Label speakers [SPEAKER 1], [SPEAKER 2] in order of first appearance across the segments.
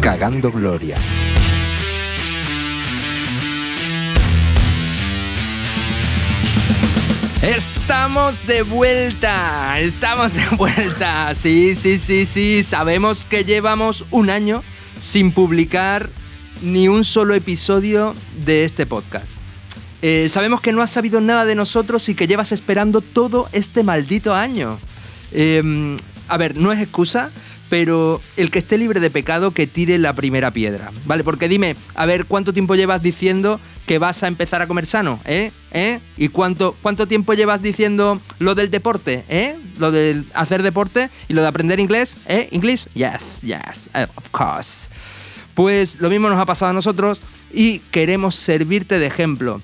[SPEAKER 1] Cagando Gloria.
[SPEAKER 2] Estamos de vuelta, estamos de vuelta. Sí, sí, sí, sí. Sabemos que llevamos un año sin publicar ni un solo episodio de este podcast. Eh, sabemos que no has sabido nada de nosotros y que llevas esperando todo este maldito año. Eh, a ver, no es excusa, pero el que esté libre de pecado que tire la primera piedra, ¿vale? Porque dime, a ver, ¿cuánto tiempo llevas diciendo que vas a empezar a comer sano? ¿Eh? ¿Eh? ¿Y cuánto, cuánto tiempo llevas diciendo lo del deporte? ¿Eh? Lo del hacer deporte y lo de aprender inglés? ¿Eh? ¿Inglés? Yes, yes, of course. Pues lo mismo nos ha pasado a nosotros y queremos servirte de ejemplo.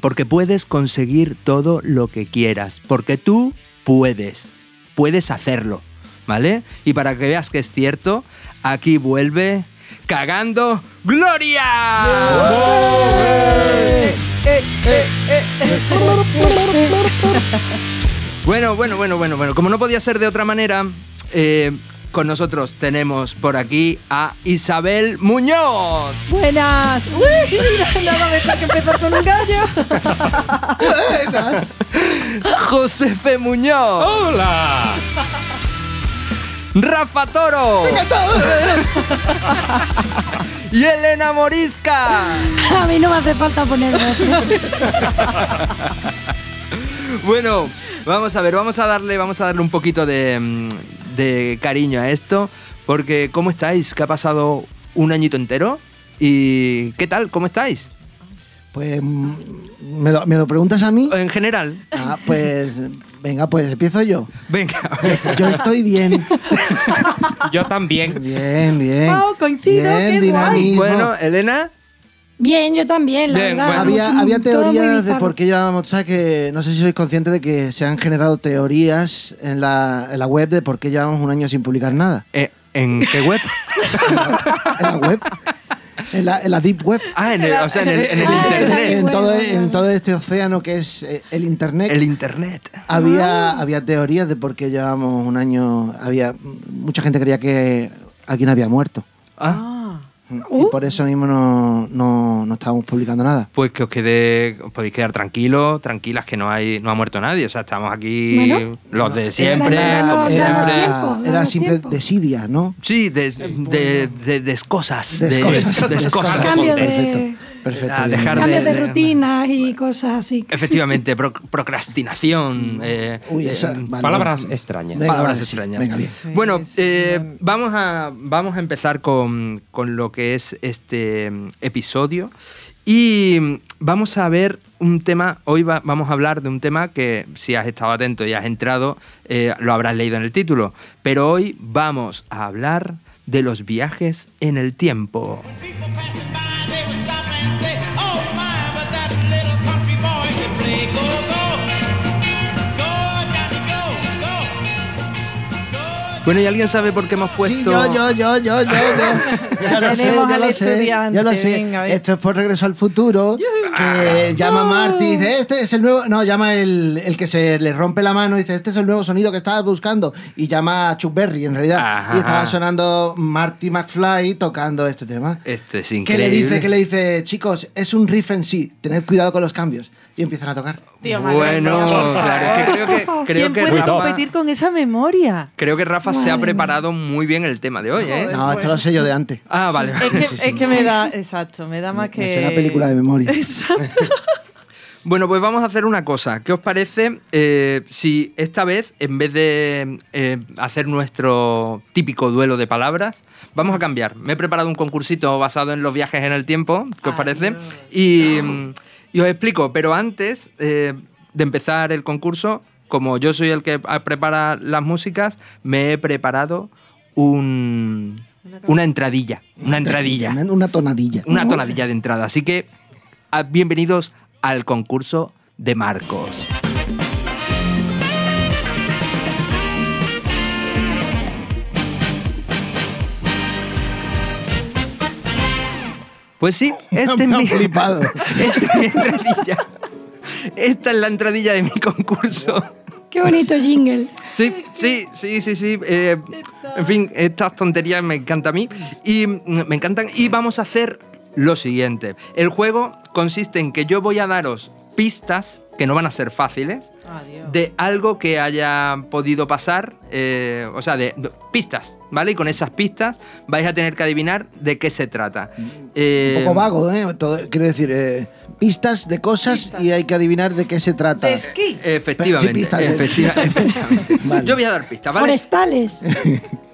[SPEAKER 2] Porque puedes conseguir todo lo que quieras. Porque tú puedes. Puedes hacerlo. ¿Vale? Y para que veas que es cierto, aquí vuelve cagando Gloria. Bueno, bueno, bueno, bueno, bueno. Como no podía ser de otra manera, eh, con nosotros tenemos por aquí a Isabel Muñoz.
[SPEAKER 3] Buenas. Uy, mira, nada mejor que empezar con un gallo.
[SPEAKER 2] Josefe Muñoz.
[SPEAKER 4] ¡Hola!
[SPEAKER 2] Rafa Toro. y Elena Morisca.
[SPEAKER 3] A mí no me hace falta ponerlo.
[SPEAKER 2] Bueno, vamos a ver, vamos a darle, vamos a darle un poquito de, mm, de cariño a esto, porque ¿cómo estáis? Que ha pasado un añito entero. ¿Y qué tal? ¿Cómo estáis?
[SPEAKER 5] Pues mm, me lo, me lo preguntas a mí.
[SPEAKER 2] En general.
[SPEAKER 5] Ah, pues venga, pues empiezo yo.
[SPEAKER 2] Venga.
[SPEAKER 5] Yo estoy bien.
[SPEAKER 4] Yo también.
[SPEAKER 5] Bien, bien.
[SPEAKER 3] Wow, coincido,
[SPEAKER 5] Bien,
[SPEAKER 3] qué
[SPEAKER 5] dinamismo.
[SPEAKER 2] Bueno, Elena.
[SPEAKER 3] Bien, yo también, la
[SPEAKER 2] Bien,
[SPEAKER 3] verdad.
[SPEAKER 2] bueno.
[SPEAKER 5] Había,
[SPEAKER 3] Todo
[SPEAKER 5] había
[SPEAKER 3] muy
[SPEAKER 5] teorías de
[SPEAKER 3] bizarro.
[SPEAKER 5] por qué llevábamos que no sé si sois conscientes de que se han generado teorías en la, en la web de por qué llevamos un año sin publicar nada.
[SPEAKER 2] eh, ¿En qué web?
[SPEAKER 5] En la web. En la, en la deep web.
[SPEAKER 2] Ah, en el, o sea, en el, en el
[SPEAKER 3] Ah,
[SPEAKER 2] internet.
[SPEAKER 5] En
[SPEAKER 3] web,
[SPEAKER 5] todo,
[SPEAKER 3] la
[SPEAKER 5] en
[SPEAKER 3] web.
[SPEAKER 5] todo este océano que es eh, el internet.
[SPEAKER 2] El internet.
[SPEAKER 3] Ah.
[SPEAKER 5] Había, había teorías de por qué llevábamos un año. Había mucha gente creía que alguien había muerto.
[SPEAKER 2] Ah,
[SPEAKER 3] Uh.
[SPEAKER 5] Y por eso mismo no, no, no estábamos publicando nada.
[SPEAKER 2] pues que os quede, os podéis quedar tranquilos, tranquilas, que no hay, no ha muerto nadie. O sea, estamos aquí
[SPEAKER 3] Bueno.
[SPEAKER 2] los de siempre,
[SPEAKER 3] Era-
[SPEAKER 2] como
[SPEAKER 5] era,
[SPEAKER 2] siempre.
[SPEAKER 3] tiempo,
[SPEAKER 5] era
[SPEAKER 3] danos
[SPEAKER 5] simple
[SPEAKER 3] tiempo.
[SPEAKER 5] desidia, ¿no?
[SPEAKER 2] Sí, de, de, de- descosas. De,
[SPEAKER 5] Descosas.
[SPEAKER 2] descosas.
[SPEAKER 3] Cambio de-
[SPEAKER 5] Perfecto. Perfecto.
[SPEAKER 2] Ah,
[SPEAKER 5] bien.
[SPEAKER 2] dejar
[SPEAKER 3] Cambios de,
[SPEAKER 2] de-
[SPEAKER 3] rutinas y cosas así.
[SPEAKER 2] Efectivamente, pro- procrastinación. eh,
[SPEAKER 5] Uy,
[SPEAKER 2] eh,
[SPEAKER 5] esa- vale,
[SPEAKER 4] Palabras
[SPEAKER 5] vale.
[SPEAKER 4] extrañas.
[SPEAKER 5] Venga,
[SPEAKER 2] palabras
[SPEAKER 5] vale, sí,
[SPEAKER 2] extrañas.
[SPEAKER 5] venga, bien.
[SPEAKER 2] bueno, eh, vamos, a, vamos a empezar con, con lo que es este mm, episodio. Y mm, vamos a ver un tema, hoy va- vamos a hablar de un tema que si has estado atento y has entrado, eh, lo habrás leído en el título. Pero hoy vamos a hablar de los viajes en el tiempo.
[SPEAKER 6] People passing by, they would stop and say, Oh my, but that little country boy can play go go. Go, Johnny, go, go.
[SPEAKER 2] Bueno, ¿y alguien sabe por qué hemos puesto...
[SPEAKER 5] Sí, yo, yo, yo, yo, yo. yo. Ya lo sé,
[SPEAKER 7] Tenemos
[SPEAKER 5] ya
[SPEAKER 7] al
[SPEAKER 5] lo sé.
[SPEAKER 7] estudiante,
[SPEAKER 5] Ya lo sé.
[SPEAKER 7] venga, venga.
[SPEAKER 5] Esto es por regreso al futuro. Que llama a Marty y dice: Este es el nuevo. No, llama el, el que se le rompe la mano y dice: Este es el nuevo sonido que estabas buscando. Y llama a Chuck Berry, en realidad.
[SPEAKER 2] Ajá.
[SPEAKER 5] Y estaba sonando Marty McFly tocando este tema.
[SPEAKER 2] Este es
[SPEAKER 5] Que
[SPEAKER 2] increíble.
[SPEAKER 5] le dice, que le dice, chicos, es un riff en sí, tened cuidado con los cambios. Y empiezan a tocar.
[SPEAKER 7] Tío, madre
[SPEAKER 2] Bueno,
[SPEAKER 7] mía, por
[SPEAKER 2] claro, es que creo que, creo
[SPEAKER 7] favor. ¿Quién
[SPEAKER 2] que
[SPEAKER 7] puede
[SPEAKER 2] Rafa,
[SPEAKER 7] competir con esa memoria?
[SPEAKER 2] creo que Rafa se ha preparado muy bien el tema de hoy, ¿eh?
[SPEAKER 5] No, esto lo sé yo de antes.
[SPEAKER 2] Ah, vale.
[SPEAKER 7] Es
[SPEAKER 2] vale.
[SPEAKER 7] que, es que me da, exacto, me da más que.
[SPEAKER 5] me suena a película de memoria.
[SPEAKER 7] Exacto.
[SPEAKER 2] Bueno, pues vamos a hacer una cosa. ¿Qué os parece eh, si esta vez, en vez de eh, hacer nuestro típico duelo de palabras, vamos a cambiar? Me he preparado un concursito basado en los viajes en el tiempo, ¿qué os
[SPEAKER 7] Ay,
[SPEAKER 2] parece?
[SPEAKER 7] Dios.
[SPEAKER 2] Y, mm, y os explico, pero antes eh, de empezar el concurso, como yo soy el que ah, prepara las músicas, me he preparado un- una entradilla. Una entradilla.
[SPEAKER 5] Una, una tonadilla.
[SPEAKER 2] una tonadilla de entrada. Así que a- bienvenidos al concurso de Marcos. Pues sí, este
[SPEAKER 5] Me
[SPEAKER 2] es
[SPEAKER 5] ha
[SPEAKER 2] mi
[SPEAKER 5] flipado.
[SPEAKER 2] Pues Este es mi este entradilla. Esta es la entradilla de mi concurso.
[SPEAKER 8] Qué bonito jingle.
[SPEAKER 2] Sí, sí, sí, sí, sí. eh, en fin, estas tonterías me encantan a mí. Y mm, me encantan. Y vamos a hacer lo siguiente. El juego consiste en que yo voy a daros pistas que no van a ser fáciles
[SPEAKER 7] Adiós.
[SPEAKER 2] de algo que haya podido pasar, eh, o sea, de de- pistas, ¿vale? Y con esas pistas vais a tener que adivinar de qué se trata. Eh,
[SPEAKER 5] Un poco vago, ¿eh? Todo- quiero decir, eh, pistas de cosas y hay que adivinar de qué se trata.
[SPEAKER 7] De esquí.
[SPEAKER 2] Efectivamente,
[SPEAKER 5] Sí, pistas. ¿eh?
[SPEAKER 2] efectiva- efectivamente.
[SPEAKER 5] Vale.
[SPEAKER 2] Yo voy a dar pistas, ¿vale?
[SPEAKER 8] Forestales.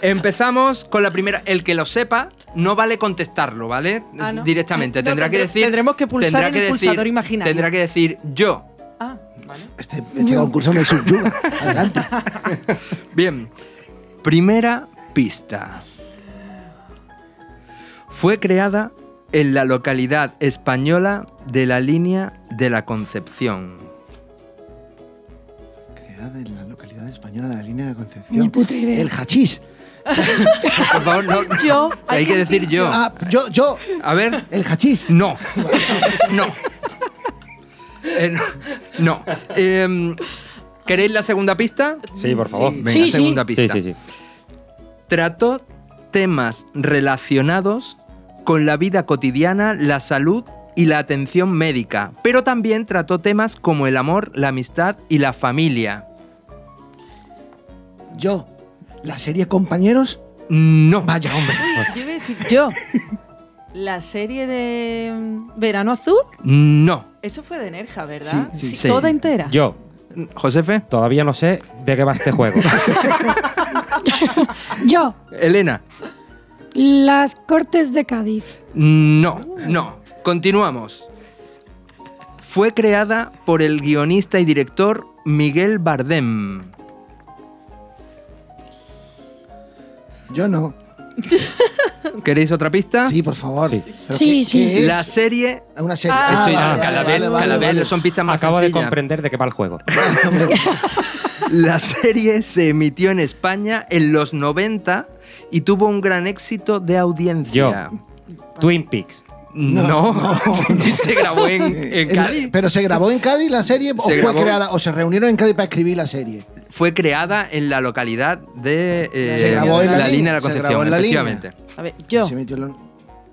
[SPEAKER 2] Empezamos con la primera. El que lo sepa no vale contestarlo, ¿vale?
[SPEAKER 7] Ah, ¿no?
[SPEAKER 2] Directamente.
[SPEAKER 7] No,
[SPEAKER 2] tendrá que
[SPEAKER 7] tendre-
[SPEAKER 2] decir.
[SPEAKER 7] tendremos que pulsar
[SPEAKER 2] tendrá
[SPEAKER 7] en
[SPEAKER 2] que
[SPEAKER 7] el
[SPEAKER 2] decir-
[SPEAKER 7] pulsador imaginario.
[SPEAKER 2] Tendrá que decir yo.
[SPEAKER 7] Ah, vale.
[SPEAKER 5] Este, este concurso me subyuga. Adelante.
[SPEAKER 2] Bien. Primera pista. Fue creada en la localidad española de la línea de la Concepción.
[SPEAKER 5] Creada en la localidad española de la línea de Concepción.
[SPEAKER 8] Ni puta idea.
[SPEAKER 5] El hachís.
[SPEAKER 2] Por favor, no.
[SPEAKER 7] Yo,
[SPEAKER 2] Hay que
[SPEAKER 7] alguien
[SPEAKER 2] decir yo.
[SPEAKER 5] Ah, yo, yo.
[SPEAKER 2] A ver.
[SPEAKER 5] El hachís.
[SPEAKER 2] No, no. Eh, no. no. Em, ¿Queréis la segunda pista?
[SPEAKER 4] Sí, por favor.
[SPEAKER 2] Venga,
[SPEAKER 8] Sí, sí.
[SPEAKER 2] segunda
[SPEAKER 4] Sí,
[SPEAKER 2] pista.
[SPEAKER 4] sí, sí.
[SPEAKER 2] Trató temas relacionados con la vida cotidiana, la salud y la atención médica, pero también trató temas como el amor, la amistad y la familia.
[SPEAKER 5] Yo. La serie Compañeros.
[SPEAKER 2] No,
[SPEAKER 5] Vaya, hombre.
[SPEAKER 7] Yo iba a decir yo. La serie de mm, Verano Azul,
[SPEAKER 2] no.
[SPEAKER 7] eso fue de Nerja, ¿verdad?
[SPEAKER 2] Sí, sí. Sí.
[SPEAKER 7] Toda entera.
[SPEAKER 4] Yo
[SPEAKER 2] Josefe,
[SPEAKER 4] todavía no sé de qué va este juego.
[SPEAKER 8] Yo,
[SPEAKER 2] Elena,
[SPEAKER 8] las Cortes de Cádiz.
[SPEAKER 2] No, no. Continuamos. Fue creada por el guionista y director Miguel Bardem.
[SPEAKER 5] Yo no.
[SPEAKER 2] ¿Queréis otra pista?
[SPEAKER 5] Sí, por favor.
[SPEAKER 4] Sí.
[SPEAKER 5] ¿Pero
[SPEAKER 8] Sí,
[SPEAKER 5] qué-
[SPEAKER 8] sí,
[SPEAKER 5] qué
[SPEAKER 8] sí.
[SPEAKER 5] es?
[SPEAKER 2] La serie.
[SPEAKER 5] Una serie.
[SPEAKER 7] Ah,
[SPEAKER 2] Estoy-
[SPEAKER 7] vale,
[SPEAKER 2] ah,
[SPEAKER 7] vale,
[SPEAKER 2] cada vez,
[SPEAKER 5] vale,
[SPEAKER 2] cada
[SPEAKER 5] vale,
[SPEAKER 2] vez
[SPEAKER 5] vale.
[SPEAKER 2] son pistas más
[SPEAKER 4] Acabo de
[SPEAKER 2] sencillas.
[SPEAKER 4] comprender de qué va el juego.
[SPEAKER 2] La serie se emitió en España en los 90 y tuvo un gran éxito de audiencia.
[SPEAKER 4] Twin Peaks.
[SPEAKER 2] No, se grabó en, en
[SPEAKER 5] El-
[SPEAKER 2] Cádiz.
[SPEAKER 5] Eh, ¿Pero se grabó en Cádiz la serie o
[SPEAKER 2] Se
[SPEAKER 5] fue
[SPEAKER 2] grabó.
[SPEAKER 5] creada o se reunieron en Cádiz para escribir la serie?
[SPEAKER 2] Fue creada en la localidad de eh,
[SPEAKER 5] Se grabó en la línea,
[SPEAKER 2] línea de la
[SPEAKER 5] se grabó
[SPEAKER 2] Concepción,
[SPEAKER 5] en la línea.
[SPEAKER 2] efectivamente.
[SPEAKER 7] A ver, yo.
[SPEAKER 5] Se metió en-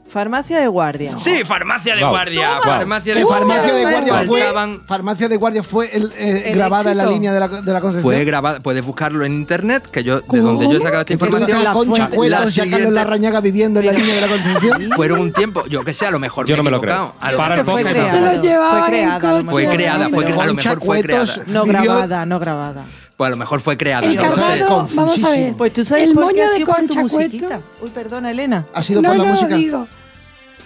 [SPEAKER 7] Farmacia de guardia.
[SPEAKER 2] Sí, farmacia de
[SPEAKER 4] Guau.
[SPEAKER 2] guardia.
[SPEAKER 4] Toma.
[SPEAKER 2] Farmacia de
[SPEAKER 5] Que Farmacia de
[SPEAKER 7] Uh,
[SPEAKER 5] Guardia
[SPEAKER 2] Faltaban-
[SPEAKER 5] fue, Farmacia de Guardia fue el, eh,
[SPEAKER 7] El
[SPEAKER 5] grabada en la
[SPEAKER 7] éxito.
[SPEAKER 5] línea de la, de la Concepción.
[SPEAKER 2] Fue grabada, puedes buscarlo en internet, que yo, de donde yo he sacado esta
[SPEAKER 5] que presentaba
[SPEAKER 2] información,
[SPEAKER 7] la
[SPEAKER 5] Concha
[SPEAKER 7] fuente.
[SPEAKER 5] Cuetos
[SPEAKER 2] La
[SPEAKER 5] y a Carlos
[SPEAKER 2] siguiente-
[SPEAKER 5] Larrañaga viviendo en la línea de la Concepción.
[SPEAKER 2] fueron un tiempo, yo que sé, a lo mejor
[SPEAKER 4] Yo no me lo
[SPEAKER 2] equivocado.
[SPEAKER 4] creo.
[SPEAKER 2] A lo
[SPEAKER 4] Para
[SPEAKER 2] mejor-
[SPEAKER 4] el
[SPEAKER 7] fue
[SPEAKER 4] bosque,
[SPEAKER 7] creada.
[SPEAKER 8] Se lo llevaban
[SPEAKER 7] fue
[SPEAKER 8] en
[SPEAKER 7] creada. a lo
[SPEAKER 8] coche.
[SPEAKER 2] fue
[SPEAKER 7] mejor.
[SPEAKER 2] creada, fue,
[SPEAKER 7] Pero
[SPEAKER 2] cre- a lo mejor fue
[SPEAKER 5] Concha
[SPEAKER 2] creada.
[SPEAKER 7] No
[SPEAKER 5] Vivió-
[SPEAKER 7] grabada, no grabada.
[SPEAKER 2] Pues a lo mejor fue creada.
[SPEAKER 8] El
[SPEAKER 2] no lo sé.
[SPEAKER 8] cargado, vamos a ver.
[SPEAKER 5] confusísimo.
[SPEAKER 7] Pues tú sabes
[SPEAKER 8] el
[SPEAKER 7] por
[SPEAKER 8] moño
[SPEAKER 7] qué ha
[SPEAKER 8] de
[SPEAKER 7] sido por tu
[SPEAKER 8] Concha
[SPEAKER 7] musiquita.
[SPEAKER 8] Cueto.
[SPEAKER 7] Uy, perdona, Elena.
[SPEAKER 5] Ha sido
[SPEAKER 8] no,
[SPEAKER 5] por la
[SPEAKER 8] no,
[SPEAKER 5] música.
[SPEAKER 8] digo.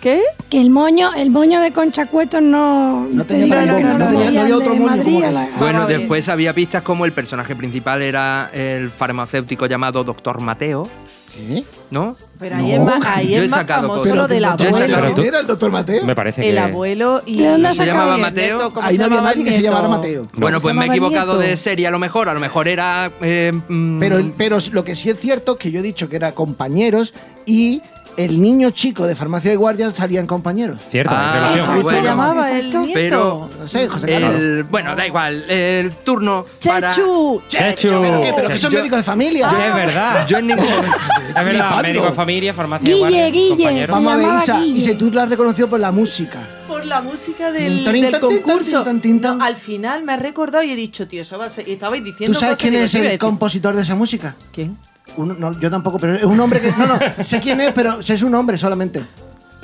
[SPEAKER 7] ¿Qué?
[SPEAKER 8] Que el moño, el moño de Concha Cueto no,
[SPEAKER 5] No
[SPEAKER 8] te
[SPEAKER 5] tenía
[SPEAKER 8] digo
[SPEAKER 7] para
[SPEAKER 8] que
[SPEAKER 7] el moño,
[SPEAKER 8] lo
[SPEAKER 7] no tenía- no
[SPEAKER 8] movían
[SPEAKER 5] había otro
[SPEAKER 8] de
[SPEAKER 5] moño,
[SPEAKER 8] Madrid
[SPEAKER 5] como
[SPEAKER 8] a la-
[SPEAKER 5] que-
[SPEAKER 2] Bueno,
[SPEAKER 7] Vamos a ver.
[SPEAKER 2] después había pistas como el personaje principal era el farmacéutico llamado Doctor Mateo,
[SPEAKER 5] ¿Qué?
[SPEAKER 2] ¿no?
[SPEAKER 7] Pero
[SPEAKER 5] No.
[SPEAKER 7] ahí es más, ahí
[SPEAKER 2] Yo he
[SPEAKER 7] es más
[SPEAKER 2] sacado
[SPEAKER 7] famoso
[SPEAKER 2] cosas.
[SPEAKER 7] lo del
[SPEAKER 2] Yo he
[SPEAKER 7] abuelo.
[SPEAKER 2] sacado-
[SPEAKER 5] ¿Quién era el doctor Mateo?
[SPEAKER 4] Me parece
[SPEAKER 7] El
[SPEAKER 4] que.
[SPEAKER 7] abuelo y.
[SPEAKER 8] ¿De dónde
[SPEAKER 7] y
[SPEAKER 8] se
[SPEAKER 7] el
[SPEAKER 2] llamaba
[SPEAKER 7] nieto,
[SPEAKER 2] Mateo?
[SPEAKER 7] ¿cómo
[SPEAKER 5] Ahí
[SPEAKER 7] se
[SPEAKER 5] no había
[SPEAKER 7] llamaba el
[SPEAKER 5] nadie que se
[SPEAKER 7] nieto?
[SPEAKER 5] llamara Mateo.
[SPEAKER 2] Bueno,
[SPEAKER 7] Se
[SPEAKER 2] pues me he
[SPEAKER 7] llamaba
[SPEAKER 2] equivocado
[SPEAKER 7] Nieto.
[SPEAKER 2] de serie, a lo mejor, a lo mejor era... eh, mm,
[SPEAKER 5] Pero, el- pero lo que sí es cierto es que yo he dicho que era compañeros y el niño chico de farmacia de guardia salían compañeros.
[SPEAKER 4] Cierto,
[SPEAKER 2] Ah,
[SPEAKER 4] hay
[SPEAKER 7] Eso,
[SPEAKER 4] relación.
[SPEAKER 7] ¿Cómo
[SPEAKER 2] Bueno.
[SPEAKER 7] se llamaba el
[SPEAKER 8] Exacto.
[SPEAKER 7] nieto?
[SPEAKER 2] Pero-
[SPEAKER 5] No sé, José Carlos.
[SPEAKER 2] el- bueno, da igual, el turno para...
[SPEAKER 7] Chechu.
[SPEAKER 4] Chechu.
[SPEAKER 5] ¿Pero qué? ¿Pero que son
[SPEAKER 2] Yo- Ah,
[SPEAKER 5] médicos de familia?
[SPEAKER 4] Es verdad.
[SPEAKER 2] Yo en ningún momento-
[SPEAKER 4] Es verdad,
[SPEAKER 5] flipando.
[SPEAKER 4] médico de familia, farmacia
[SPEAKER 8] Guille,
[SPEAKER 4] de guardia,
[SPEAKER 8] Guille,
[SPEAKER 4] compañero.
[SPEAKER 8] sí.
[SPEAKER 5] Vamos a ver,
[SPEAKER 8] llamaba
[SPEAKER 5] Isa,
[SPEAKER 8] Guille.
[SPEAKER 5] y si tú la has reconocido por la música.
[SPEAKER 7] Por la música del,
[SPEAKER 5] Tin, tin,
[SPEAKER 7] del
[SPEAKER 5] tin, tin,
[SPEAKER 7] concurso.
[SPEAKER 5] tin, tin, tin.
[SPEAKER 7] No, al final me ha recordado y he dicho, tío, eso va a ser. Y estabais
[SPEAKER 5] ¿Tú
[SPEAKER 7] diciendo.
[SPEAKER 5] sabes
[SPEAKER 7] cosas
[SPEAKER 5] quién
[SPEAKER 7] y digo,
[SPEAKER 5] es
[SPEAKER 7] tío, voy a
[SPEAKER 5] el
[SPEAKER 7] decir-
[SPEAKER 5] compositor de esa música?
[SPEAKER 7] ¿Quién?
[SPEAKER 5] Un- no, yo tampoco, pero es un hombre que. No, no, sé quién es, pero sé su nombre solamente.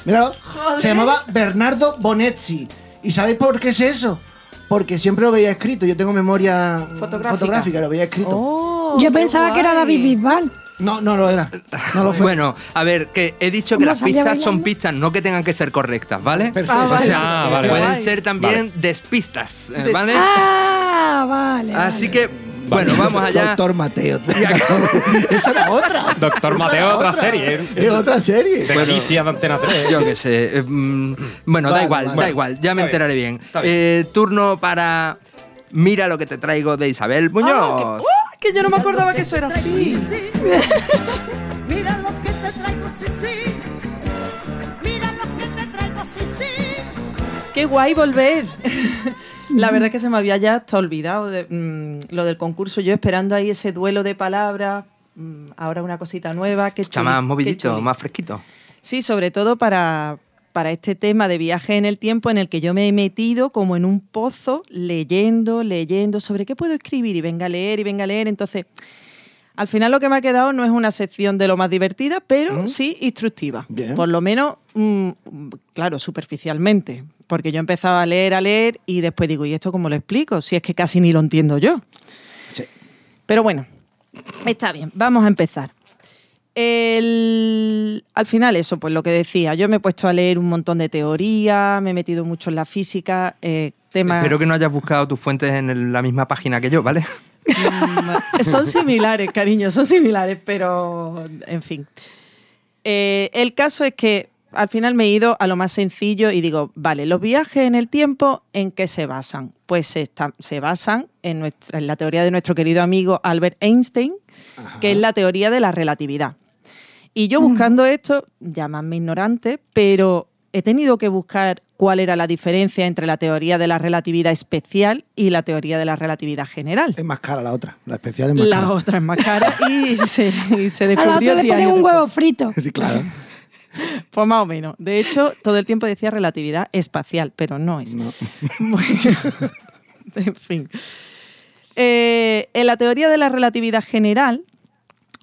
[SPEAKER 5] Míralo.
[SPEAKER 7] Joder.
[SPEAKER 5] Se llamaba Bernardo Bonetti. ¿Y sabéis por qué es eso? Porque siempre lo veía escrito. Yo tengo memoria
[SPEAKER 7] Fotográfica.
[SPEAKER 5] lo veía escrito.
[SPEAKER 8] Ah,
[SPEAKER 7] Oh,
[SPEAKER 8] Yo
[SPEAKER 7] qué
[SPEAKER 8] pensaba que era
[SPEAKER 7] guay.
[SPEAKER 8] David Bisbal.
[SPEAKER 5] No, no lo era. No lo fue.
[SPEAKER 2] Bueno, a ver, que he dicho que
[SPEAKER 8] ¿Cómo
[SPEAKER 2] las
[SPEAKER 8] salía
[SPEAKER 2] pistas son
[SPEAKER 8] bailando?
[SPEAKER 2] pistas, no que tengan que ser correctas, ¿vale?
[SPEAKER 5] Perfecto.
[SPEAKER 7] Ah, vale.
[SPEAKER 4] Ah,
[SPEAKER 5] Eh,
[SPEAKER 4] vale,
[SPEAKER 5] eh,
[SPEAKER 4] vale.
[SPEAKER 2] Pueden ser también despistas, eh, ¿vale?
[SPEAKER 8] Ah, vale.
[SPEAKER 2] Así
[SPEAKER 8] vale.
[SPEAKER 2] que, bueno, vamos allá.
[SPEAKER 5] Doctor Mateo. Esa era otra.
[SPEAKER 4] Doctor
[SPEAKER 5] Esa
[SPEAKER 4] Mateo,
[SPEAKER 5] era
[SPEAKER 4] otra serie.
[SPEAKER 5] Es otra serie.
[SPEAKER 4] De Galicia, de Antena 3.
[SPEAKER 2] Yo qué sé. eh, mm, bueno, da
[SPEAKER 5] Vale,
[SPEAKER 2] igual,
[SPEAKER 5] vale.
[SPEAKER 2] da igual, ya me
[SPEAKER 4] Está
[SPEAKER 2] enteraré bien.
[SPEAKER 4] bien, está bien.
[SPEAKER 2] Eh, turno para Mira lo que te traigo de Isabel
[SPEAKER 7] Ah,
[SPEAKER 2] Muñoz.
[SPEAKER 7] que, ¡Oh! que yo no me acordaba que eso era así.
[SPEAKER 9] Mira lo que te traigo, sí, sí. Mira lo que te traigo, sí, sí.
[SPEAKER 7] Qué guay volver. La verdad es que se me había ya hasta olvidado de, mm, lo del concurso. Yo esperando ahí ese duelo de palabras. mm, ahora una cosita nueva. Que
[SPEAKER 2] Está más movidito, más fresquito.
[SPEAKER 7] Sí, sobre todo para, para este tema de viaje en el tiempo en el que yo me he metido como en un pozo leyendo, leyendo sobre qué puedo escribir y venga a leer y venga a leer. Entonces, al final lo que me ha quedado no es una sección de lo más divertida, pero sí instructiva.
[SPEAKER 5] Bien.
[SPEAKER 7] Por lo menos, mm, mm, claro, superficialmente. Porque yo empezaba a leer, a leer y después digo, ¿y esto cómo lo explico? Si es que casi ni lo entiendo yo.
[SPEAKER 5] Sí.
[SPEAKER 7] Pero bueno, está bien, vamos a empezar. El- al final eso, pues lo que decía, yo me he puesto a leer un montón de teoría, me he metido mucho en la física, eh, temas...
[SPEAKER 2] Espero que no hayas buscado tus fuentes en el- la misma página que yo, ¿vale?
[SPEAKER 7] Mm, son similares, cariño, son similares, pero en fin. Eh, el caso es que al final me he ido a lo más sencillo y digo, vale, los viajes en el tiempo, ¿en qué se basan? Pues se, esta- se basan en, nuestra, en la teoría de nuestro querido amigo Albert Einstein, que es la teoría de la relatividad. Y yo buscando esto, llamadme ignorante, pero he tenido que buscar cuál era la diferencia entre la teoría de la relatividad especial y la teoría de la relatividad general.
[SPEAKER 5] Es más cara la otra. La especial es más
[SPEAKER 7] La
[SPEAKER 5] cara.
[SPEAKER 7] otra es más cara y se, y se
[SPEAKER 8] A la
[SPEAKER 7] descubrió
[SPEAKER 8] otra le ponen
[SPEAKER 7] 10 años
[SPEAKER 8] un
[SPEAKER 7] después.
[SPEAKER 8] huevo frito.
[SPEAKER 5] Sí, claro.
[SPEAKER 7] Pues más o menos. De hecho, todo el tiempo decía relatividad espacial, pero no es. Bueno, en fin. Eh, en la teoría de la relatividad general,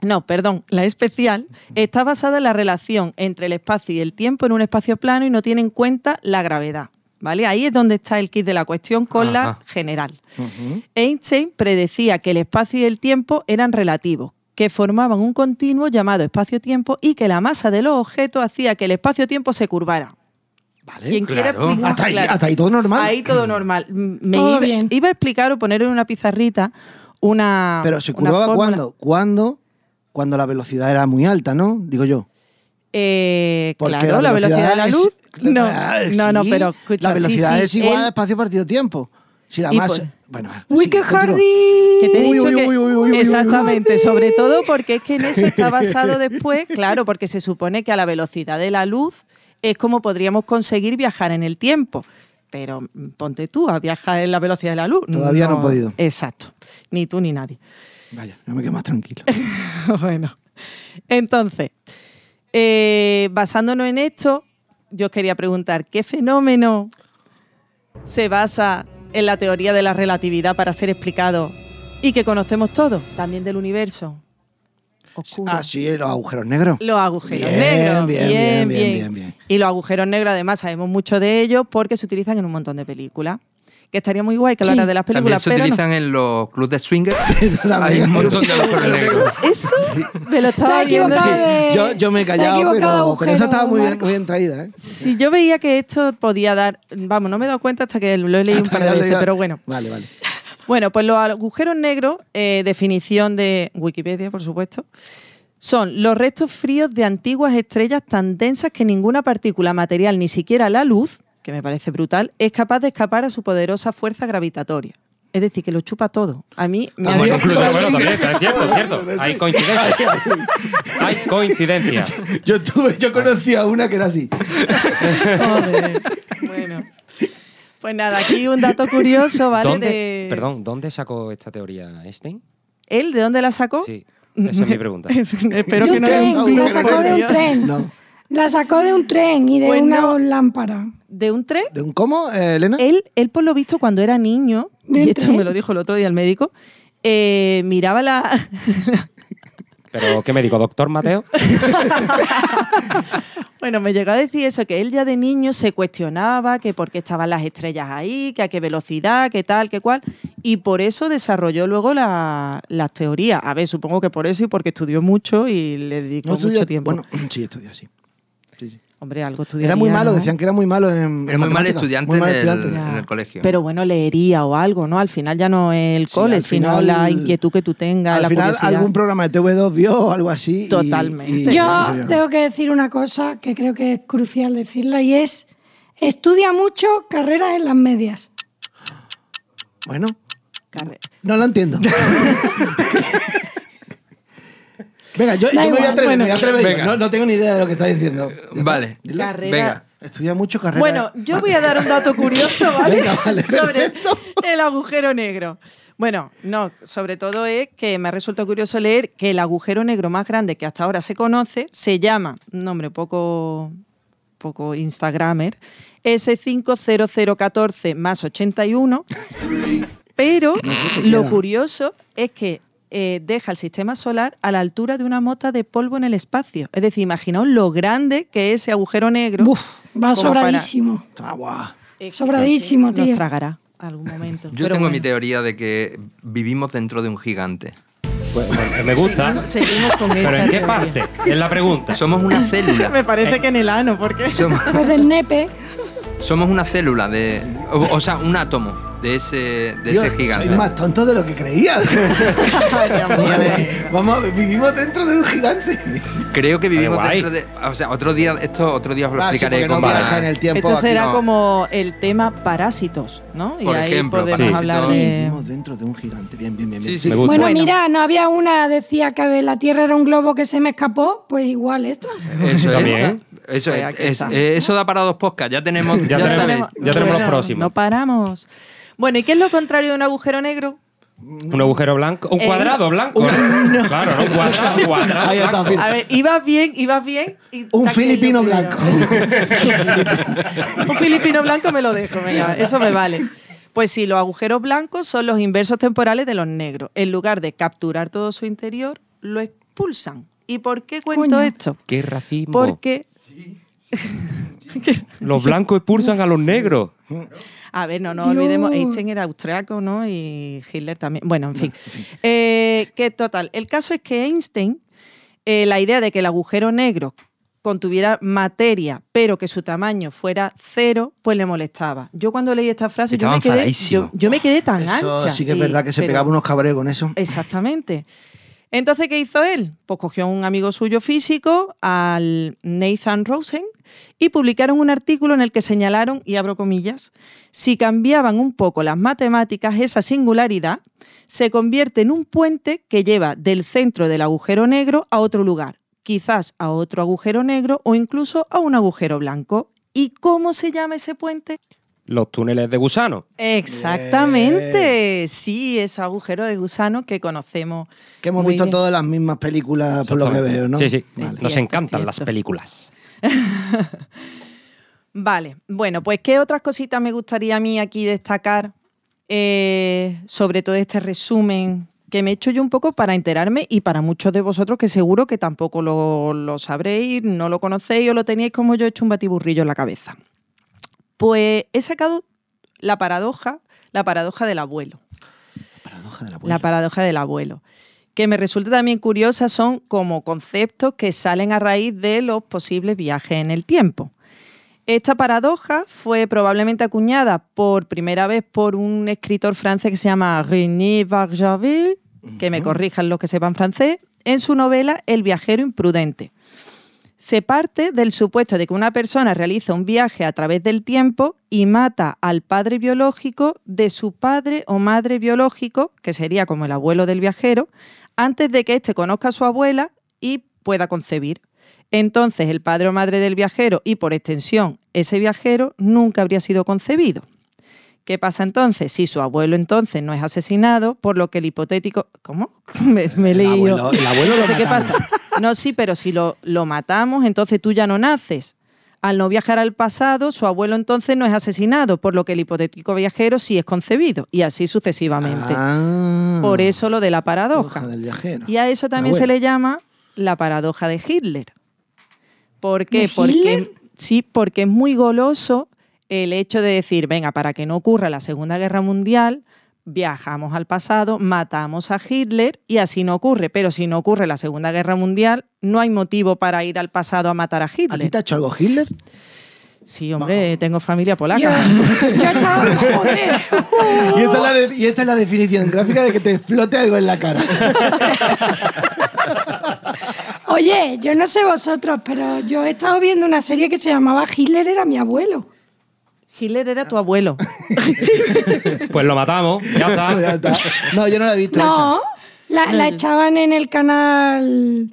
[SPEAKER 7] no, perdón, la especial, está basada en la relación entre el espacio y el tiempo en un espacio plano y no tiene en cuenta la gravedad. ¿Vale? Ahí es donde está el kit de la cuestión con la
[SPEAKER 2] Ajá.
[SPEAKER 7] general. Einstein predecía que el espacio y el tiempo eran relativos, que formaban un continuo llamado espacio-tiempo y que la masa de los objetos hacía que el espacio-tiempo se curvara.
[SPEAKER 5] Vale.
[SPEAKER 7] Quien quiera
[SPEAKER 2] Eh, claro.
[SPEAKER 7] explicar-
[SPEAKER 5] Hasta ahí- hasta ahí todo normal.
[SPEAKER 7] Ahí todo normal. M- Me
[SPEAKER 8] Todo
[SPEAKER 7] iba,
[SPEAKER 8] bien.
[SPEAKER 7] iba a explicar o poner en una pizarrita una.
[SPEAKER 5] Pero se
[SPEAKER 7] Ah, una
[SPEAKER 5] curvaba
[SPEAKER 7] fórmula.
[SPEAKER 5] cuando, cuando, cuando la velocidad era muy alta, ¿no? Digo yo.
[SPEAKER 7] Eh,
[SPEAKER 5] Porque
[SPEAKER 7] claro, la velocidad, de la
[SPEAKER 5] es-
[SPEAKER 7] luz. no,
[SPEAKER 5] Claro,
[SPEAKER 7] no, no,
[SPEAKER 5] sí.
[SPEAKER 7] pero escucha,
[SPEAKER 5] La
[SPEAKER 7] sí,
[SPEAKER 5] velocidad
[SPEAKER 7] sí,
[SPEAKER 5] es igual
[SPEAKER 7] él-
[SPEAKER 5] a espacio partido tiempo. Si la
[SPEAKER 7] Y
[SPEAKER 5] masa.
[SPEAKER 7] pues-
[SPEAKER 5] bueno, sí,
[SPEAKER 8] ¡Wicked
[SPEAKER 5] continúa.
[SPEAKER 8] Hardy!
[SPEAKER 7] que te he
[SPEAKER 5] Uy,
[SPEAKER 7] dicho
[SPEAKER 5] uy,
[SPEAKER 7] que
[SPEAKER 5] uy, uy, uy, uy,
[SPEAKER 7] exactamente,
[SPEAKER 5] uy.
[SPEAKER 7] sobre todo porque es que en eso está basado después, claro, porque se supone que a la velocidad de la luz es como podríamos conseguir viajar en el tiempo. Pero mm, ponte tú a viajar en la velocidad de la luz.
[SPEAKER 5] Todavía no he podido.
[SPEAKER 7] Exacto. Ni tú ni nadie.
[SPEAKER 5] Vaya, no me quedo más tranquilo.
[SPEAKER 7] bueno. Entonces, eh, basándonos en esto, yo os quería preguntar, ¿qué fenómeno se basa en la teoría de la relatividad para ser explicado y que conocemos todos, también del universo? Oscuro.
[SPEAKER 5] Ah, sí, los agujeros negros.
[SPEAKER 7] Los agujeros
[SPEAKER 5] Bien,
[SPEAKER 7] negros.
[SPEAKER 5] bien, bien, bien, bien, bien.
[SPEAKER 7] Y los agujeros negros, además, sabemos mucho de ellos porque se utilizan en un montón de películas. Que estaría muy guay que
[SPEAKER 8] Sí.
[SPEAKER 7] hablara de las
[SPEAKER 2] También
[SPEAKER 7] películas,
[SPEAKER 2] se
[SPEAKER 7] pero no.
[SPEAKER 2] utilizan en los clubs de swinger. Hay
[SPEAKER 5] También.
[SPEAKER 2] un montón de agujeros negros.
[SPEAKER 7] Eso me
[SPEAKER 8] Te
[SPEAKER 7] lo estaba
[SPEAKER 8] has
[SPEAKER 7] viendo.
[SPEAKER 8] equivocado de-
[SPEAKER 5] Yo, yo me he
[SPEAKER 8] te has
[SPEAKER 5] callado,
[SPEAKER 8] equivocado de
[SPEAKER 5] pero, pero
[SPEAKER 8] agujero,
[SPEAKER 5] esa estaba muy bien,
[SPEAKER 8] Marco.
[SPEAKER 5] muy bien traída, ¿eh?
[SPEAKER 7] Si yo veía que esto podía dar, vamos, no me he dado cuenta hasta que lo he leído un par de veces, pero bueno.
[SPEAKER 5] Vale, vale.
[SPEAKER 7] Bueno, pues los agujeros negros, eh, definición de Wikipedia, por supuesto, son los restos fríos de antiguas estrellas tan densas que ninguna partícula material, ni siquiera la luz, que me parece brutal, es capaz de escapar a su poderosa fuerza gravitatoria. Es decir, que lo chupa todo. A mí me
[SPEAKER 5] Ah,
[SPEAKER 7] había-
[SPEAKER 4] Bueno, incluso, bueno, también, es cierto, es cierto. Hay coincidencias. Hay coincidencias.
[SPEAKER 5] Yo, tuve, yo conocía una que era así.
[SPEAKER 7] Joder. Bueno. Pues nada, aquí un dato curioso, ¿vale?
[SPEAKER 4] ¿Dónde,
[SPEAKER 7] de...
[SPEAKER 4] Perdón, ¿dónde sacó esta teoría Einstein?
[SPEAKER 7] ¿Él de dónde la sacó?
[SPEAKER 4] Sí, esa es mi pregunta.
[SPEAKER 7] Es- Espero
[SPEAKER 8] De
[SPEAKER 7] que
[SPEAKER 8] un
[SPEAKER 7] no
[SPEAKER 8] tren,
[SPEAKER 7] haya
[SPEAKER 8] la
[SPEAKER 7] incluido
[SPEAKER 8] sacó de un
[SPEAKER 7] Dios.
[SPEAKER 8] tren.
[SPEAKER 5] No.
[SPEAKER 8] La sacó de un tren y de
[SPEAKER 7] Pues
[SPEAKER 8] una
[SPEAKER 7] no.
[SPEAKER 8] lámpara.
[SPEAKER 7] ¿De un tren?
[SPEAKER 5] ¿De un cómo, eh, Elena?
[SPEAKER 7] Él, él, por lo visto, cuando era niño,
[SPEAKER 8] ¿De
[SPEAKER 7] y
[SPEAKER 8] un
[SPEAKER 7] esto
[SPEAKER 8] tren?
[SPEAKER 7] me lo dijo el otro día el médico, eh, miraba la.
[SPEAKER 4] ¿Pero qué médico? ¿Doctor Mateo?
[SPEAKER 7] bueno, me llegó a decir eso, que él ya de niño se cuestionaba que por qué estaban las estrellas ahí, que a qué velocidad, qué tal, qué cual, y por eso desarrolló luego la- las teorías. A ver, supongo que por eso y porque estudió mucho y le dedicó
[SPEAKER 5] No estudió-
[SPEAKER 7] mucho tiempo.
[SPEAKER 5] Bueno, sí, estudió, sí. Sí, sí.
[SPEAKER 7] Hombre, algo estudió.
[SPEAKER 5] Era muy malo, decían que era muy malo en.
[SPEAKER 2] Es
[SPEAKER 5] en
[SPEAKER 2] muy mal
[SPEAKER 5] matemáticas.
[SPEAKER 2] estudiante,
[SPEAKER 5] Muy mal
[SPEAKER 2] en el-
[SPEAKER 5] estudiante.
[SPEAKER 2] En, el,
[SPEAKER 7] Ya.
[SPEAKER 2] colegio.
[SPEAKER 7] Pero bueno, leería o algo, ¿no? Al final ya no es el
[SPEAKER 5] Sí,
[SPEAKER 7] cole,
[SPEAKER 5] al
[SPEAKER 7] sino
[SPEAKER 5] final-
[SPEAKER 7] la inquietud que tú tengas,
[SPEAKER 5] Al
[SPEAKER 7] la
[SPEAKER 5] final,
[SPEAKER 7] curiosidad.
[SPEAKER 5] algún programa de TV2 vio o algo así. y-
[SPEAKER 7] Totalmente.
[SPEAKER 5] y-
[SPEAKER 8] Yo tengo que decir una cosa que creo que es crucial decirla y es estudia mucho carreras en las medias.
[SPEAKER 5] Bueno,
[SPEAKER 7] Carre-
[SPEAKER 5] no lo entiendo. Venga, yo, yo
[SPEAKER 8] Da
[SPEAKER 5] me voy a
[SPEAKER 8] igual,
[SPEAKER 5] atrever, me voy a atrever.
[SPEAKER 2] Venga.
[SPEAKER 5] No, no tengo ni idea de lo que está diciendo.
[SPEAKER 2] Vale.
[SPEAKER 7] Carrera
[SPEAKER 2] Venga.
[SPEAKER 5] Estudia mucho carrera.
[SPEAKER 7] Bueno, yo voy a dar un dato curioso, ¿vale?
[SPEAKER 5] Venga, vale,
[SPEAKER 7] sobre
[SPEAKER 5] perfecto.
[SPEAKER 7] el agujero negro. Bueno, no, sobre todo es que me ha resultado curioso leer que el agujero negro más grande que hasta ahora se conoce se llama, un nombre poco, poco Instagramer, S500014 más 81, pero lo curioso es que eh, deja el sistema solar a la altura de una mota de polvo en el espacio. Es decir, imaginaos lo grande que es ese agujero negro.
[SPEAKER 8] Buf, va
[SPEAKER 7] como para-
[SPEAKER 8] sobradísimo.
[SPEAKER 5] Ah, guau.
[SPEAKER 7] eh,
[SPEAKER 8] Sobradísimo,
[SPEAKER 7] sí, Nos
[SPEAKER 8] tío.
[SPEAKER 7] tragará algún momento.
[SPEAKER 2] Yo
[SPEAKER 7] Pero
[SPEAKER 2] tengo
[SPEAKER 7] bueno,
[SPEAKER 2] mi teoría de que vivimos dentro de un gigante.
[SPEAKER 4] Pues, pues, me gusta.
[SPEAKER 7] Seguimos con
[SPEAKER 4] ¿Pero
[SPEAKER 7] esa
[SPEAKER 4] en qué
[SPEAKER 7] teoría.
[SPEAKER 4] parte? Es la
[SPEAKER 5] Ah.
[SPEAKER 4] pregunta.
[SPEAKER 2] Somos una
[SPEAKER 7] Me
[SPEAKER 2] célula.
[SPEAKER 7] parece que en el ano, porque
[SPEAKER 2] Somos,
[SPEAKER 8] Pues del nepe,
[SPEAKER 2] somos una célula de. O, o sea, un átomo de ese, de
[SPEAKER 5] Dios,
[SPEAKER 2] ese gigante.
[SPEAKER 5] Soy más tonto de lo que creías. Vale, Vamos, a ver, vivimos dentro de un gigante.
[SPEAKER 2] Creo que vivimos
[SPEAKER 4] guay.
[SPEAKER 2] dentro de. O sea, otro día, esto otro día os lo
[SPEAKER 5] Va, sí,
[SPEAKER 2] explicaré
[SPEAKER 5] porque no
[SPEAKER 2] con
[SPEAKER 5] viaja
[SPEAKER 2] más-
[SPEAKER 5] en el tiempo.
[SPEAKER 7] esto
[SPEAKER 5] aquí.
[SPEAKER 7] será
[SPEAKER 2] no.
[SPEAKER 7] como el tema parásitos, ¿no? y
[SPEAKER 2] Por
[SPEAKER 7] ahí
[SPEAKER 2] ejemplo,
[SPEAKER 7] podemos
[SPEAKER 4] parásitos.
[SPEAKER 7] hablar
[SPEAKER 5] Sí,
[SPEAKER 7] de.
[SPEAKER 5] Vivimos dentro de un gigante. Bien, bien, bien.
[SPEAKER 2] Sí,
[SPEAKER 5] bien.
[SPEAKER 2] sí.
[SPEAKER 4] Me gusta.
[SPEAKER 8] Bueno,
[SPEAKER 7] Bueno.
[SPEAKER 8] mira, no había una, decía que la Tierra era un globo que se me escapó, pues igual esto.
[SPEAKER 2] Eso es.
[SPEAKER 4] También. ¿eh?
[SPEAKER 2] Eso, es,
[SPEAKER 7] Pues aquí
[SPEAKER 2] es-
[SPEAKER 7] está.
[SPEAKER 2] eh, eso da para dos podcasts. Ya tenemos. ya
[SPEAKER 4] Ya tenemos-
[SPEAKER 2] sabéis.
[SPEAKER 4] ya tenemos los próximos.
[SPEAKER 7] No paramos. Bueno, ¿y qué es lo contrario de un agujero negro?
[SPEAKER 4] Un agujero blanco. Un
[SPEAKER 7] Eh,
[SPEAKER 4] cuadrado blanco. ¿no? Claro, no, un cuadrado, un cuadrado.
[SPEAKER 5] Ahí está,
[SPEAKER 4] blanco.
[SPEAKER 5] mira.
[SPEAKER 7] A ver, ibas bien, ibas bien. y te
[SPEAKER 5] Un
[SPEAKER 7] has creído
[SPEAKER 5] filipino
[SPEAKER 7] primero.
[SPEAKER 5] blanco.
[SPEAKER 7] Un filipino blanco me lo dejo, venga, eso me vale. Pues sí, los agujeros blancos son los inversos temporales de los negros. En lugar de capturar todo su interior, lo expulsan. ¿Y por qué cuento
[SPEAKER 8] Coño.
[SPEAKER 7] esto?
[SPEAKER 4] Qué racismo.
[SPEAKER 7] Porque,
[SPEAKER 4] Los blancos expulsan a los negros.
[SPEAKER 7] a ver, no nos
[SPEAKER 8] Dios.
[SPEAKER 7] olvidemos, Einstein era austriaco, ¿no? Y Hitler también. Bueno, en fin. Eh, que total, el caso es que Einstein, eh, la idea de que el agujero negro contuviera materia, pero que su tamaño fuera cero, pues le molestaba. Yo cuando leí esta frase, yo
[SPEAKER 2] Estaba
[SPEAKER 7] me, quedé, yo,
[SPEAKER 2] enfadadísimo.
[SPEAKER 7] yo me quedé tan
[SPEAKER 5] Eso
[SPEAKER 7] ancha.
[SPEAKER 5] sí que es
[SPEAKER 7] Y-
[SPEAKER 5] verdad que se
[SPEAKER 7] pero- Eh,
[SPEAKER 5] pegaba unos cabreos con eso.
[SPEAKER 7] Exactamente. Entonces, ¿qué hizo él? Pues cogió a un amigo suyo físico, al Nathan Rosen, y publicaron un artículo en el que señalaron, y abro comillas, si cambiaban un poco las matemáticas, esa singularidad se convierte en un puente que lleva del centro del agujero negro a otro lugar, quizás a otro agujero negro o incluso a un agujero blanco. ¿Y cómo se llama ese puente?
[SPEAKER 4] Los túneles de gusano.
[SPEAKER 7] Exactamente, sí, ese agujero de gusano que conocemos.
[SPEAKER 5] Que hemos
[SPEAKER 7] muy
[SPEAKER 5] visto
[SPEAKER 7] bien.
[SPEAKER 5] todas las mismas películas, por lo que
[SPEAKER 4] Exactamente.
[SPEAKER 5] veo, ¿no?
[SPEAKER 4] Sí, sí.
[SPEAKER 5] Vale.
[SPEAKER 4] Nos
[SPEAKER 7] Cierto,
[SPEAKER 4] encantan las
[SPEAKER 7] cierto.
[SPEAKER 4] películas.
[SPEAKER 7] Vale, bueno, pues ¿qué otras cositas me gustaría a mí aquí destacar eh, sobre todo este resumen que me he hecho yo un poco para enterarme y para muchos de vosotros que seguro que tampoco lo, lo sabréis, no lo conocéis o lo teníais como yo he hecho un batiburrillo en la cabeza? Pues he sacado la paradoja, la paradoja del abuelo.
[SPEAKER 5] Paradoja de la
[SPEAKER 7] La
[SPEAKER 5] abuela.
[SPEAKER 7] paradoja del abuelo. Que me resulta también curiosa son como conceptos que salen a raíz de los posibles viajes en el tiempo. Esta paradoja fue probablemente acuñada por primera vez por un escritor francés que se llama René Barjaville, que me corrijan los que sepan francés, en su novela El viajero imprudente. Se parte del supuesto de que una persona realiza un viaje a través del tiempo y mata al padre biológico de su padre o madre biológico, que sería como el abuelo del viajero, antes de que éste conozca a su abuela y pueda concebir. Entonces, el padre o madre del viajero y por extensión ese viajero nunca habría sido concebido. ¿Qué pasa entonces? Si su abuelo entonces no es asesinado, por lo que el hipotético. ¿Cómo? Me, me he
[SPEAKER 5] El
[SPEAKER 7] leído.
[SPEAKER 5] abuelo- el abuelo lo
[SPEAKER 7] Entonces, ¿Qué
[SPEAKER 5] mataron.
[SPEAKER 7] pasa? No, sí, pero si lo, lo matamos, entonces tú ya no naces. Al no viajar al pasado, su abuelo entonces no es asesinado, por lo que el hipotético viajero sí es concebido, y así sucesivamente.
[SPEAKER 5] Ah,
[SPEAKER 7] por eso lo de la paradoja.
[SPEAKER 5] paradoja del viajero.
[SPEAKER 7] Y a eso también se
[SPEAKER 5] Abuelo.
[SPEAKER 7] le llama la paradoja de Hitler. ¿Por qué?
[SPEAKER 8] ¿De
[SPEAKER 7] porque,
[SPEAKER 8] Hitler?
[SPEAKER 7] Sí, porque es muy goloso el hecho de decir, venga, para que no ocurra la Segunda Guerra Mundial, viajamos al pasado, matamos a Hitler y así no ocurre. Pero si no ocurre la Segunda Guerra Mundial, no hay motivo para ir al pasado a matar a
[SPEAKER 5] ¿A ti
[SPEAKER 7] Hitler.
[SPEAKER 5] te ha hecho algo Hitler?
[SPEAKER 7] Sí, hombre, tengo familia
[SPEAKER 8] Yo,
[SPEAKER 7] polaca.
[SPEAKER 8] yo estaba, joder.
[SPEAKER 5] Y esta, es la de- y esta es la definición gráfica de que te explote algo en la cara.
[SPEAKER 8] Oye, yo no sé vosotros, pero yo he estado viendo una serie que se llamaba Hitler era mi abuelo.
[SPEAKER 7] Hitler era tu abuelo.
[SPEAKER 4] Pues lo matamos. Ya está.
[SPEAKER 5] Ya está. No, yo no la he visto
[SPEAKER 8] No, la, la echaban en el canal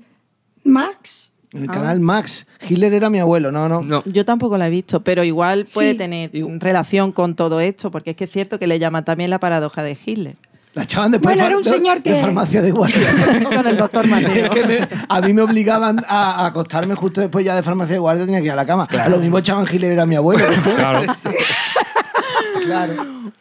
[SPEAKER 8] Max.
[SPEAKER 5] esa. En el canal Max. Hitler era mi abuelo, no, no.
[SPEAKER 2] No.
[SPEAKER 7] Yo tampoco la he visto, pero igual puede
[SPEAKER 8] Sí.
[SPEAKER 7] tener relación con todo esto, porque es que es cierto que le llaman también la paradoja de Hitler.
[SPEAKER 5] La echaban de
[SPEAKER 8] Bueno,
[SPEAKER 5] prefa-
[SPEAKER 8] era un
[SPEAKER 5] de-
[SPEAKER 8] señor
[SPEAKER 5] de
[SPEAKER 8] que-
[SPEAKER 5] farmacia de guardia.
[SPEAKER 7] Con el doctor Mateo.
[SPEAKER 5] Es que me- a mí me obligaban a, a acostarme justo después ya de farmacia de guardia tenía que ir a la cama. A lo mismo echaban Hitler era mi abuelo.
[SPEAKER 4] Claro.
[SPEAKER 5] claro.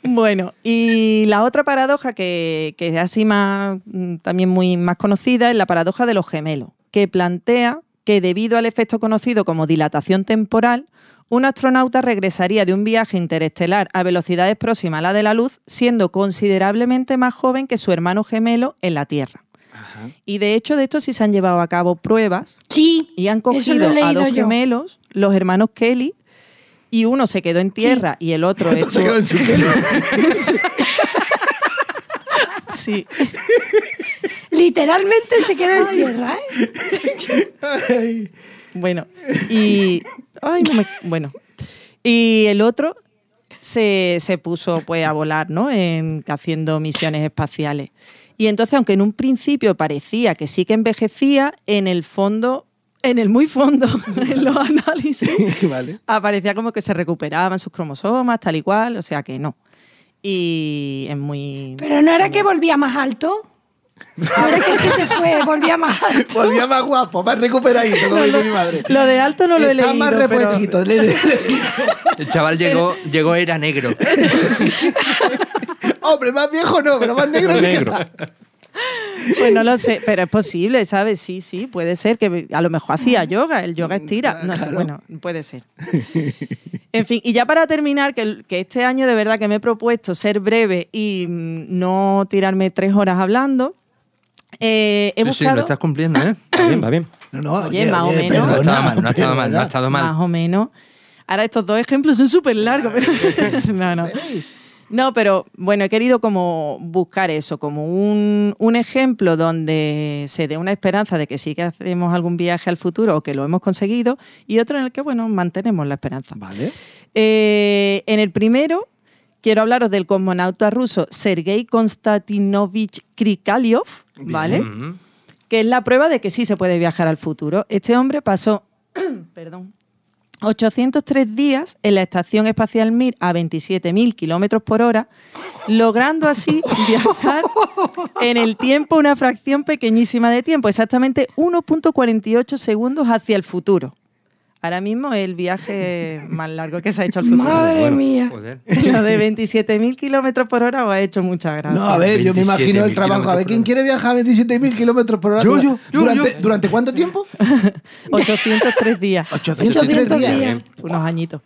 [SPEAKER 7] Bueno, y la otra paradoja que, que es así más, mm, también muy más conocida es la paradoja de los gemelos, que plantea que debido al efecto conocido como dilatación temporal, un astronauta regresaría de un viaje interestelar a velocidades próximas a la de la luz, siendo considerablemente más joven que su hermano gemelo en la Tierra. Y de hecho, de esto sí se han llevado a cabo pruebas
[SPEAKER 8] Sí.
[SPEAKER 7] y han
[SPEAKER 8] eso lo he
[SPEAKER 7] cogido a
[SPEAKER 8] leído
[SPEAKER 7] dos
[SPEAKER 8] yo.
[SPEAKER 7] gemelos, los hermanos Kelly, y uno se quedó en tierra y el otro
[SPEAKER 5] Entonces
[SPEAKER 7] estuvo-
[SPEAKER 5] quedó en silencio.
[SPEAKER 7] Sí.
[SPEAKER 8] Literalmente se quedó en tierra, ¿eh?
[SPEAKER 5] Ay.
[SPEAKER 7] Bueno, y. Ay, no me- Bueno. Y el otro se, se puso pues a volar, ¿no? En, haciendo misiones espaciales. Y entonces, aunque en un principio parecía que sí que envejecía, en el fondo, en el muy fondo, en los análisis,
[SPEAKER 5] vale.
[SPEAKER 7] aparecía Ah, como que se recuperaban sus cromosomas, tal y cual, o sea que no. Y es muy.
[SPEAKER 8] Pero no era que volvía más alto. Ahora que se te fue, volvía más alto.
[SPEAKER 5] Volvía más guapo, más recuperadito, como dice mi madre.
[SPEAKER 7] Lo de alto no lo he
[SPEAKER 5] Está
[SPEAKER 7] leído.
[SPEAKER 5] más
[SPEAKER 7] pero-
[SPEAKER 5] repuestito. le- le-
[SPEAKER 2] El chaval llegó, llegó era negro.
[SPEAKER 5] Hombre, más viejo no, pero más negro. sí que
[SPEAKER 4] Negro.
[SPEAKER 5] está.
[SPEAKER 7] Pues no lo sé, pero es posible, ¿sabes? Sí, sí, puede ser que a lo mejor hacía yoga, el yoga estira, no sé,
[SPEAKER 5] Mm, Claro.
[SPEAKER 7] bueno, puede ser. En fin, y ya para terminar, que, el- que este año de verdad que me he propuesto ser breve y mm, no tirarme tres horas hablando, eh,
[SPEAKER 2] sí,
[SPEAKER 7] he
[SPEAKER 2] sí,
[SPEAKER 7] buscado
[SPEAKER 2] lo estás cumpliendo, ¿eh?
[SPEAKER 4] Va bien, va bien.
[SPEAKER 5] No, no,
[SPEAKER 7] Oye, más o
[SPEAKER 2] No
[SPEAKER 7] menos.
[SPEAKER 2] ha
[SPEAKER 5] perdona,
[SPEAKER 2] estado mal, no ha estado mal, no ha
[SPEAKER 5] perdona.
[SPEAKER 2] estado mal.
[SPEAKER 7] más o menos. Ahora estos dos ejemplos son súper largos, pero no, no. No, pero bueno, he querido como buscar eso, como un, un ejemplo donde se dé una esperanza de que sí que hacemos algún viaje al futuro o que lo hemos conseguido y otro en el que, bueno, mantenemos la esperanza.
[SPEAKER 5] Vale.
[SPEAKER 7] Eh, en el primero, quiero hablaros del cosmonauta ruso Sergei Konstantinovich Krikalev, ¿vale? Que es la prueba de que sí se puede viajar al futuro. Este hombre pasó, perdón, 803 días en la Estación Espacial Mir a 27.000 kilómetros por hora, logrando así viajar en el tiempo una fracción pequeñísima de tiempo, exactamente 1.48 segundos hacia el futuro. Ahora mismo el viaje más largo que se ha hecho al futuro.
[SPEAKER 8] Madre
[SPEAKER 2] Bueno,
[SPEAKER 8] mía.
[SPEAKER 7] pues
[SPEAKER 2] joder.
[SPEAKER 7] Lo de 27.000 kilómetros por hora os ha hecho mucha gracia.
[SPEAKER 5] No, a ver, yo me imagino
[SPEAKER 2] 27.000
[SPEAKER 5] el trabajo. A ver, ¿quién quiere viajar a 27.000 kilómetros por hora?
[SPEAKER 2] Yo,
[SPEAKER 5] Dura-
[SPEAKER 2] yo, yo,
[SPEAKER 5] durante,
[SPEAKER 2] yo.
[SPEAKER 5] ¿Durante cuánto tiempo?
[SPEAKER 7] 803 días.
[SPEAKER 5] 803 días.
[SPEAKER 8] días.
[SPEAKER 7] Unos añitos.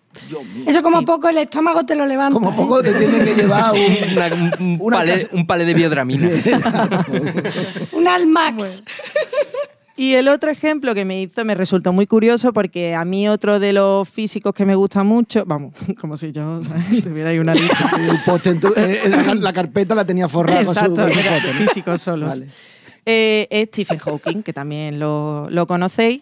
[SPEAKER 8] Eso como poco el estómago te lo levanta.
[SPEAKER 5] Como
[SPEAKER 8] ¿eh?
[SPEAKER 5] poco te tiene que llevar un...
[SPEAKER 2] Una- un,
[SPEAKER 5] Una
[SPEAKER 2] palé,
[SPEAKER 5] casa-
[SPEAKER 2] un palé de biodramina.
[SPEAKER 8] Un Almax.
[SPEAKER 7] Y el otro ejemplo que me hizo me resultó muy curioso porque a mí otro de los físicos que me gusta mucho, vamos, como si yo ¿sabes? tuviera ahí una lista.
[SPEAKER 5] El poste en tu- eh, eh, la, la carpeta la tenía forrada con su-
[SPEAKER 7] Exacto,
[SPEAKER 5] con su
[SPEAKER 7] era
[SPEAKER 5] foto, ¿no?
[SPEAKER 7] físicos solos.
[SPEAKER 5] Vale.
[SPEAKER 7] Eh, es Stephen Hawking, que también lo, lo conocéis.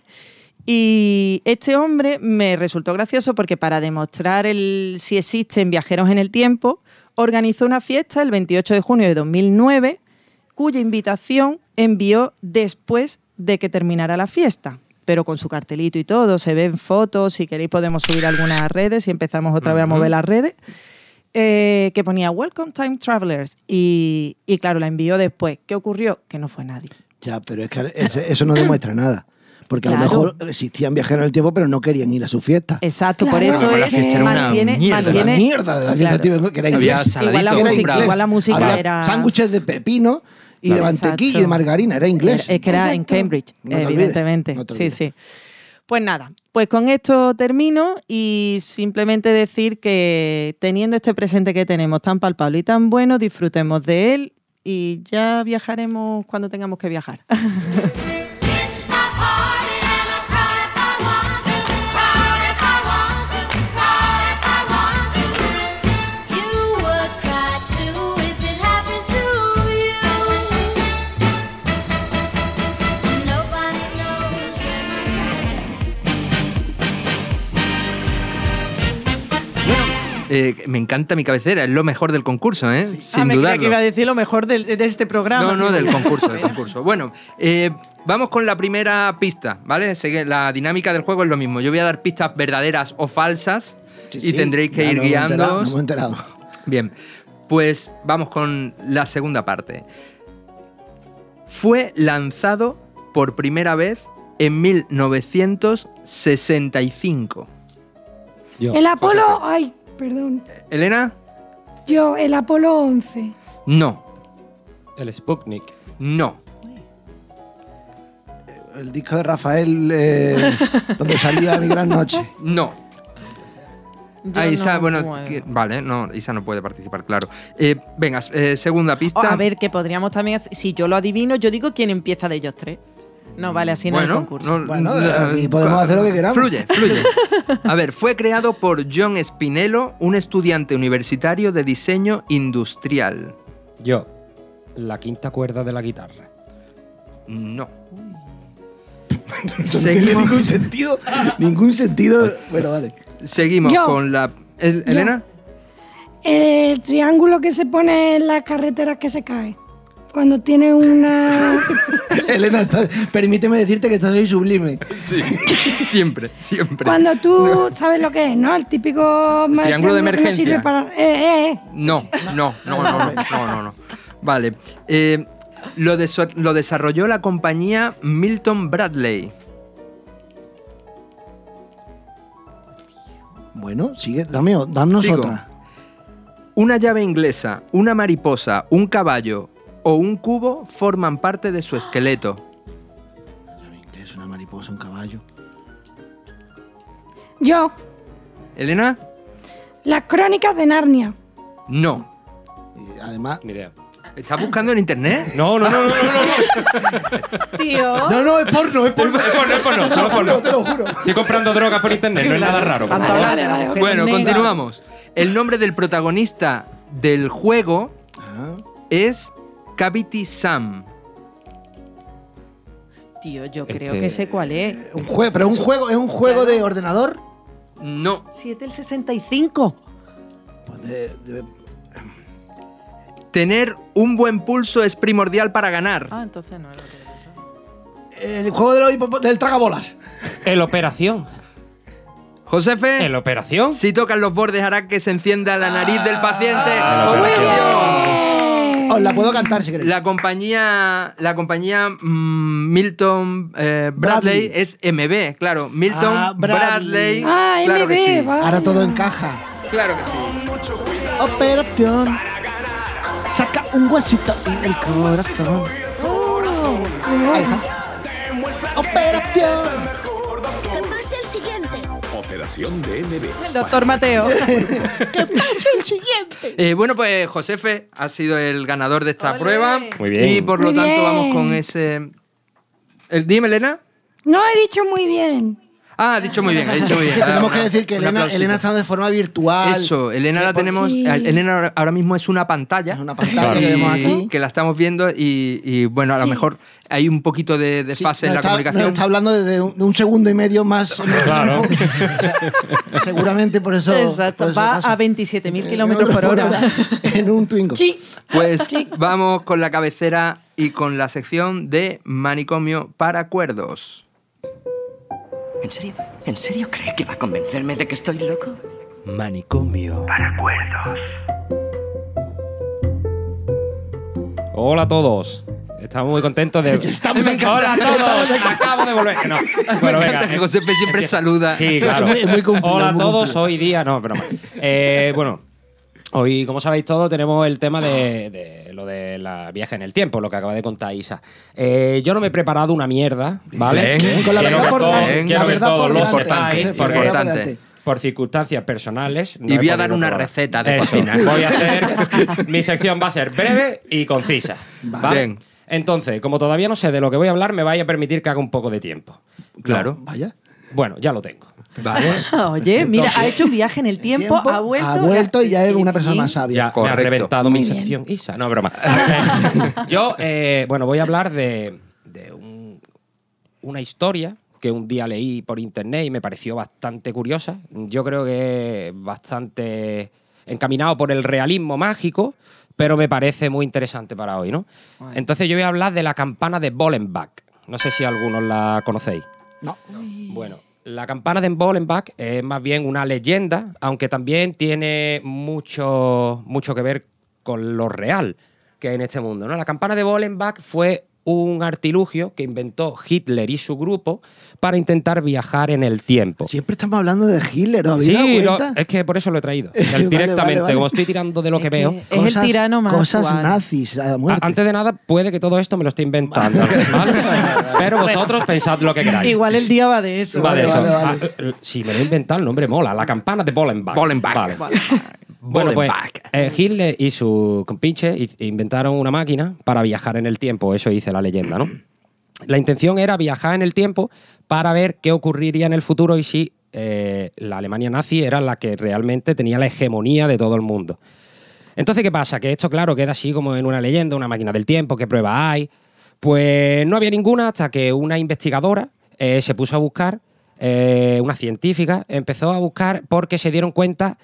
[SPEAKER 7] Y este hombre me resultó gracioso porque para demostrar el, si existen viajeros en el tiempo, organizó una fiesta el 28 de junio de 2009, cuya invitación envió después de que terminara la fiesta. Pero con su cartelito y todo, se ven fotos, si queréis podemos subir algunas redes y empezamos otra vez a mover las redes eh, que ponía Welcome Time Travelers y, y claro, la envió después. ¿Qué ocurrió? Que no fue nadie.
[SPEAKER 5] Ya, pero es que ese- eso no demuestra nada. Porque a lo
[SPEAKER 7] Claro.
[SPEAKER 5] mejor existían viajeros en el tiempo, pero no querían ir a su fiesta.
[SPEAKER 7] Exacto,
[SPEAKER 8] Claro.
[SPEAKER 7] por eso
[SPEAKER 8] Bueno,
[SPEAKER 2] la
[SPEAKER 7] es
[SPEAKER 2] fiesta era una
[SPEAKER 7] mantiene,
[SPEAKER 2] mierda.
[SPEAKER 5] Era
[SPEAKER 7] mantiene-
[SPEAKER 5] la mierda de la fiesta
[SPEAKER 7] Ah, Claro.
[SPEAKER 5] típica, que era
[SPEAKER 2] Había
[SPEAKER 5] inglés.
[SPEAKER 2] saladito,
[SPEAKER 7] Igual la
[SPEAKER 5] Que era
[SPEAKER 7] música,
[SPEAKER 5] inglés.
[SPEAKER 7] igual la música
[SPEAKER 5] Había
[SPEAKER 7] era-
[SPEAKER 5] sándwiches de pepino y de
[SPEAKER 7] Claro.
[SPEAKER 5] mantequilla y
[SPEAKER 7] Exacto.
[SPEAKER 5] de margarina, era inglés.
[SPEAKER 7] Era- es que era en
[SPEAKER 8] Exacto.
[SPEAKER 7] Cambridge,
[SPEAKER 5] No te olvides,
[SPEAKER 7] evidentemente.
[SPEAKER 5] no te
[SPEAKER 7] sí,
[SPEAKER 5] olvides.
[SPEAKER 7] sí. Pues nada, pues con esto termino y simplemente decir que teniendo este presente que tenemos tan palpable y tan bueno, disfrutemos de él y ya viajaremos cuando tengamos que viajar.
[SPEAKER 9] It's my party and I'll cry if I want to, cry if I want to, cry if I want to. You would cry too if it happened to you. Nobody knows where my jacket
[SPEAKER 2] Eh, eh, me encanta mi cabecera, es lo mejor del concurso, ¿eh? Sin
[SPEAKER 7] Ah, me creía
[SPEAKER 2] dudarlo.
[SPEAKER 7] que iba a decir lo mejor del- de, este programa.
[SPEAKER 2] No, no, del
[SPEAKER 7] Digo,
[SPEAKER 2] concurso, del concurso. Bueno, eh, vamos con la primera pista, ¿vale? Sé que La dinámica del juego es lo mismo. Yo voy a dar pistas verdaderas o falsas
[SPEAKER 5] Sí,
[SPEAKER 2] y
[SPEAKER 5] sí,
[SPEAKER 2] tendréis que
[SPEAKER 5] ya
[SPEAKER 2] ir
[SPEAKER 5] no me he enterado,
[SPEAKER 2] guiándoos.
[SPEAKER 5] No me he enterado.
[SPEAKER 2] Bien, pues vamos con la segunda parte. Fue lanzado por primera vez en 1965.
[SPEAKER 4] Yo.
[SPEAKER 8] El Apolo. Ay, perdón.
[SPEAKER 2] ¿Elena?
[SPEAKER 8] Yo, el Apolo 11.
[SPEAKER 2] No,
[SPEAKER 4] El Sputnik.
[SPEAKER 2] no.
[SPEAKER 5] El disco de Rafael, eh, donde salía mi gran noche.
[SPEAKER 2] No.
[SPEAKER 7] yo
[SPEAKER 2] Ah, Isa,
[SPEAKER 7] no
[SPEAKER 2] bueno,
[SPEAKER 7] puedo.
[SPEAKER 2] que- vale, no, Isa no puede participar, claro. Eh, venga, eh, segunda
[SPEAKER 7] O,
[SPEAKER 2] pista.
[SPEAKER 7] Oh, a ver, que podríamos también. hacer- Si yo lo adivino, yo digo quién empieza de ellos tres. No, vale, así no
[SPEAKER 2] Bueno,
[SPEAKER 7] el concurso.
[SPEAKER 2] no-
[SPEAKER 5] Bueno,
[SPEAKER 2] no- eh,
[SPEAKER 5] aquí podemos hacer lo que queramos.
[SPEAKER 2] Fluye, fluye. A ver, fue creado por John Spinello, un estudiante universitario de diseño industrial.
[SPEAKER 4] Yo. La quinta cuerda de la guitarra.
[SPEAKER 2] No.
[SPEAKER 5] Eso no tiene
[SPEAKER 2] seguimos
[SPEAKER 5] ningún sentido. Ningún sentido. Bueno, vale.
[SPEAKER 2] seguimos
[SPEAKER 8] Yo.
[SPEAKER 2] con la. ¿El- ¿Elena?
[SPEAKER 8] El triángulo que se pone en las carreteras que se cae. Cuando tiene una.
[SPEAKER 5] Elena, está- permíteme decirte que estás hoy sublime.
[SPEAKER 2] Sí. siempre, siempre.
[SPEAKER 8] Cuando tú sabes lo que es, ¿no? El típico. ma-
[SPEAKER 2] triángulo de
[SPEAKER 8] que no sirve
[SPEAKER 2] emergencia.
[SPEAKER 8] para- eh, eh, eh.
[SPEAKER 2] No, no, no, no, no, no, no, no. Vale. eh, lo, deso- lo desarrolló la compañía Milton Bradley.
[SPEAKER 5] Bueno, sigue, dame, o- danos
[SPEAKER 2] Sigo.
[SPEAKER 5] otra.
[SPEAKER 2] Una llave inglesa, una mariposa, un caballo o un cubo forman parte de su esqueleto.
[SPEAKER 5] Es una mariposa, un caballo.
[SPEAKER 8] Yo,
[SPEAKER 2] ¿Elena?
[SPEAKER 8] las crónicas de Narnia.
[SPEAKER 2] No.
[SPEAKER 5] Y además.
[SPEAKER 4] Ni idea.
[SPEAKER 2] ¿Estás buscando en internet?
[SPEAKER 4] No, no, no, no, no, no.
[SPEAKER 7] Tío.
[SPEAKER 5] No, no, es porno, es porno.
[SPEAKER 4] Es porno, es porno,
[SPEAKER 5] Es
[SPEAKER 4] solo porno.
[SPEAKER 5] te lo juro.
[SPEAKER 4] Estoy comprando drogas por internet, no es nada raro. por
[SPEAKER 7] Vale,
[SPEAKER 4] favor.
[SPEAKER 7] vale, vale, mujer
[SPEAKER 2] Bueno,
[SPEAKER 7] negra.
[SPEAKER 2] continuamos. El nombre del protagonista del juego
[SPEAKER 5] Ah,
[SPEAKER 2] es Cavity Sam.
[SPEAKER 7] Tío, yo creo
[SPEAKER 4] Este-
[SPEAKER 7] que sé cuál es.
[SPEAKER 5] un juego, pero un juego, es un juego de ordenador.
[SPEAKER 2] No.
[SPEAKER 7] 7 el 65.
[SPEAKER 5] Pues de, de-
[SPEAKER 2] Tener un buen pulso es primordial para ganar.
[SPEAKER 7] Ah, entonces no era lo que pensaba.
[SPEAKER 5] el juego de los hipopo- del tragabolas.
[SPEAKER 4] El operación.
[SPEAKER 2] Josefe.
[SPEAKER 4] El operación.
[SPEAKER 2] Si tocan los bordes hará que se encienda la nariz del paciente.
[SPEAKER 4] Ah,
[SPEAKER 2] Operación.
[SPEAKER 5] Os la puedo cantar si queréis.
[SPEAKER 2] La compañía, la compañía mm, Milton eh, Bradley,
[SPEAKER 5] Bradley.
[SPEAKER 2] es MB, claro. Milton
[SPEAKER 5] Ah, Bradley.
[SPEAKER 2] Bradley.
[SPEAKER 8] Ah,
[SPEAKER 2] claro
[SPEAKER 8] MB,
[SPEAKER 2] que sí.
[SPEAKER 8] va.
[SPEAKER 5] Ahora todo encaja.
[SPEAKER 2] Claro que sí.
[SPEAKER 5] Operación. Saca un huesito y el corazón. Ahí está. Operación.
[SPEAKER 7] El doctor Mateo.
[SPEAKER 2] Eh, bueno, pues Josefe ha sido el ganador de esta
[SPEAKER 7] Ole.
[SPEAKER 2] prueba.
[SPEAKER 4] Muy bien.
[SPEAKER 2] Y por lo
[SPEAKER 8] Muy
[SPEAKER 2] tanto
[SPEAKER 8] bien.
[SPEAKER 2] vamos con ese. El, dime, Elena.
[SPEAKER 8] No he dicho muy bien.
[SPEAKER 2] Ah, ha dicho muy bien, ha dicho muy bien.
[SPEAKER 5] Que tenemos que
[SPEAKER 2] Ah,
[SPEAKER 5] decir que
[SPEAKER 2] un
[SPEAKER 5] Elena,
[SPEAKER 2] aplausito.
[SPEAKER 5] Elena está de forma virtual.
[SPEAKER 2] Eso, Elena la
[SPEAKER 5] por-
[SPEAKER 2] tenemos.
[SPEAKER 8] Sí.
[SPEAKER 2] Elena ahora- ahora mismo es una pantalla.
[SPEAKER 5] Es una pantalla que
[SPEAKER 2] Y-
[SPEAKER 5] vemos aquí.
[SPEAKER 2] que la estamos viendo y, y, bueno, a lo
[SPEAKER 8] Sí.
[SPEAKER 2] mejor hay un poquito de, de
[SPEAKER 5] Sí,
[SPEAKER 2] fase en
[SPEAKER 5] nos
[SPEAKER 2] la
[SPEAKER 5] está- nos
[SPEAKER 2] comunicación.
[SPEAKER 5] está hablando desde un, de un segundo y medio más. en el
[SPEAKER 4] Claro.
[SPEAKER 5] tiempo. O sea, seguramente por eso.
[SPEAKER 7] Exacto,
[SPEAKER 5] por eso
[SPEAKER 7] va
[SPEAKER 5] pasa.
[SPEAKER 7] a 27.000
[SPEAKER 5] Eh,
[SPEAKER 7] kilómetros por hora.
[SPEAKER 5] En un Twingo.
[SPEAKER 8] Sí.
[SPEAKER 2] Pues vamos con la cabecera y con la sección de manicomio para cuerdos.
[SPEAKER 10] ¿En serio? ¿En serio cree que va a convencerme de que estoy loco?
[SPEAKER 2] Manicomio.
[SPEAKER 4] Hola a todos. Estamos muy contentos de.
[SPEAKER 5] Estamos aquí.
[SPEAKER 4] Hola a todos. Acabo de volver. No, bueno,
[SPEAKER 2] Me
[SPEAKER 4] venga. eh,
[SPEAKER 2] encanta que Josepe siempre
[SPEAKER 4] Empieza.
[SPEAKER 2] saluda.
[SPEAKER 4] Sí, claro.
[SPEAKER 5] Es muy- es muy cumplido,
[SPEAKER 4] Hola
[SPEAKER 5] es
[SPEAKER 4] a
[SPEAKER 5] muy
[SPEAKER 4] todos.
[SPEAKER 5] cumplido.
[SPEAKER 4] Hoy día, no, broma. Eh, bueno, hoy, como sabéis todos, tenemos el tema de, de lo de la viaje en el tiempo, lo que acaba de contar Isa. Eh, yo no me he preparado una mierda, ¿vale?
[SPEAKER 2] Bien.
[SPEAKER 5] Con la
[SPEAKER 4] quiero
[SPEAKER 5] verdad
[SPEAKER 4] ver
[SPEAKER 5] por
[SPEAKER 4] todo-
[SPEAKER 5] delante,
[SPEAKER 4] quiero
[SPEAKER 5] la
[SPEAKER 4] ver
[SPEAKER 5] verdad
[SPEAKER 4] todo
[SPEAKER 5] por
[SPEAKER 4] lo
[SPEAKER 5] delante,
[SPEAKER 4] cortáis,
[SPEAKER 5] José,
[SPEAKER 2] por
[SPEAKER 4] porque
[SPEAKER 2] importante.
[SPEAKER 5] delante.
[SPEAKER 4] por circunstancias personales.
[SPEAKER 2] Y
[SPEAKER 4] he
[SPEAKER 2] voy a
[SPEAKER 4] podido
[SPEAKER 2] dar una
[SPEAKER 4] probar.
[SPEAKER 2] receta de
[SPEAKER 4] Eso,
[SPEAKER 2] cocina.
[SPEAKER 4] Voy a hacer. mi sección va a ser breve y concisa. ¿vale?
[SPEAKER 2] Bien.
[SPEAKER 4] Entonces, como todavía no sé de lo que voy a hablar, me vais a permitir que haga un poco de tiempo.
[SPEAKER 2] Claro.
[SPEAKER 5] Vaya.
[SPEAKER 4] Bueno, ya lo tengo.
[SPEAKER 2] Vale.
[SPEAKER 7] Ah, Oye, mira, ha hecho un viaje en el tiempo,
[SPEAKER 5] Tiempo,
[SPEAKER 7] ha vuelto.
[SPEAKER 5] y ya es una persona
[SPEAKER 7] Bien.
[SPEAKER 5] más sabia.
[SPEAKER 4] Ya me ha
[SPEAKER 2] Correcto.
[SPEAKER 4] reventado mi sección Isa. No, broma. Yo, eh, bueno, voy a hablar de, de un- una historia que un día leí por internet y me pareció bastante curiosa. Yo creo que es bastante encaminado por el realismo mágico, pero me parece muy interesante para hoy, ¿no? Entonces yo voy a hablar de la campana de Bollenbach. No sé si algunos la conocéis.
[SPEAKER 5] No.
[SPEAKER 4] Bueno, la campana de Bolenbach es más bien una leyenda, aunque también tiene mucho, mucho que ver con lo real que hay en este mundo. ¿no? La campana de Bolenbach fue un artilugio que inventó Hitler y su grupo para intentar viajar en el tiempo.
[SPEAKER 5] Siempre estamos hablando de Hitler, ¿no habéis
[SPEAKER 4] Sí,
[SPEAKER 5] dado
[SPEAKER 4] lo-
[SPEAKER 5] cuenta?
[SPEAKER 4] es que por eso lo he traído.
[SPEAKER 5] Vale,
[SPEAKER 4] directamente,
[SPEAKER 5] vale,
[SPEAKER 4] como
[SPEAKER 5] vale.
[SPEAKER 4] estoy tirando de lo que veo.
[SPEAKER 7] Es el tirano más
[SPEAKER 5] Cosas
[SPEAKER 7] actual.
[SPEAKER 5] nazis, a
[SPEAKER 4] A-
[SPEAKER 5] muerte.
[SPEAKER 4] Antes de nada, puede que todo esto me lo esté inventando. ¿vale? Pero vosotros pensad lo que queráis.
[SPEAKER 7] Igual el día va de eso.
[SPEAKER 4] Vale,
[SPEAKER 5] Vale,
[SPEAKER 4] eso.
[SPEAKER 5] vale, vale.
[SPEAKER 4] Ah, eh, si me lo he inventado, el nombre mola. La campana de Bollenbach.
[SPEAKER 2] Bollenbach.
[SPEAKER 4] Vale. Bueno, pues
[SPEAKER 2] Bollenbach.
[SPEAKER 4] eh, Hitler y su compinche i- inventaron una máquina para viajar en el tiempo. Eso dice la leyenda, ¿no? La intención era viajar en el tiempo para ver qué ocurriría en el futuro y si eh, la Alemania nazi era la que realmente tenía la hegemonía de todo el mundo. Entonces, ¿qué pasa? Que esto, claro, queda así como en una leyenda, una máquina del tiempo, qué prueba hay. Pues no había ninguna hasta que una investigadora eh, se puso a buscar, eh, una científica empezó a buscar porque se dieron cuenta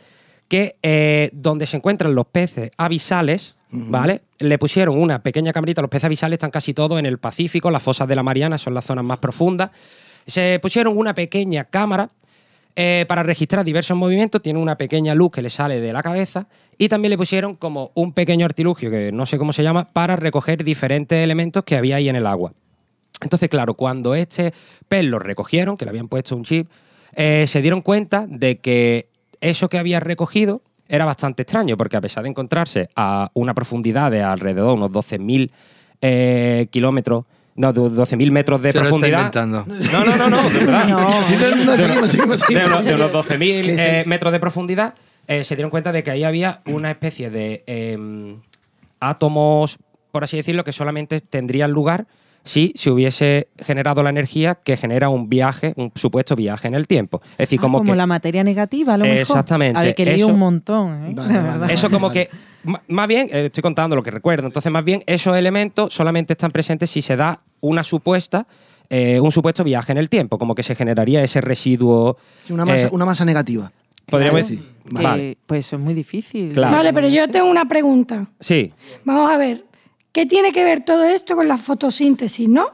[SPEAKER 4] que eh, donde se encuentran los peces avisales, ¿vale? Le pusieron una pequeña camarita, los peces avisales están casi todos en el Pacífico, las fosas de la Mariana son las zonas más profundas. Se pusieron una pequeña cámara eh, para registrar diversos movimientos, tiene una pequeña luz que le sale de la cabeza y también le pusieron como un pequeño artilugio, que no sé cómo se llama, para recoger diferentes elementos que había ahí en el agua. Entonces, claro, cuando este pez lo recogieron, que le habían puesto un chip, eh, se dieron cuenta de que eso que había recogido era bastante extraño, porque a pesar de encontrarse a una profundidad de alrededor de unos 12.000 eh, kilómetros, no, de 12.000 metros de
[SPEAKER 2] Se lo está
[SPEAKER 4] profundidad.
[SPEAKER 2] inventando.
[SPEAKER 4] No, no, no, no, de verdad.
[SPEAKER 5] Sí, no, no, seguimos,
[SPEAKER 4] De unos-
[SPEAKER 5] seguimos,
[SPEAKER 4] de
[SPEAKER 5] seguimos.
[SPEAKER 4] unos, de unos 12.000
[SPEAKER 5] Sí, sí.
[SPEAKER 4] eh, metros de profundidad, eh, se dieron cuenta de que ahí había una especie de eh, átomos, por así decirlo, que solamente tendrían lugar si se hubiese generado la energía que genera un viaje, un supuesto viaje en el tiempo. Es decir,
[SPEAKER 7] Ah,
[SPEAKER 4] como,
[SPEAKER 7] como
[SPEAKER 4] que
[SPEAKER 7] la materia negativa, a lo mejor.
[SPEAKER 4] Exactamente,
[SPEAKER 7] A ver, que leí
[SPEAKER 4] eso-
[SPEAKER 7] un montón. ¿eh?
[SPEAKER 5] Vale, vale.
[SPEAKER 4] Eso como
[SPEAKER 5] Vale.
[SPEAKER 4] que, m- más bien, eh, estoy contando lo que recuerdo, entonces más bien esos elementos solamente están presentes si se da una supuesta, eh, un supuesto viaje en el tiempo, como que se generaría ese residuo.
[SPEAKER 5] Una masa,
[SPEAKER 4] eh,
[SPEAKER 5] una masa negativa.
[SPEAKER 4] podríamos
[SPEAKER 5] Claro.
[SPEAKER 4] decir.
[SPEAKER 7] Que,
[SPEAKER 4] Vale.
[SPEAKER 7] Pues eso es muy difícil.
[SPEAKER 4] Claro.
[SPEAKER 8] Vale, pero yo tengo una pregunta.
[SPEAKER 4] Sí,
[SPEAKER 8] Vamos a ver, ¿qué tiene que ver todo esto con la fotosíntesis, no?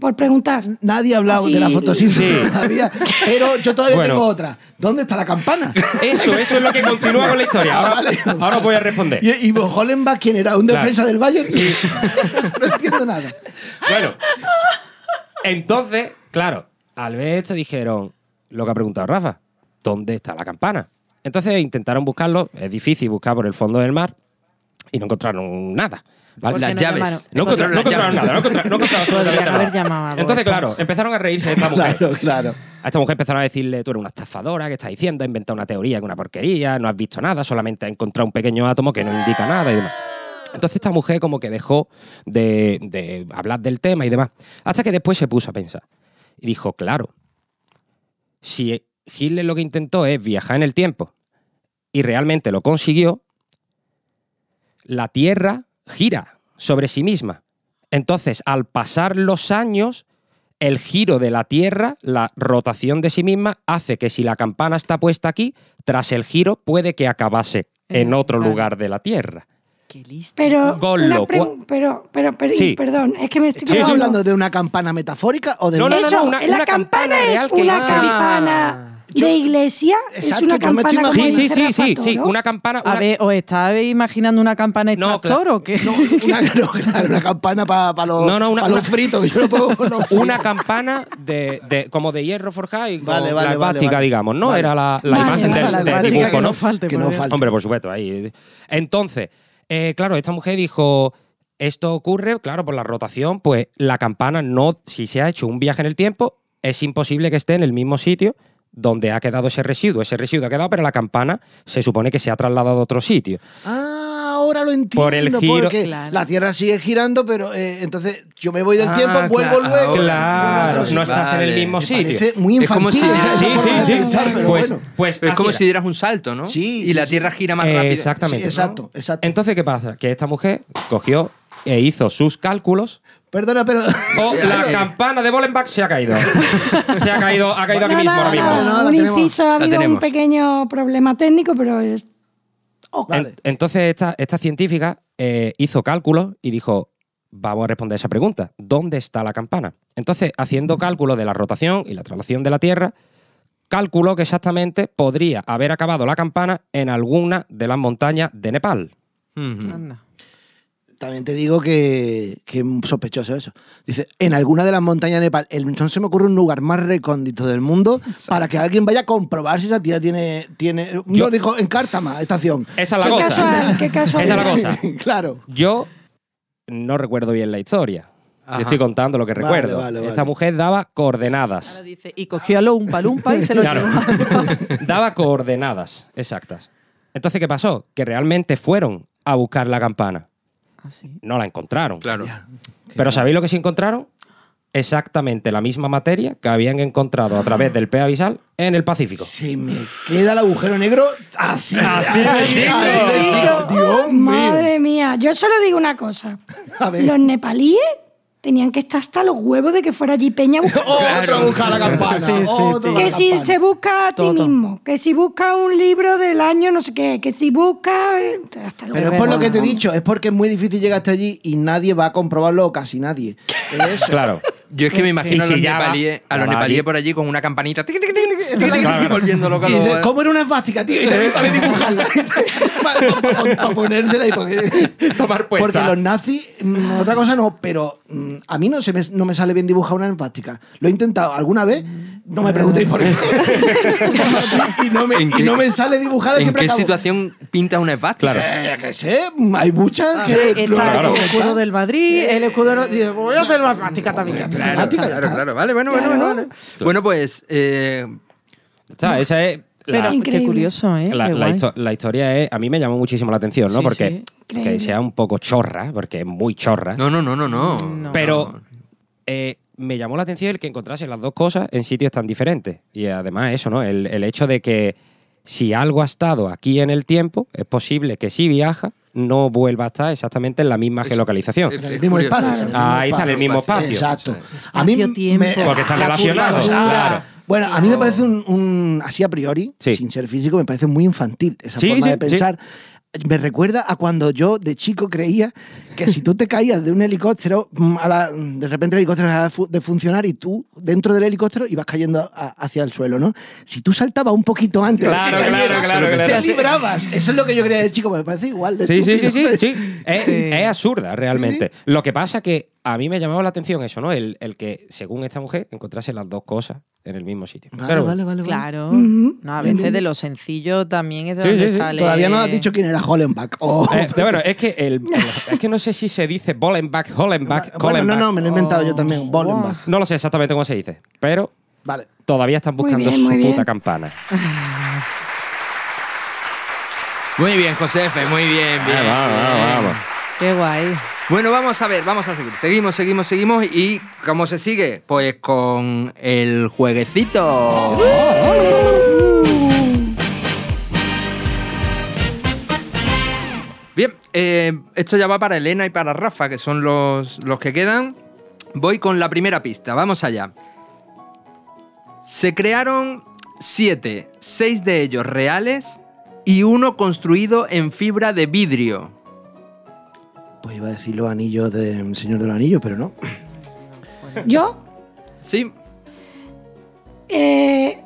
[SPEAKER 8] Por preguntar.
[SPEAKER 5] Nadie ha
[SPEAKER 7] Ah,
[SPEAKER 5] hablado de la
[SPEAKER 8] Sí.
[SPEAKER 5] fotosíntesis
[SPEAKER 4] Sí.
[SPEAKER 5] todavía, pero yo todavía
[SPEAKER 4] Bueno.
[SPEAKER 5] tengo otra. ¿Dónde está la campana?
[SPEAKER 4] Eso, eso es lo que continúa con la historia. Ahora,
[SPEAKER 5] Ah, Vale.
[SPEAKER 4] ahora voy a responder.
[SPEAKER 5] ¿Y, y Hollenbach quién era? ¿Un
[SPEAKER 4] Claro.
[SPEAKER 5] defensa del Bayern? no entiendo nada.
[SPEAKER 4] Bueno, entonces, claro, al ver esto dijeron lo que ha preguntado Rafa, ¿dónde está la campana? Entonces intentaron buscarlo, es difícil buscar por el fondo del mar y no encontraron nada. ¿vale?
[SPEAKER 7] Porque
[SPEAKER 2] Las
[SPEAKER 7] no
[SPEAKER 2] llaves.
[SPEAKER 7] llamaron.
[SPEAKER 4] No encontra- no encontraron,
[SPEAKER 5] Ah,
[SPEAKER 4] nada, no encontra- no encontraron absolutamente
[SPEAKER 7] Podrían haber
[SPEAKER 4] nada.
[SPEAKER 7] llamado a Bob
[SPEAKER 4] Entonces,
[SPEAKER 7] Esponja.
[SPEAKER 4] claro, empezaron a reírse de esta mujer.
[SPEAKER 5] Claro, claro.
[SPEAKER 4] A esta mujer empezaron a decirle, tú eres una estafadora, ¿qué estás diciendo? Has inventado una teoría, que es una porquería, no has visto nada, solamente has encontrado un pequeño átomo que no indica nada y demás. Entonces esta mujer como que dejó de, de hablar del tema y demás. Hasta que después se puso a pensar. Y dijo, claro, si Hitler lo que intentó es viajar en el tiempo y realmente lo consiguió, la Tierra gira sobre sí misma. Entonces, al pasar los años, el giro de la Tierra, la rotación de sí misma, hace que si la campana está puesta aquí, tras el giro puede que acabase en
[SPEAKER 7] Eh,
[SPEAKER 4] otro
[SPEAKER 7] claro.
[SPEAKER 4] lugar de la Tierra.
[SPEAKER 7] Qué listo.
[SPEAKER 8] Pero,
[SPEAKER 4] Con
[SPEAKER 8] una
[SPEAKER 4] lo
[SPEAKER 8] pregu-
[SPEAKER 4] cual-
[SPEAKER 8] pero, pero, pero-
[SPEAKER 4] Sí.
[SPEAKER 8] perdón, es que me estoy
[SPEAKER 5] ¿Estamos
[SPEAKER 8] quedando-
[SPEAKER 5] hablando de una campana metafórica o de
[SPEAKER 4] No,
[SPEAKER 5] una-
[SPEAKER 4] no, no,
[SPEAKER 8] Eso,
[SPEAKER 4] una-
[SPEAKER 8] la
[SPEAKER 4] una
[SPEAKER 8] campana,
[SPEAKER 4] campana real
[SPEAKER 8] es
[SPEAKER 4] que Ah.
[SPEAKER 8] una
[SPEAKER 4] va-
[SPEAKER 8] campana
[SPEAKER 5] Yo-
[SPEAKER 8] de iglesia, es
[SPEAKER 5] Exacto,
[SPEAKER 8] una
[SPEAKER 5] yo me estoy
[SPEAKER 8] campana como
[SPEAKER 5] imaginando-
[SPEAKER 4] Sí,
[SPEAKER 8] dice
[SPEAKER 4] sí, sí,
[SPEAKER 8] Rafa
[SPEAKER 4] sí, sí,
[SPEAKER 8] Toro.
[SPEAKER 4] una campana...
[SPEAKER 7] A
[SPEAKER 4] una-
[SPEAKER 7] ver, ¿os estabais imaginando una campana extractor
[SPEAKER 4] claro.
[SPEAKER 7] o qué?
[SPEAKER 5] No, una, no, claro, una campana para los,
[SPEAKER 4] No, no, una-
[SPEAKER 5] pa' los
[SPEAKER 4] una-
[SPEAKER 5] fritos. Yo no puedo con los fritos.
[SPEAKER 4] una campana de, de- como de hierro forjado y con
[SPEAKER 5] Vale, vale,
[SPEAKER 4] la
[SPEAKER 5] vale,
[SPEAKER 4] plástica,
[SPEAKER 5] vale.
[SPEAKER 4] digamos, ¿no?
[SPEAKER 5] Vale.
[SPEAKER 4] Era la, la
[SPEAKER 8] Vale,
[SPEAKER 4] imagen
[SPEAKER 8] vale,
[SPEAKER 4] del,
[SPEAKER 8] la
[SPEAKER 4] del
[SPEAKER 8] plástica
[SPEAKER 4] dibujo,
[SPEAKER 7] que
[SPEAKER 4] ¿no?
[SPEAKER 7] no falte,
[SPEAKER 5] Que no
[SPEAKER 7] madre.
[SPEAKER 5] falte.
[SPEAKER 4] Hombre, por supuesto, ahí. Entonces, eh, claro, esta mujer dijo, esto ocurre, claro, por la rotación, pues la campana no, si se ha hecho un viaje en el tiempo, es imposible que esté en el mismo sitio donde ha quedado ese residuo. Ese residuo ha quedado, pero la campana se supone que se ha trasladado a otro sitio.
[SPEAKER 5] Ah, ahora lo entiendo.
[SPEAKER 4] Por el giro-
[SPEAKER 5] Porque
[SPEAKER 7] Claro.
[SPEAKER 5] la Tierra sigue girando, pero eh, entonces yo me voy del
[SPEAKER 2] Ah,
[SPEAKER 5] tiempo, vuelvo
[SPEAKER 2] claro,
[SPEAKER 5] luego.
[SPEAKER 2] ahora.
[SPEAKER 4] Claro,
[SPEAKER 5] vuelvo a otro
[SPEAKER 4] no
[SPEAKER 5] sitio.
[SPEAKER 4] estás en el
[SPEAKER 2] Vale.
[SPEAKER 4] mismo
[SPEAKER 2] Me
[SPEAKER 4] sitio.
[SPEAKER 5] Parece muy
[SPEAKER 2] Es como
[SPEAKER 5] infantil.
[SPEAKER 2] si-
[SPEAKER 5] esa- esa
[SPEAKER 4] Sí,
[SPEAKER 5] forma de
[SPEAKER 4] sí, sí.
[SPEAKER 5] pensar, pero
[SPEAKER 4] Pues,
[SPEAKER 5] bueno.
[SPEAKER 4] pues
[SPEAKER 2] Es
[SPEAKER 4] así
[SPEAKER 2] como
[SPEAKER 4] era.
[SPEAKER 2] si dieras un salto, ¿no?
[SPEAKER 5] Sí,
[SPEAKER 2] Y la
[SPEAKER 5] sí,
[SPEAKER 2] Tierra gira más
[SPEAKER 4] Eh,
[SPEAKER 2] rápido.
[SPEAKER 4] Exactamente.
[SPEAKER 5] Sí, exacto, exacto.
[SPEAKER 4] Entonces, ¿qué pasa? Que esta mujer cogió e hizo sus cálculos.
[SPEAKER 5] Perdona, pero.
[SPEAKER 4] O la campana de Bolenbach se ha caído. Se ha caído, ha caído aquí
[SPEAKER 8] No,
[SPEAKER 4] mismo
[SPEAKER 8] no,
[SPEAKER 4] ahora
[SPEAKER 8] no,
[SPEAKER 4] mismo.
[SPEAKER 5] No, la
[SPEAKER 8] un
[SPEAKER 5] tenemos.
[SPEAKER 8] inciso, ha
[SPEAKER 2] La
[SPEAKER 8] habido un
[SPEAKER 2] tenemos.
[SPEAKER 8] pequeño problema técnico, pero es-
[SPEAKER 5] Oh,
[SPEAKER 4] En- entonces, esta, esta científica eh, hizo cálculos y dijo: Vamos a responder esa pregunta. ¿Dónde está la campana? Entonces, haciendo cálculos de la rotación y la traslación de la Tierra, calculó que exactamente podría haber acabado la campana en alguna de las montañas de Nepal. Mm.
[SPEAKER 7] Anda.
[SPEAKER 5] También te digo que, que sospechoso eso. Dice, en alguna de las montañas de Nepal, el- entonces se me ocurre un lugar más recóndito del mundo para que alguien vaya a comprobar si esa tía tiene... tiene
[SPEAKER 4] Yo-
[SPEAKER 5] no, dijo, en Cártama, estación.
[SPEAKER 4] Esa es la
[SPEAKER 8] Qué
[SPEAKER 4] cosa.
[SPEAKER 8] casual, qué
[SPEAKER 4] Esa
[SPEAKER 8] casual.
[SPEAKER 4] es la cosa.
[SPEAKER 5] claro.
[SPEAKER 4] Yo no recuerdo bien la historia. Yo
[SPEAKER 2] Ajá.
[SPEAKER 4] estoy contando lo que
[SPEAKER 5] Vale,
[SPEAKER 4] recuerdo.
[SPEAKER 5] vale, vale.
[SPEAKER 4] Esta mujer daba coordenadas.
[SPEAKER 7] Ahora dice, y cogió a lo un palumpa y se lo
[SPEAKER 4] Claro.
[SPEAKER 7] llevó.
[SPEAKER 4] Daba coordenadas exactas. Entonces, ¿qué pasó? Que realmente fueron a buscar la campana.
[SPEAKER 7] Así.
[SPEAKER 4] No la encontraron.
[SPEAKER 2] Claro.
[SPEAKER 4] Pero ¿sabéis lo que se encontraron? Exactamente la misma materia que habían encontrado a través del pea abisal en el Pacífico.
[SPEAKER 5] Se me queda el agujero negro así. Así,
[SPEAKER 8] Chico,
[SPEAKER 5] Dios mío.
[SPEAKER 8] Oh, Madre mía, yo solo digo una cosa.
[SPEAKER 5] A ver.
[SPEAKER 8] Los nepalíes tenían que estar hasta los huevos de que fuera allí Peña a buscar.
[SPEAKER 5] Otro busca la campana.
[SPEAKER 7] Sí, sí,
[SPEAKER 5] otro
[SPEAKER 7] tío.
[SPEAKER 5] la
[SPEAKER 8] Que si
[SPEAKER 5] Oh, campana.
[SPEAKER 8] se busca a ti
[SPEAKER 7] Todo.
[SPEAKER 8] mismo, que si busca un libro del año no sé qué, que si busca... eh, Hasta los
[SPEAKER 5] Pero es
[SPEAKER 8] huevos.
[SPEAKER 5] por lo que te he dicho, es porque es muy difícil llegar hasta allí y nadie va a comprobarlo, o casi nadie. Es eso.
[SPEAKER 4] Claro.
[SPEAKER 2] Yo es que me imagino a
[SPEAKER 4] si
[SPEAKER 2] los
[SPEAKER 4] ya va-
[SPEAKER 2] nepalíes, a los
[SPEAKER 4] ya va
[SPEAKER 2] nepalíes
[SPEAKER 4] allí.
[SPEAKER 2] por allí con una campanita tic, tic, tic, tic, tic, tic,
[SPEAKER 4] Claro.
[SPEAKER 2] volviendo loco a
[SPEAKER 5] Y
[SPEAKER 2] los-
[SPEAKER 5] dices, ¿cómo era una esvástica, tío? Y también sabe dibujarla. Para ponérsela y porque...
[SPEAKER 4] Tomar puesta.
[SPEAKER 5] Porque los nazis, mm, otra cosa no, pero mm, a mí no, se me, no me sale bien dibujar una esvástica. Lo he intentado alguna vez, no me preguntéis por qué. y, no me,
[SPEAKER 2] ¿En
[SPEAKER 5] y
[SPEAKER 2] qué-
[SPEAKER 5] no me sale dibujarla,
[SPEAKER 2] ¿En
[SPEAKER 5] siempre
[SPEAKER 2] qué
[SPEAKER 5] acabo,
[SPEAKER 2] situación pintas una esvástica?
[SPEAKER 5] Eh, que sé, hay muchas que... lo-
[SPEAKER 7] Está
[SPEAKER 4] claro.
[SPEAKER 7] Ah, el escudo del Madrid, el escudo... no- dice, voy a hacer una plástica también.
[SPEAKER 2] Claro,
[SPEAKER 5] Esvástica, ya
[SPEAKER 2] claro,
[SPEAKER 5] está.
[SPEAKER 2] claro. Vale, bueno, bueno, bueno. vale. Bueno, pues eh,
[SPEAKER 4] Está, esa es la,
[SPEAKER 7] Pero qué
[SPEAKER 8] Increíble.
[SPEAKER 7] curioso, ¿eh?
[SPEAKER 4] la-
[SPEAKER 7] Qué
[SPEAKER 4] la
[SPEAKER 7] guay.
[SPEAKER 4] histo- la historia. Es, a mí me llamó muchísimo la atención, ¿no?
[SPEAKER 7] Sí,
[SPEAKER 4] porque
[SPEAKER 8] sí.
[SPEAKER 4] que
[SPEAKER 8] Increíble.
[SPEAKER 4] sea un poco chorra, porque es muy chorra.
[SPEAKER 2] no, no, no, no, no.
[SPEAKER 4] Pero eh, me llamó la atención el que encontrase las dos cosas en sitios tan diferentes. Y además eso, ¿no? El, el hecho de que si algo ha estado aquí en el tiempo, es posible que si viaja, no vuelva a estar exactamente en la misma geolocalización.
[SPEAKER 5] El mismo
[SPEAKER 2] curioso.
[SPEAKER 5] espacio.
[SPEAKER 4] Ahí está, en el mismo espacio.
[SPEAKER 5] Exacto.
[SPEAKER 7] Espacio, tiempo. Oh.
[SPEAKER 4] Porque están
[SPEAKER 5] la
[SPEAKER 4] relacionados,
[SPEAKER 5] curvatura.
[SPEAKER 4] claro.
[SPEAKER 5] Bueno, a mí me parece un, un- así a priori,
[SPEAKER 4] Sí.
[SPEAKER 5] sin ser físico, me parece muy infantil esa
[SPEAKER 4] Sí,
[SPEAKER 5] forma
[SPEAKER 4] sí,
[SPEAKER 5] de pensar. Me recuerda a cuando yo de chico creía que si tú te caías de un helicóptero, mm, a la- de repente el helicóptero dejaba de fu- de funcionar y tú dentro del helicóptero ibas cayendo a- hacia el suelo, ¿no? Si tú saltabas un poquito antes, de que
[SPEAKER 4] Claro,
[SPEAKER 5] cayera,
[SPEAKER 4] claro, claro,
[SPEAKER 5] te
[SPEAKER 4] claro.
[SPEAKER 5] librabas. Eso es lo que yo creía de chico, me parece igual. de
[SPEAKER 4] Sí, sí, sí,
[SPEAKER 5] estúpido.
[SPEAKER 4] sí, sí. Es, es absurda realmente. Lo que pasa que a mí me llamaba la atención eso, ¿no? El, el que, según esta mujer, encontrase las dos cosas en el mismo sitio.
[SPEAKER 5] Vale,
[SPEAKER 4] Pero bueno.
[SPEAKER 5] vale, vale, vale.
[SPEAKER 7] Claro.
[SPEAKER 8] Ujú.
[SPEAKER 7] No, a veces de lo sencillo también es de
[SPEAKER 4] Sí,
[SPEAKER 7] donde
[SPEAKER 4] sí, sí.
[SPEAKER 7] sale.
[SPEAKER 5] Todavía no has dicho quién era Hollenbach. Oh.
[SPEAKER 4] Eh, de- bueno, es que, el, es que no sé si se dice Bollenbach, Hollenbach,
[SPEAKER 5] bueno, no,
[SPEAKER 4] Hollenbach.
[SPEAKER 5] no, me lo he inventado yo
[SPEAKER 8] Oh,
[SPEAKER 5] también. Bollenbach.
[SPEAKER 4] No lo sé exactamente cómo se dice, pero
[SPEAKER 5] Vale.
[SPEAKER 4] todavía están
[SPEAKER 8] Muy
[SPEAKER 4] buscando
[SPEAKER 8] bien,
[SPEAKER 4] su
[SPEAKER 8] muy bien.
[SPEAKER 4] puta campana.
[SPEAKER 2] Muy bien, Josefe, muy bien, bien.
[SPEAKER 4] Ah, vamos,
[SPEAKER 2] bien.
[SPEAKER 4] vamos, vamos.
[SPEAKER 7] Qué guay.
[SPEAKER 2] Bueno, vamos a ver, vamos a seguir. Seguimos, seguimos, seguimos. ¿Y cómo se sigue? Pues con el jueguecito. Bien, eh, esto ya va para Elena y para Rafa, que son los, los que quedan. Voy con la primera pista, vamos allá. Se crearon siete, seis de ellos reales y uno construido en fibra de vidrio.
[SPEAKER 5] Pues iba a decir los anillos de Señor de los Anillos, pero no.
[SPEAKER 8] Yo,
[SPEAKER 2] ¿Sí?
[SPEAKER 8] eh,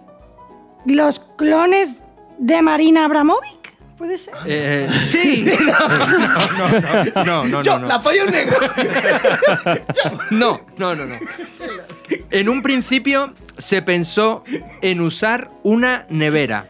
[SPEAKER 8] los clones de Marina Abramovic, ¿puede ser?
[SPEAKER 2] Eh, sí. No, no, no, no,
[SPEAKER 5] Yo,
[SPEAKER 2] no, no.
[SPEAKER 5] la polla en negro.
[SPEAKER 2] No, no, no, no. En un principio se pensó en usar una nevera.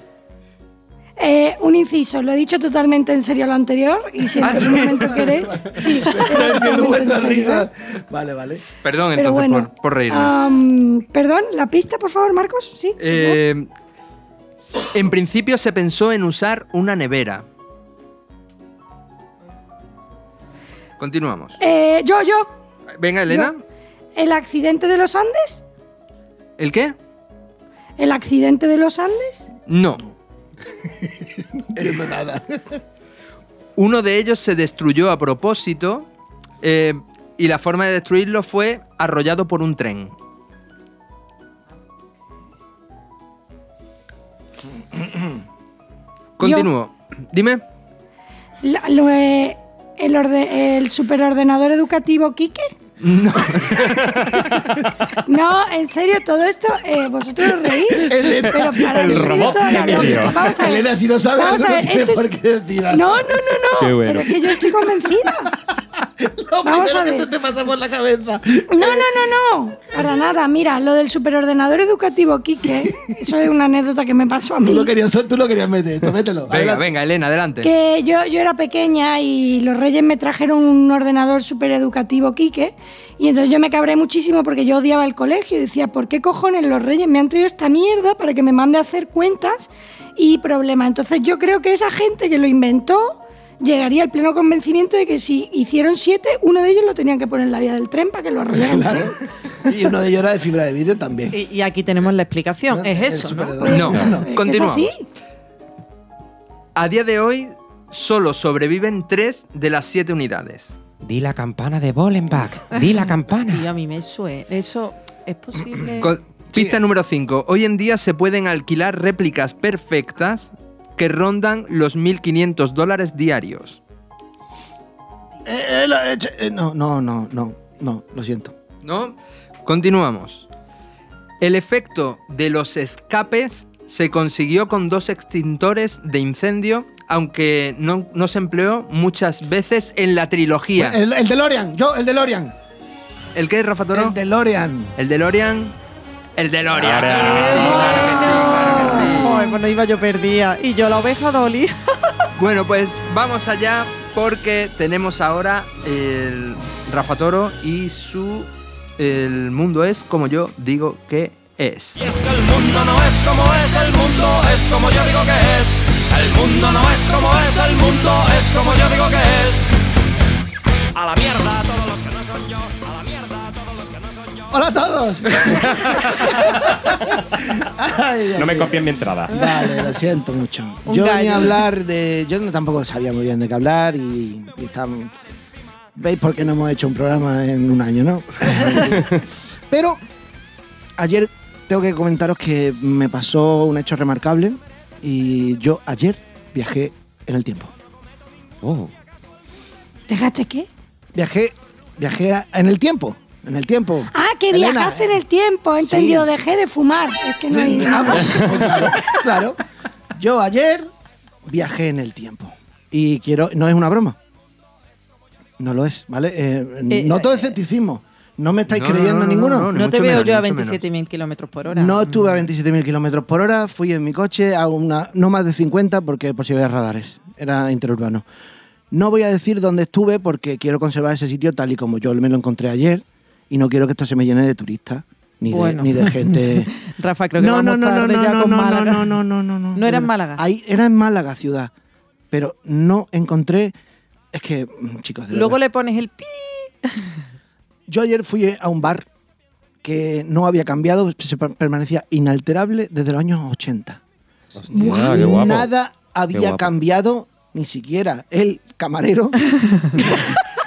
[SPEAKER 8] Eh, un inciso, lo he dicho totalmente en serio lo anterior y si en
[SPEAKER 2] ¿Ah,
[SPEAKER 8] algún
[SPEAKER 2] sí?
[SPEAKER 8] momento queréis, sí, lo he dicho
[SPEAKER 5] No entiendo
[SPEAKER 8] totalmente en
[SPEAKER 5] vuestra
[SPEAKER 8] serio.
[SPEAKER 5] risa. Vale, vale.
[SPEAKER 2] Perdón,
[SPEAKER 8] Pero
[SPEAKER 2] entonces,
[SPEAKER 8] bueno, Ah.
[SPEAKER 2] por, por reírme.
[SPEAKER 8] am, perdón, la pista, por favor, Marcos, sí. por favor.
[SPEAKER 2] Eh, en principio se pensó en usar una nevera. Continuamos.
[SPEAKER 8] Eh, yo, yo,
[SPEAKER 2] Venga, Elena.
[SPEAKER 8] el accidente de los Andes,
[SPEAKER 2] ¿El qué?
[SPEAKER 8] el accidente de los Andes,
[SPEAKER 2] No.
[SPEAKER 5] Entiendo nada.
[SPEAKER 2] Uno de ellos se destruyó a propósito eh, y la forma de destruirlo fue arrollado por un tren. Continúo. Dime.
[SPEAKER 8] La- lo, eh, el, orde- el superordenador educativo Quique. No. en serio, todo esto, eh, vosotros os reís,
[SPEAKER 5] Elena,
[SPEAKER 8] pero para
[SPEAKER 5] el
[SPEAKER 8] mí tiene
[SPEAKER 5] robot
[SPEAKER 8] toda la
[SPEAKER 4] Emilio.
[SPEAKER 8] lógica. Vamos a ver.
[SPEAKER 5] Elena, si no sabes,
[SPEAKER 8] Vamos
[SPEAKER 5] algo,
[SPEAKER 8] a
[SPEAKER 5] no
[SPEAKER 8] ver,
[SPEAKER 5] tienes
[SPEAKER 8] esto es-
[SPEAKER 5] por qué decir algo.
[SPEAKER 8] No, no, no, no.
[SPEAKER 11] Qué bueno.
[SPEAKER 8] Pero es que yo estoy convencida.
[SPEAKER 5] Lo
[SPEAKER 8] Vamos
[SPEAKER 5] primero
[SPEAKER 8] a
[SPEAKER 5] que
[SPEAKER 8] ver.
[SPEAKER 5] se te pasa por la cabeza.
[SPEAKER 8] No, no, no, no. Para nada. Mira, lo del superordenador educativo Quique, eso es una anécdota que me pasó a mí.
[SPEAKER 5] Tú lo querías, tú lo querías meter, esto, mételo.
[SPEAKER 2] Venga, venga, Elena, adelante.
[SPEAKER 8] Que yo, yo era pequeña y los reyes me trajeron un ordenador súper educativo, Quique. Y entonces yo me cabré muchísimo porque yo odiaba el colegio y decía, ¿por qué cojones los reyes me han traído esta mierda para que me mande a hacer cuentas y problemas? Entonces yo creo que esa gente que lo inventó llegaría al pleno convencimiento de que si hicieron siete, uno de ellos lo tenían que poner en la vía del tren para que lo arreglaran.
[SPEAKER 5] Claro. Y uno de ellos era de fibra de vidrio también. Eh,
[SPEAKER 7] Y, y aquí tenemos la explicación. Es
[SPEAKER 5] El
[SPEAKER 7] eso, ¿no?
[SPEAKER 5] superordenador.
[SPEAKER 2] No,
[SPEAKER 8] Pues, Es
[SPEAKER 2] continuamos.
[SPEAKER 8] así.
[SPEAKER 2] A día de hoy solo sobreviven tres de las siete unidades.
[SPEAKER 4] Di la campana de Bolenbach. Di
[SPEAKER 7] Tío,
[SPEAKER 4] la
[SPEAKER 7] a
[SPEAKER 4] campana.
[SPEAKER 7] mí me suena. Eso es posible.
[SPEAKER 2] Con- pista número 5. Hoy en día se pueden alquilar réplicas perfectas que rondan los 1.500 dólares diarios.
[SPEAKER 5] Eh, eh, la- eh, che- eh, no, no, no, no, no, lo siento.
[SPEAKER 2] ¿No? Continuamos. El efecto de los escapes se consiguió con dos extintores de incendio, aunque no, no se empleó muchas veces en la trilogía.
[SPEAKER 5] Pues El, el DeLorean, yo, el DeLorean.
[SPEAKER 2] ¿El qué, Rafa Toro?
[SPEAKER 5] El DeLorean.
[SPEAKER 2] ¿El DeLorean? El DeLorean.
[SPEAKER 4] Ahora.
[SPEAKER 2] Sí, claro que sí, claro que sí.
[SPEAKER 7] Joder, pues no iba yo perdida. Y yo la oveja Dolly.
[SPEAKER 2] Bueno, pues vamos allá porque tenemos ahora el Rafa Toro y su El mundo es como yo digo que es.
[SPEAKER 6] Y es que el mundo no es como es, el mundo es como yo digo que es. El mundo no es como es, el mundo es como yo digo que es. A la mierda todos los que no son yo, a la mierda todos los que no son yo.
[SPEAKER 5] Hola a todos. Ay,
[SPEAKER 4] No me
[SPEAKER 5] ay.
[SPEAKER 4] copien mi entrada.
[SPEAKER 5] Vale, lo siento mucho.
[SPEAKER 7] Un
[SPEAKER 5] Yo
[SPEAKER 7] gallo.
[SPEAKER 5] venía a hablar de. Yo no- tampoco sabía muy bien de qué hablar y, y estamos. ¿Veis por qué no hemos hecho un programa en un año, no? Pero ayer tengo que comentaros que me pasó un hecho remarcable y yo ayer viajé en el tiempo.
[SPEAKER 4] Oh.
[SPEAKER 8] ¿Dejaste qué?
[SPEAKER 5] Viajé, viajé a- en el tiempo. En el tiempo.
[SPEAKER 8] Ah, que
[SPEAKER 5] Elena, eh,
[SPEAKER 8] viajaste en el tiempo, he entendido, dejé de fumar. Es que no hay
[SPEAKER 5] Ah,
[SPEAKER 8] nada.
[SPEAKER 5] pues, claro, claro. Yo ayer viajé en el tiempo. Y quiero. No es una broma. No lo es, ¿vale? Eh,
[SPEAKER 7] Eh,
[SPEAKER 5] no todo
[SPEAKER 7] eh,
[SPEAKER 5] escepticismo. No me estáis
[SPEAKER 2] No, no,
[SPEAKER 5] creyendo
[SPEAKER 2] no, no,
[SPEAKER 5] ninguno.
[SPEAKER 2] no,
[SPEAKER 7] No,
[SPEAKER 2] ni
[SPEAKER 7] te
[SPEAKER 2] mucho
[SPEAKER 7] veo
[SPEAKER 2] menos, ni
[SPEAKER 7] yo a
[SPEAKER 2] mucho menos.
[SPEAKER 7] 27.000 kilómetros por hora. Mm.
[SPEAKER 5] No estuve a 27.000 kilómetros por hora, fui en mi coche a una, no más de 50 porque por si había radares, era interurbano. No voy a decir dónde estuve porque quiero conservar ese sitio tal y como yo me lo encontré ayer y no quiero que esto se me llene de turistas ni,
[SPEAKER 7] Bueno.
[SPEAKER 5] de, ni de gente.
[SPEAKER 7] Rafa, creo que vamos tarde ya
[SPEAKER 5] no,
[SPEAKER 7] con
[SPEAKER 5] no,
[SPEAKER 7] Málaga.
[SPEAKER 5] no, no, no, no,
[SPEAKER 7] ¿No era en Málaga?
[SPEAKER 5] Ahí era en Málaga ciudad, pero no encontré. Es que mm, chicos, de
[SPEAKER 7] Luego
[SPEAKER 5] verdad.
[SPEAKER 7] le pones el pi.
[SPEAKER 5] Yo ayer fui a un bar que no había cambiado, se per- permanecía inalterable desde los años 80.
[SPEAKER 4] Hostia, Ah, qué guapo.
[SPEAKER 5] Nada
[SPEAKER 4] Qué
[SPEAKER 5] había
[SPEAKER 4] guapo.
[SPEAKER 5] cambiado, ni siquiera el camarero,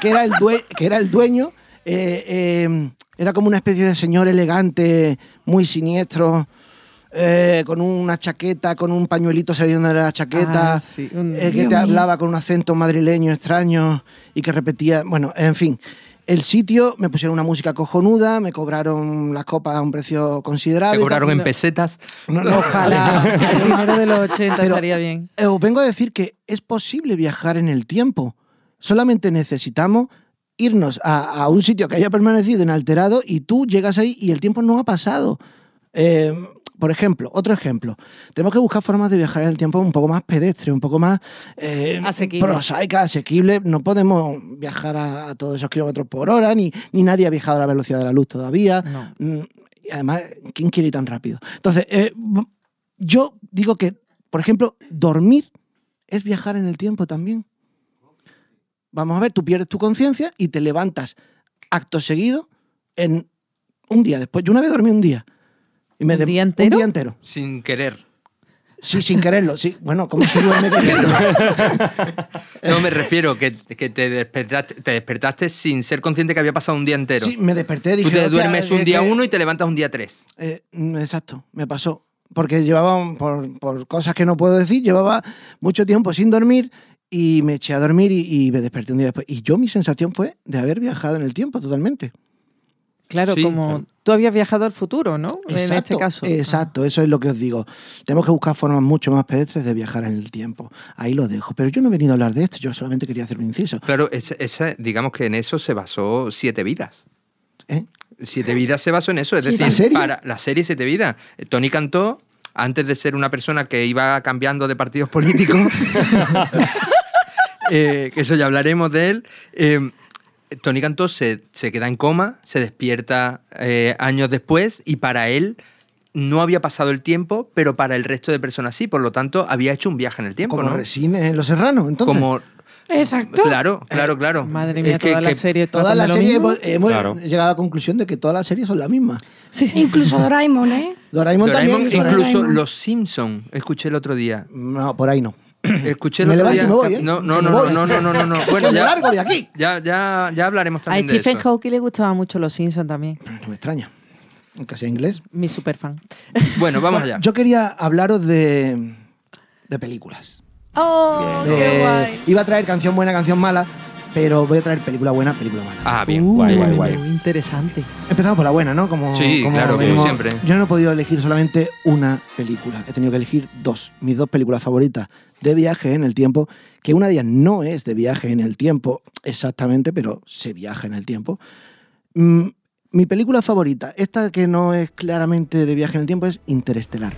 [SPEAKER 5] que, era el due- que era el dueño. eh, eh, era como una especie de señor elegante, muy siniestro, eh, con una chaqueta, con un pañuelito saliendo de la chaqueta,
[SPEAKER 7] Ah, sí, un-
[SPEAKER 5] eh, que
[SPEAKER 8] Dios
[SPEAKER 5] te
[SPEAKER 8] mío.
[SPEAKER 5] hablaba con un acento madrileño extraño y que repetía, bueno, en fin. El sitio, me pusieron una música cojonuda, me cobraron las copas a un precio
[SPEAKER 2] Te
[SPEAKER 5] considerable. y tal.
[SPEAKER 2] cobraron en pesetas.
[SPEAKER 5] No, no,
[SPEAKER 7] Ojalá. El dinero de los 80
[SPEAKER 5] Pero-
[SPEAKER 7] estaría bien.
[SPEAKER 5] eh, Os vengo a decir que es posible viajar en el tiempo. Solamente necesitamos irnos a, a un sitio que haya permanecido inalterado y tú llegas ahí y el tiempo no ha pasado. Eh, por ejemplo, otro ejemplo. Tenemos que buscar formas de viajar en el tiempo un poco más pedestre, un poco más eh,
[SPEAKER 7] Asequible.
[SPEAKER 5] prosaica, asequible. No podemos viajar a, a todos esos kilómetros por hora, ni, ni nadie ha viajado a la velocidad de la luz todavía.
[SPEAKER 7] No.
[SPEAKER 5] Mm, y además, ¿quién quiere ir tan rápido? Entonces, eh, b- yo digo que, por ejemplo, dormir es viajar en el tiempo también. Vamos a ver, tú pierdes tu conciencia y te levantas acto seguido en un día después. Yo una vez dormí un día. Y
[SPEAKER 7] ¿Un
[SPEAKER 5] de-
[SPEAKER 7] día entero?
[SPEAKER 5] Un día entero.
[SPEAKER 2] Sin querer.
[SPEAKER 5] Sí, sin quererlo. Sí. Bueno, ¿cómo se duerme queriendo?
[SPEAKER 2] No me refiero que, que te, despertaste, te despertaste sin ser consciente que había pasado un día entero.
[SPEAKER 5] Sí, me desperté y dije...
[SPEAKER 2] Tú te
[SPEAKER 5] "Hostia,
[SPEAKER 2] duermes un
[SPEAKER 5] que-
[SPEAKER 2] día
[SPEAKER 5] que-
[SPEAKER 2] uno y te levantas un día tres.
[SPEAKER 5] Eh, mm, exacto, me pasó. Porque llevaba, un- por, por cosas que no puedo decir, llevaba mucho tiempo sin dormir y me eché a dormir y, y me desperté un día después. Y yo mi sensación fue de haber viajado en el tiempo totalmente.
[SPEAKER 7] Claro,
[SPEAKER 2] Sí,
[SPEAKER 7] como
[SPEAKER 2] claro.
[SPEAKER 7] tú habías viajado al futuro, ¿no? en este caso.
[SPEAKER 5] Exacto, eso es lo que os digo. Tenemos que buscar formas mucho más pedestres de viajar en el tiempo. Ahí lo dejo. Pero yo no he venido a hablar de esto, yo solamente quería hacer un inciso.
[SPEAKER 2] Claro, esa- esa- digamos que en eso se basó Siete Vidas.
[SPEAKER 5] ¿eh?
[SPEAKER 2] Siete Vidas se basó en eso. Es
[SPEAKER 5] Sí,
[SPEAKER 2] decir,
[SPEAKER 5] ¿la serie?
[SPEAKER 2] para la serie Siete Vidas. Tony cantó antes de ser una persona que iba cambiando de partidos políticos. eh, que eso ya hablaremos de él. Eh, Tony Cantó se, se queda en coma, se despierta eh, años después y para él no había pasado el tiempo, pero para el resto de personas sí. Por lo tanto, había hecho un viaje en el tiempo,
[SPEAKER 5] Como
[SPEAKER 2] ¿no?
[SPEAKER 5] Resines en Los Serranos, entonces.
[SPEAKER 2] Como
[SPEAKER 8] Exacto.
[SPEAKER 2] Claro,
[SPEAKER 5] Eh,
[SPEAKER 2] claro, claro.
[SPEAKER 7] Ah, Madre
[SPEAKER 2] Es
[SPEAKER 7] mía,
[SPEAKER 2] que-
[SPEAKER 7] toda la
[SPEAKER 2] que-
[SPEAKER 7] serie
[SPEAKER 5] Todas las series hemos, hemos
[SPEAKER 4] Claro.
[SPEAKER 5] llegado a la conclusión de que todas las series son las mismas.
[SPEAKER 8] Incluso Doraemon, ¿eh?
[SPEAKER 5] Doraemon,
[SPEAKER 2] Doraemon,
[SPEAKER 5] también.
[SPEAKER 8] Doraemon.
[SPEAKER 2] incluso Los Simpson escuché el otro día.
[SPEAKER 5] No, por ahí no.
[SPEAKER 2] Escuché el
[SPEAKER 5] Me
[SPEAKER 2] otro
[SPEAKER 5] levanto
[SPEAKER 2] día.
[SPEAKER 5] y me voy, ¿eh?
[SPEAKER 2] No, no,
[SPEAKER 5] Me
[SPEAKER 2] no,
[SPEAKER 5] voy.
[SPEAKER 2] no, no, no, no, no. Bueno,
[SPEAKER 5] me
[SPEAKER 2] ya,
[SPEAKER 5] largo de aquí.
[SPEAKER 2] Ya, ya, ya hablaremos
[SPEAKER 7] A
[SPEAKER 2] también de
[SPEAKER 7] Stephen
[SPEAKER 2] eso.
[SPEAKER 7] Hawking le gustaba mucho Los Simpsons también.
[SPEAKER 5] No me extraña. Aunque sea inglés.
[SPEAKER 7] Mi superfan.
[SPEAKER 2] Bueno, vamos allá.
[SPEAKER 5] Yo quería hablaros de, de películas.
[SPEAKER 7] ¡Oh,
[SPEAKER 5] De- Iba a traer canción buena, canción mala, pero voy a traer película buena, película mala.
[SPEAKER 2] Ah, bien.
[SPEAKER 4] Guay, guay, guay.
[SPEAKER 7] Muy interesante.
[SPEAKER 5] Empezamos por la buena, ¿no? Como,
[SPEAKER 2] Sí,
[SPEAKER 5] como
[SPEAKER 2] claro, como
[SPEAKER 5] venimos-
[SPEAKER 2] siempre.
[SPEAKER 5] Yo no he podido elegir solamente una película. He tenido que elegir dos. Mis dos películas favoritas de viaje en el tiempo, que una de ellas no es de viaje en el tiempo exactamente, pero se viaja en el tiempo. Mm, mi película favorita, esta que no es claramente de viaje en el tiempo, es Interestelar.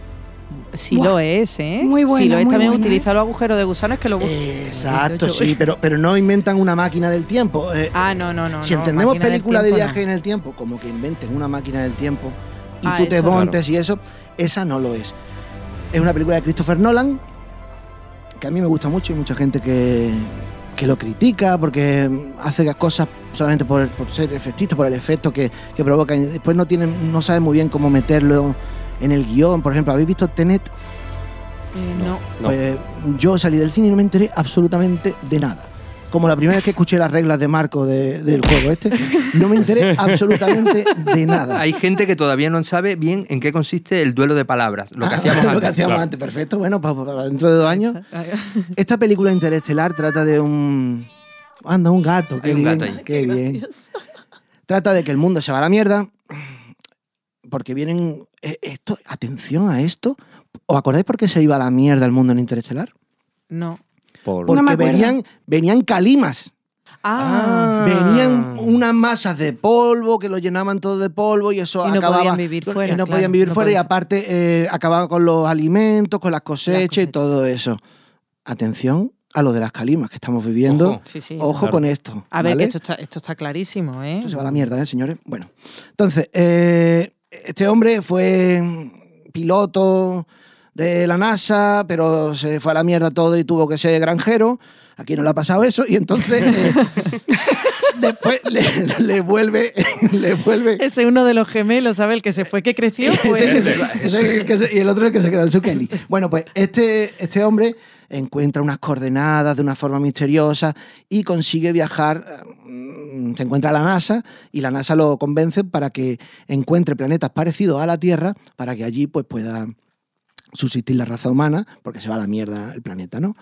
[SPEAKER 7] Sí
[SPEAKER 8] Buah.
[SPEAKER 7] lo es, ¿eh?
[SPEAKER 8] Muy buena,
[SPEAKER 7] Sí lo es.
[SPEAKER 8] muy
[SPEAKER 7] También
[SPEAKER 8] buena,
[SPEAKER 7] utiliza los agujeros de gusanos que lo
[SPEAKER 5] ¿eh? Exacto, sí, pero, pero no inventan una máquina del tiempo. eh,
[SPEAKER 7] Ah, no, no, no.
[SPEAKER 5] si
[SPEAKER 7] no,
[SPEAKER 5] entendemos
[SPEAKER 7] máquina del
[SPEAKER 5] película de
[SPEAKER 7] tiempo,
[SPEAKER 5] viaje
[SPEAKER 7] no.
[SPEAKER 5] en el tiempo como que inventen una máquina del tiempo y
[SPEAKER 7] Ah,
[SPEAKER 5] tú te
[SPEAKER 7] eso no.
[SPEAKER 5] montes y eso, esa no lo es. Es una película de Christopher Nolan que a mí me gusta mucho y mucha gente que, que lo critica porque hace las cosas solamente por, por ser efectista, por el efecto que, que provoca. Y después no, tienen, no saben muy bien cómo meterlo en el guión. Por ejemplo, ¿habéis visto Tenet?
[SPEAKER 7] Eh, no.
[SPEAKER 4] No.
[SPEAKER 5] Pues, yo salí del cine y no me enteré absolutamente de nada. Como la primera vez que escuché las reglas de Marco de- del juego este, no me enteré absolutamente de nada.
[SPEAKER 2] Hay gente que todavía no sabe bien en qué consiste el duelo de palabras, lo que
[SPEAKER 5] Ah,
[SPEAKER 2] hacíamos
[SPEAKER 5] lo que
[SPEAKER 2] antes.
[SPEAKER 5] hacíamos antes, perfecto. Bueno, para, dentro de dos años. Esta película interestelar trata de un. Anda, un gato. Qué
[SPEAKER 2] Hay un
[SPEAKER 5] bien.
[SPEAKER 2] gato ahí.
[SPEAKER 5] Qué bien. Trata de que el mundo se va a la mierda. Porque vienen. eh, Esto, atención a esto. ¿Os acordáis por qué se iba a la mierda el mundo en Interestelar?
[SPEAKER 7] No.
[SPEAKER 4] Por-
[SPEAKER 5] Porque
[SPEAKER 8] me acuerdo.
[SPEAKER 5] venían, venían calimas.
[SPEAKER 7] Ah.
[SPEAKER 5] Venían unas masas de polvo que lo llenaban todo de polvo y eso
[SPEAKER 7] Y no
[SPEAKER 5] acababa.
[SPEAKER 7] podían vivir fuera,
[SPEAKER 5] Y no
[SPEAKER 7] claro,
[SPEAKER 5] podían vivir
[SPEAKER 7] no
[SPEAKER 5] fuera y
[SPEAKER 7] podían-
[SPEAKER 5] aparte eh, acababa con los alimentos, con las cosechas y
[SPEAKER 7] cosechas.
[SPEAKER 5] todo eso. Atención a lo de las calimas que estamos viviendo.
[SPEAKER 2] Ojo.
[SPEAKER 5] Ojo,
[SPEAKER 7] Sí, sí.
[SPEAKER 5] con esto.
[SPEAKER 7] A ver,
[SPEAKER 5] Ah, ¿vale?
[SPEAKER 7] que esto está, esto está clarísimo, ¿eh?
[SPEAKER 5] Esto se va a la mierda, ¿eh, señores? Bueno. Entonces, eh, este hombre fue mm, piloto de la NASA, pero se fue a la mierda todo y tuvo que ser granjero. Aquí no le ha pasado eso. Y entonces, eh, después le, le vuelve... Le vuelve
[SPEAKER 7] Ese uno de los gemelos, ¿sabes? El que se fue, que creció. Pues,
[SPEAKER 5] ese que se- ese que- que se- y el otro es el que se quedó en su Kelly. Bueno, pues este, este hombre encuentra unas coordenadas de una forma misteriosa y consigue viajar. mm, Se encuentra a la NASA y la NASA lo convence para que encuentre planetas parecidos a la Tierra para que allí pues, pueda subsistir la raza humana, porque se va a la mierda el planeta, ¿no?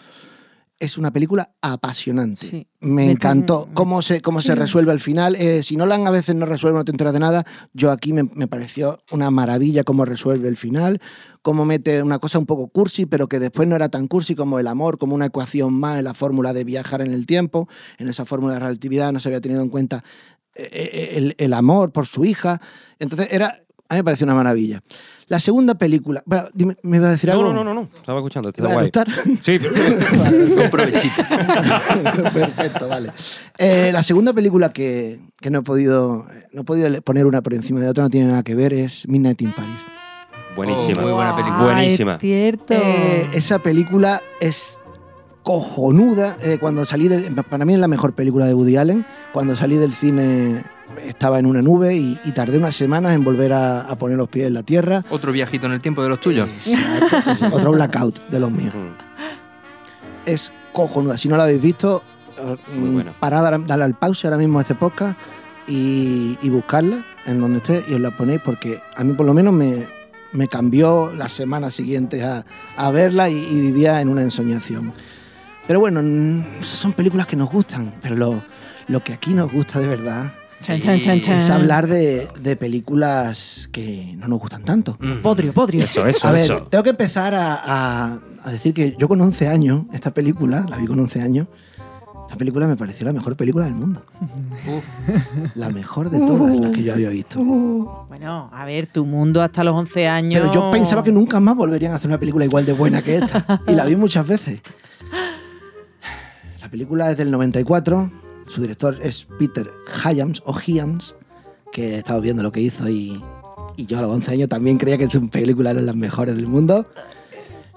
[SPEAKER 5] Es una película apasionante.
[SPEAKER 7] Sí.
[SPEAKER 5] Me
[SPEAKER 7] Me
[SPEAKER 5] encantó
[SPEAKER 7] también-
[SPEAKER 5] cómo se, cómo se resuelve al final. Eh, si Nolan a veces no resuelve, no te enteras de nada. Yo aquí me, me pareció una maravilla cómo resuelve el final, cómo mete una cosa un poco cursi, pero que después no era tan cursi como el amor, como una ecuación más en la fórmula de viajar en el tiempo. En esa fórmula de relatividad no se había tenido en cuenta eh, eh, el, el amor por su hija. Entonces era... A mí me pareció una maravilla. La segunda película... bueno, dime, ¿Me iba a decir
[SPEAKER 4] No,
[SPEAKER 5] algo?
[SPEAKER 4] no, no, no, no. Estaba escuchando.
[SPEAKER 5] ¿Te
[SPEAKER 4] Está
[SPEAKER 5] va a
[SPEAKER 4] guay.
[SPEAKER 5] gustar?
[SPEAKER 4] Sí, pero-
[SPEAKER 2] Un provechito.
[SPEAKER 5] Perfecto, vale. Eh, la segunda película que, que no, he podido, no he podido le- poner una por encima de otra, no tiene nada que ver, es Midnight in Paris.
[SPEAKER 4] buenísima.
[SPEAKER 2] Oh, muy buena película.
[SPEAKER 4] Buenísima.
[SPEAKER 7] Es cierto.
[SPEAKER 5] Eh, esa película es cojonuda. Eh, cuando salí del, para mí es la mejor película de Woody Allen. Cuando salí del cine estaba en una nube y, y tardé unas semanas en volver a, a poner los pies en la tierra.
[SPEAKER 2] Otro viajito en el tiempo de los tuyos.
[SPEAKER 5] Exacto, es otro blackout de los míos.
[SPEAKER 4] Mm,
[SPEAKER 5] es cojonuda. Si no la habéis visto, eh,
[SPEAKER 4] Muy
[SPEAKER 5] mm,
[SPEAKER 4] buena.
[SPEAKER 5] parad, ahora- dale al pause ahora mismo a este podcast y, y buscarla en donde esté y os la ponéis porque a mí por lo menos me, me cambió las semanas siguientes a, a verla y, y vivía en una ensoñación. Pero bueno, mm, son películas que nos gustan, pero lo, lo que aquí nos gusta de verdad
[SPEAKER 7] Chan, chan, chan, chan.
[SPEAKER 5] es hablar de, de películas que no nos gustan tanto.
[SPEAKER 7] Podrio, podrio.
[SPEAKER 4] Eso, eso,
[SPEAKER 5] a ver,
[SPEAKER 4] eso.
[SPEAKER 5] tengo que empezar a, a- a decir que yo con 11 años, esta película, la vi con 11 años, esta película me pareció la mejor película del mundo. La mejor de todas las que yo había visto.
[SPEAKER 7] Bueno, a ver, tu mundo hasta los 11 años.
[SPEAKER 5] Pero yo pensaba que nunca más volverían a hacer una película igual de buena que esta. Y la vi muchas veces. La película es del 94. Su director es Peter Hyams o Hyams, que he estado viendo lo que hizo y, y yo a los 11 años también creía que sus películas eran las mejores del mundo.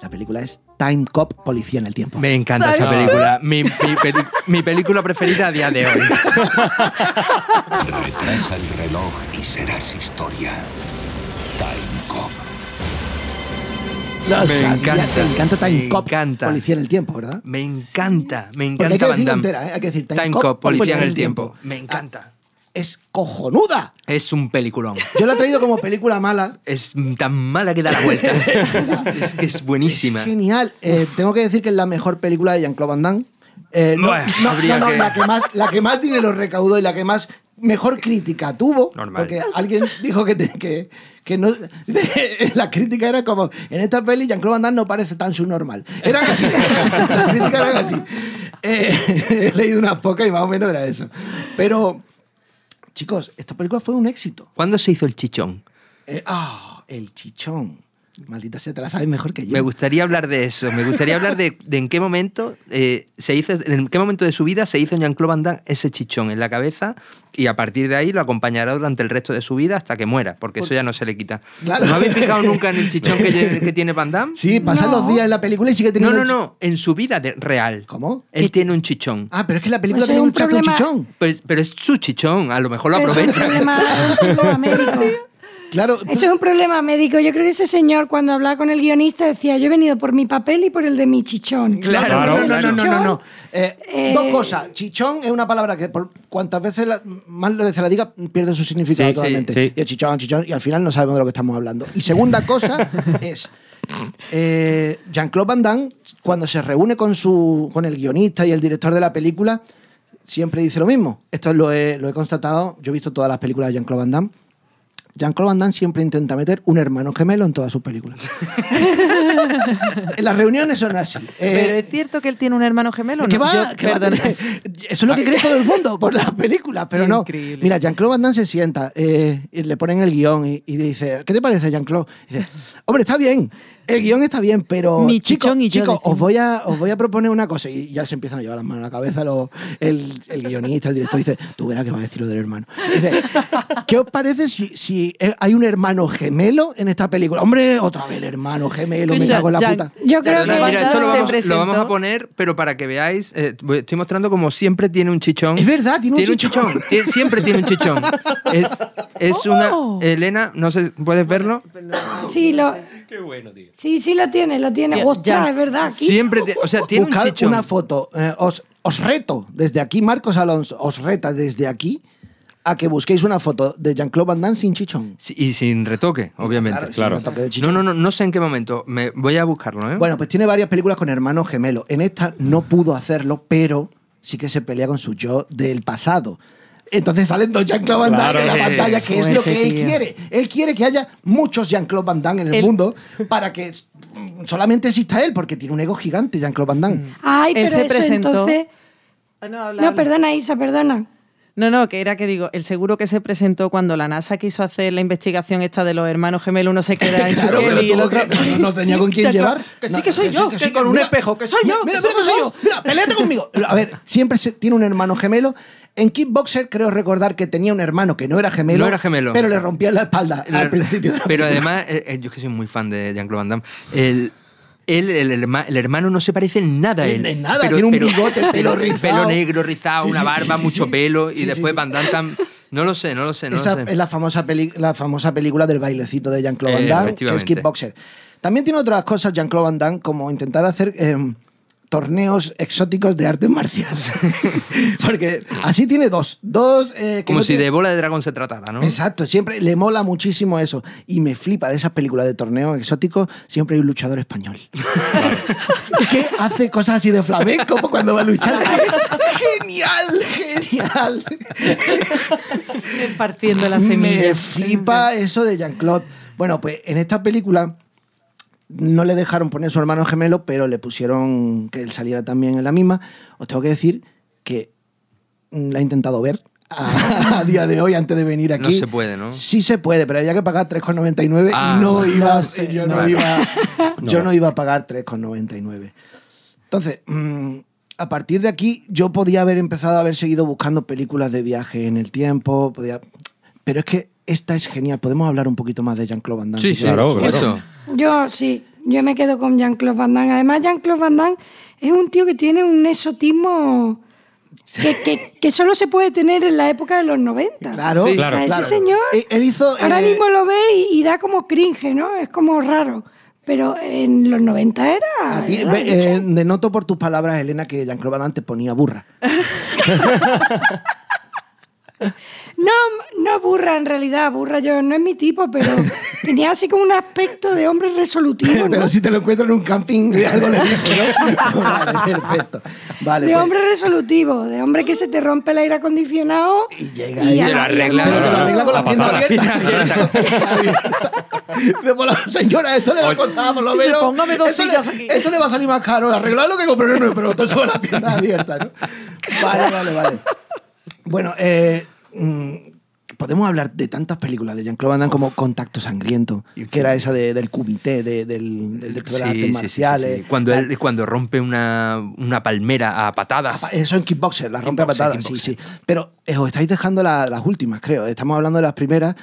[SPEAKER 5] La película es Time Cop, Policía en el Tiempo.
[SPEAKER 2] Me encanta esa película. Mi, mi peli- mi película preferida a día de hoy.
[SPEAKER 1] Retrasa el reloj y serás historia. Time Cop.
[SPEAKER 5] Lo
[SPEAKER 2] me
[SPEAKER 5] sabía,
[SPEAKER 2] encanta,
[SPEAKER 5] te encanta Time
[SPEAKER 2] me
[SPEAKER 5] Cop,
[SPEAKER 2] encanta.
[SPEAKER 5] Policía en el Tiempo, ¿verdad?
[SPEAKER 2] Me encanta, me
[SPEAKER 5] Porque hay
[SPEAKER 2] encanta
[SPEAKER 5] que
[SPEAKER 2] Van
[SPEAKER 5] decirlo
[SPEAKER 2] Damme.
[SPEAKER 5] entera, ¿eh? hay que decir
[SPEAKER 2] Time Cop, Policía en el Tiempo. Me encanta.
[SPEAKER 5] Ah, es cojonuda.
[SPEAKER 2] Es un peliculón.
[SPEAKER 5] Yo la he traído como película mala,
[SPEAKER 2] Es tan mala que da la vuelta. es que es buenísima.
[SPEAKER 5] Es genial. Eh, tengo que decir que es la mejor película de Jean-Claude Van Damme. Eh, no,
[SPEAKER 2] Bueno,
[SPEAKER 5] no,
[SPEAKER 2] habría
[SPEAKER 5] no, no,
[SPEAKER 2] que-
[SPEAKER 5] la, que más, la que más dinero recaudó y la que más mejor crítica tuvo.
[SPEAKER 2] Normal.
[SPEAKER 5] Porque alguien dijo que, te- que, que no. la crítica era como: en esta peli Jean-Claude Van Damme no parece tan subnormal. Era así. la crítica era así. Eh, he leído unas pocas y más o menos era eso. Pero, chicos, esta película fue un éxito.
[SPEAKER 2] ¿Cuándo se hizo el chichón?
[SPEAKER 5] Eh, ah, el chichón. Maldita sea, te la sabes mejor que yo.
[SPEAKER 2] Me gustaría hablar de eso. Me gustaría hablar de, de en qué momento eh, se hizo, en qué momento de su vida se hizo en Jean-Claude Van Damme ese chichón en la cabeza y a partir de ahí lo acompañará durante el resto de su vida hasta que muera, porque eso ya no se le quita.
[SPEAKER 5] Claro.
[SPEAKER 2] ¿No habéis fijado nunca en el chichón que, lle- que tiene Van Damme?
[SPEAKER 5] Sí, pasan
[SPEAKER 8] No.
[SPEAKER 5] los días en la película y sigue
[SPEAKER 2] No,
[SPEAKER 5] teniendo.
[SPEAKER 2] no,
[SPEAKER 5] el chi-
[SPEAKER 2] no. En su vida de- real.
[SPEAKER 5] ¿Cómo?
[SPEAKER 2] Él tiene un chichón.
[SPEAKER 5] Ah, pero es que la película
[SPEAKER 8] Pues
[SPEAKER 5] tiene
[SPEAKER 8] es
[SPEAKER 5] un,
[SPEAKER 8] un
[SPEAKER 5] chato
[SPEAKER 8] problema-
[SPEAKER 5] chichón.
[SPEAKER 2] Pues- pero es su chichón. A lo mejor lo
[SPEAKER 8] Pero eso Es un
[SPEAKER 2] aprovecha.
[SPEAKER 8] problema un problema médico.
[SPEAKER 5] Claro,
[SPEAKER 8] Eso es un problema médico. Yo creo que ese señor, cuando hablaba con el guionista, decía: Yo he venido por mi papel y por el de mi chichón.
[SPEAKER 2] Claro,
[SPEAKER 5] no, no, no,
[SPEAKER 2] claro.
[SPEAKER 5] no, no, no, no. Eh,
[SPEAKER 8] Eh,
[SPEAKER 5] Dos cosas. Chichón es una palabra que por cuantas veces la- más veces la diga pierde su significado
[SPEAKER 4] Sí, sí,
[SPEAKER 5] totalmente.
[SPEAKER 4] sí.
[SPEAKER 5] Y el chichón, chichón, y al final no sabemos de lo que estamos hablando. Y segunda cosa es eh, Jean-Claude Van Damme, cuando se reúne con su con el guionista y el director de la película, siempre dice lo mismo. Esto lo he, lo he constatado. Yo he visto todas las películas de Jean-Claude Van Damme. Jean-Claude Van Damme siempre intenta meter un hermano gemelo en todas sus películas. En las reuniones son así. Eh,
[SPEAKER 7] Pero es cierto que él tiene un hermano gemelo,
[SPEAKER 5] ¿Qué
[SPEAKER 7] ¿no?
[SPEAKER 5] va?
[SPEAKER 7] Yo-
[SPEAKER 5] ¿Qué va a
[SPEAKER 7] perdona.
[SPEAKER 5] tener? Eso es lo que cree todo el mundo por las películas, pero no.
[SPEAKER 7] Increíble.
[SPEAKER 5] Mira, Jean-Claude Van Damme se sienta eh, y le ponen el guión y, y le dice, ¿qué te parece, Jean-Claude? Y Dice, hombre, está bien, el guión está bien, pero
[SPEAKER 7] Mi
[SPEAKER 5] chicos,
[SPEAKER 7] chichón y yo
[SPEAKER 5] chicos,
[SPEAKER 7] decimos.
[SPEAKER 5] os, voy a, os voy a proponer una cosa. Y ya se empiezan a llevar las manos a la cabeza los- el, el guionista, el director, dice, tú verás que va a decir lo del hermano. Dice, ¿qué os parece si, si eh, hay un hermano gemelo en esta película? Hombre, otra vez el hermano gemelo, me
[SPEAKER 7] Ya-
[SPEAKER 5] cago en la
[SPEAKER 7] ya-
[SPEAKER 5] puta.
[SPEAKER 8] Yo creo
[SPEAKER 2] Perdona,
[SPEAKER 8] que.
[SPEAKER 2] mira, esto lo
[SPEAKER 7] Se
[SPEAKER 2] vamos, lo vamos
[SPEAKER 7] presentó.
[SPEAKER 2] a poner, pero para que veáis, eh, voy- estoy mostrando como siempre tiene un chichón.
[SPEAKER 5] Es verdad, tiene un chichón.
[SPEAKER 2] Tie- siempre tiene un chichón. Es, es
[SPEAKER 7] Oh.
[SPEAKER 2] una. Elena, no sé, ¿puedes verlo?
[SPEAKER 8] Sí, lo. Sí, sí, lo tiene, lo tiene.
[SPEAKER 7] Ya-
[SPEAKER 8] Ostras,
[SPEAKER 7] ya.
[SPEAKER 8] es verdad. aquí.
[SPEAKER 2] Siempre. ti- o sea, tiene un
[SPEAKER 5] Buscad
[SPEAKER 2] chichón.
[SPEAKER 5] una foto. Eh, os, os reto desde aquí, Marcos Alonso, os reta desde aquí a que busquéis una foto de Jean-Claude Van Damme sin chichón.
[SPEAKER 2] Sí, y sin retoque, obviamente.
[SPEAKER 5] sin Claro. retoque de
[SPEAKER 2] No,
[SPEAKER 5] chichón.
[SPEAKER 2] no, no, no sé en qué momento. Me, voy a buscarlo, ¿eh?
[SPEAKER 5] Bueno, pues tiene varias películas con hermanos gemelos. En esta no pudo hacerlo, pero sí que se pelea con su yo del pasado. Entonces salen dos Jean-Claude Van Damme en la
[SPEAKER 2] Claro.
[SPEAKER 5] pantalla, que es lo que él quiere. Él quiere que haya muchos Jean-Claude Van Damme en el,
[SPEAKER 7] El-
[SPEAKER 5] mundo para que mm, solamente exista él, porque tiene un ego gigante Jean-Claude Van Damme.
[SPEAKER 2] Mm.
[SPEAKER 8] Ay,
[SPEAKER 7] Él
[SPEAKER 8] pero
[SPEAKER 7] se
[SPEAKER 8] eso,
[SPEAKER 7] presentó.
[SPEAKER 8] entonces.
[SPEAKER 7] Ah, No, habla,
[SPEAKER 8] No,
[SPEAKER 7] habla.
[SPEAKER 8] perdona, Isa, perdona.
[SPEAKER 7] No, no, que era que digo, el seguro que se presentó cuando la NASA quiso hacer la investigación esta de los hermanos gemelos, uno se queda en
[SPEAKER 5] Claro,
[SPEAKER 7] su
[SPEAKER 5] pero
[SPEAKER 7] Kelly y
[SPEAKER 5] tú
[SPEAKER 7] el
[SPEAKER 5] no-
[SPEAKER 7] otro.
[SPEAKER 5] no- no tenía con quién
[SPEAKER 7] Ya, claro,
[SPEAKER 5] llevar.
[SPEAKER 7] Que
[SPEAKER 5] No,
[SPEAKER 7] sí, que soy yo, que,
[SPEAKER 5] sí,
[SPEAKER 7] con un
[SPEAKER 5] mira,
[SPEAKER 7] espejo, que soy
[SPEAKER 5] mira,
[SPEAKER 7] yo.
[SPEAKER 5] Mira,
[SPEAKER 7] que
[SPEAKER 5] mira, que soy yo. Mira, peleate conmigo. A ver, siempre se- tiene un hermano gemelo. En Kickboxer creo recordar que tenía un hermano que no era gemelo.
[SPEAKER 2] No era gemelo.
[SPEAKER 5] Pero le rompía la espalda
[SPEAKER 2] La-
[SPEAKER 5] al principio. de la
[SPEAKER 2] Pero
[SPEAKER 5] película.
[SPEAKER 2] además, eh, eh, yo es que soy muy fan de Jean-Claude Van Damme. El, él, el, herma- el hermano no se parece en nada a él.
[SPEAKER 5] En nada, tiene un bigote, pelo rizado.
[SPEAKER 2] Pelo negro, rizado,
[SPEAKER 5] Sí,
[SPEAKER 2] una
[SPEAKER 5] sí,
[SPEAKER 2] barba,
[SPEAKER 5] sí, sí,
[SPEAKER 2] mucho
[SPEAKER 5] sí.
[SPEAKER 2] pelo. Y
[SPEAKER 5] Sí, sí,
[SPEAKER 2] después
[SPEAKER 5] sí.
[SPEAKER 2] Van Damme tam- No lo sé, no lo sé, no
[SPEAKER 5] Esa
[SPEAKER 2] lo sé.
[SPEAKER 5] es la famosa, peli- la famosa película del bailecito de Jean-Claude Van
[SPEAKER 2] Eh,
[SPEAKER 5] Damme, que es
[SPEAKER 2] efectivamente.
[SPEAKER 5] Kickboxer. También tiene otras cosas Jean-Claude Van Damme, como intentar hacer eh, torneos exóticos de artes marciales. Porque así tiene dos. Dos. eh, que
[SPEAKER 2] Como
[SPEAKER 5] no
[SPEAKER 2] si
[SPEAKER 5] tiene-
[SPEAKER 2] de bola de dragón se tratara, ¿no?
[SPEAKER 5] Exacto, siempre le mola muchísimo eso. Y me flipa de esas películas de torneo exótico, siempre hay un luchador español. que hace cosas así de flamenco cuando va a luchar. genial, genial.
[SPEAKER 7] Esparciendo la semilla.
[SPEAKER 5] Me flipa eso de Jean-Claude. Bueno, pues en esta película no le dejaron poner su hermano gemelo, pero le pusieron que él saliera también en la misma. Os tengo que decir que mm, la he intentado ver a, a día de hoy antes de venir aquí.
[SPEAKER 2] No se puede, ¿no?
[SPEAKER 5] Sí se puede, pero había que pagar 3,99
[SPEAKER 2] Ah,
[SPEAKER 5] y no iba,
[SPEAKER 7] no sé,
[SPEAKER 5] yo, no
[SPEAKER 2] no.
[SPEAKER 5] iba yo no iba a pagar 3,99. Entonces, mm, a partir de aquí yo podía haber empezado a haber seguido buscando películas de viaje en el tiempo, podía... pero es que esta es genial. Podemos hablar un poquito más de Jean-Claude Van Damme.
[SPEAKER 2] Sí,
[SPEAKER 5] si
[SPEAKER 2] sí,
[SPEAKER 5] queréis?
[SPEAKER 4] claro,
[SPEAKER 2] por
[SPEAKER 4] claro.
[SPEAKER 2] supuesto.
[SPEAKER 8] Yo sí, yo me quedo con Jean-Claude Van Damme. Además, Jean-Claude Van Damme es un tío que tiene un exotismo que, que- que solo se puede tener en la época de los 90.
[SPEAKER 5] Claro,
[SPEAKER 2] Sí,
[SPEAKER 4] claro,
[SPEAKER 8] O sea,
[SPEAKER 5] claro.
[SPEAKER 8] Ese señor
[SPEAKER 5] Él- él hizo,
[SPEAKER 8] ahora
[SPEAKER 5] eh,
[SPEAKER 8] mismo lo ve y, y da como cringe, ¿no? Es como raro. Pero en los 90 era...
[SPEAKER 5] A ti,
[SPEAKER 8] era la
[SPEAKER 5] ve-
[SPEAKER 8] leche.
[SPEAKER 5] eh, denoto por tus palabras, Elena, que Jean-Claude Van Damme te ponía burra.
[SPEAKER 8] No, no burra en realidad, burra yo, no es mi tipo, pero tenía así como un aspecto de hombre resolutivo, ¿no?
[SPEAKER 5] Pero si te lo encuentro en un camping, de algo le digo, ¿no? vale, perfecto. Vale,
[SPEAKER 8] de
[SPEAKER 5] pues,
[SPEAKER 8] hombre resolutivo, de hombre que se te rompe el aire acondicionado
[SPEAKER 5] Y llega ahí.
[SPEAKER 8] a
[SPEAKER 5] Te
[SPEAKER 8] la-
[SPEAKER 5] lo
[SPEAKER 8] y a
[SPEAKER 2] arregla,
[SPEAKER 8] la-
[SPEAKER 5] Pero te lo arregla con
[SPEAKER 4] A
[SPEAKER 5] la pierna
[SPEAKER 4] patada.
[SPEAKER 5] abierta. De por la- señora, esto le va a costar por lo menos.
[SPEAKER 7] póngame dos
[SPEAKER 5] esto
[SPEAKER 7] sillas
[SPEAKER 5] le,
[SPEAKER 7] aquí.
[SPEAKER 5] Esto le va a salir más caro. Arreglar lo que compré no, pero esto es con la pierna abierta, ¿no? Vale, vale, vale. Bueno, eh, mm, podemos hablar de tantas películas de Jean-Claude Van Damme como Contacto Sangriento, que era esa de- del comité, de, del, del, de las
[SPEAKER 2] Sí, sí,
[SPEAKER 5] artes
[SPEAKER 2] sí, sí,
[SPEAKER 5] marciales. Ah.
[SPEAKER 2] sí. Cuando,
[SPEAKER 5] La-
[SPEAKER 2] él, cuando rompe una, una palmera a patadas.
[SPEAKER 5] Ah, Eso en kickboxer, la rompe a
[SPEAKER 2] Kickboxer,
[SPEAKER 5] patadas, sí,
[SPEAKER 2] kickboxer.
[SPEAKER 5] sí. Pero eh, os estáis dejando la- las últimas, creo. eh. Estamos hablando de las primeras.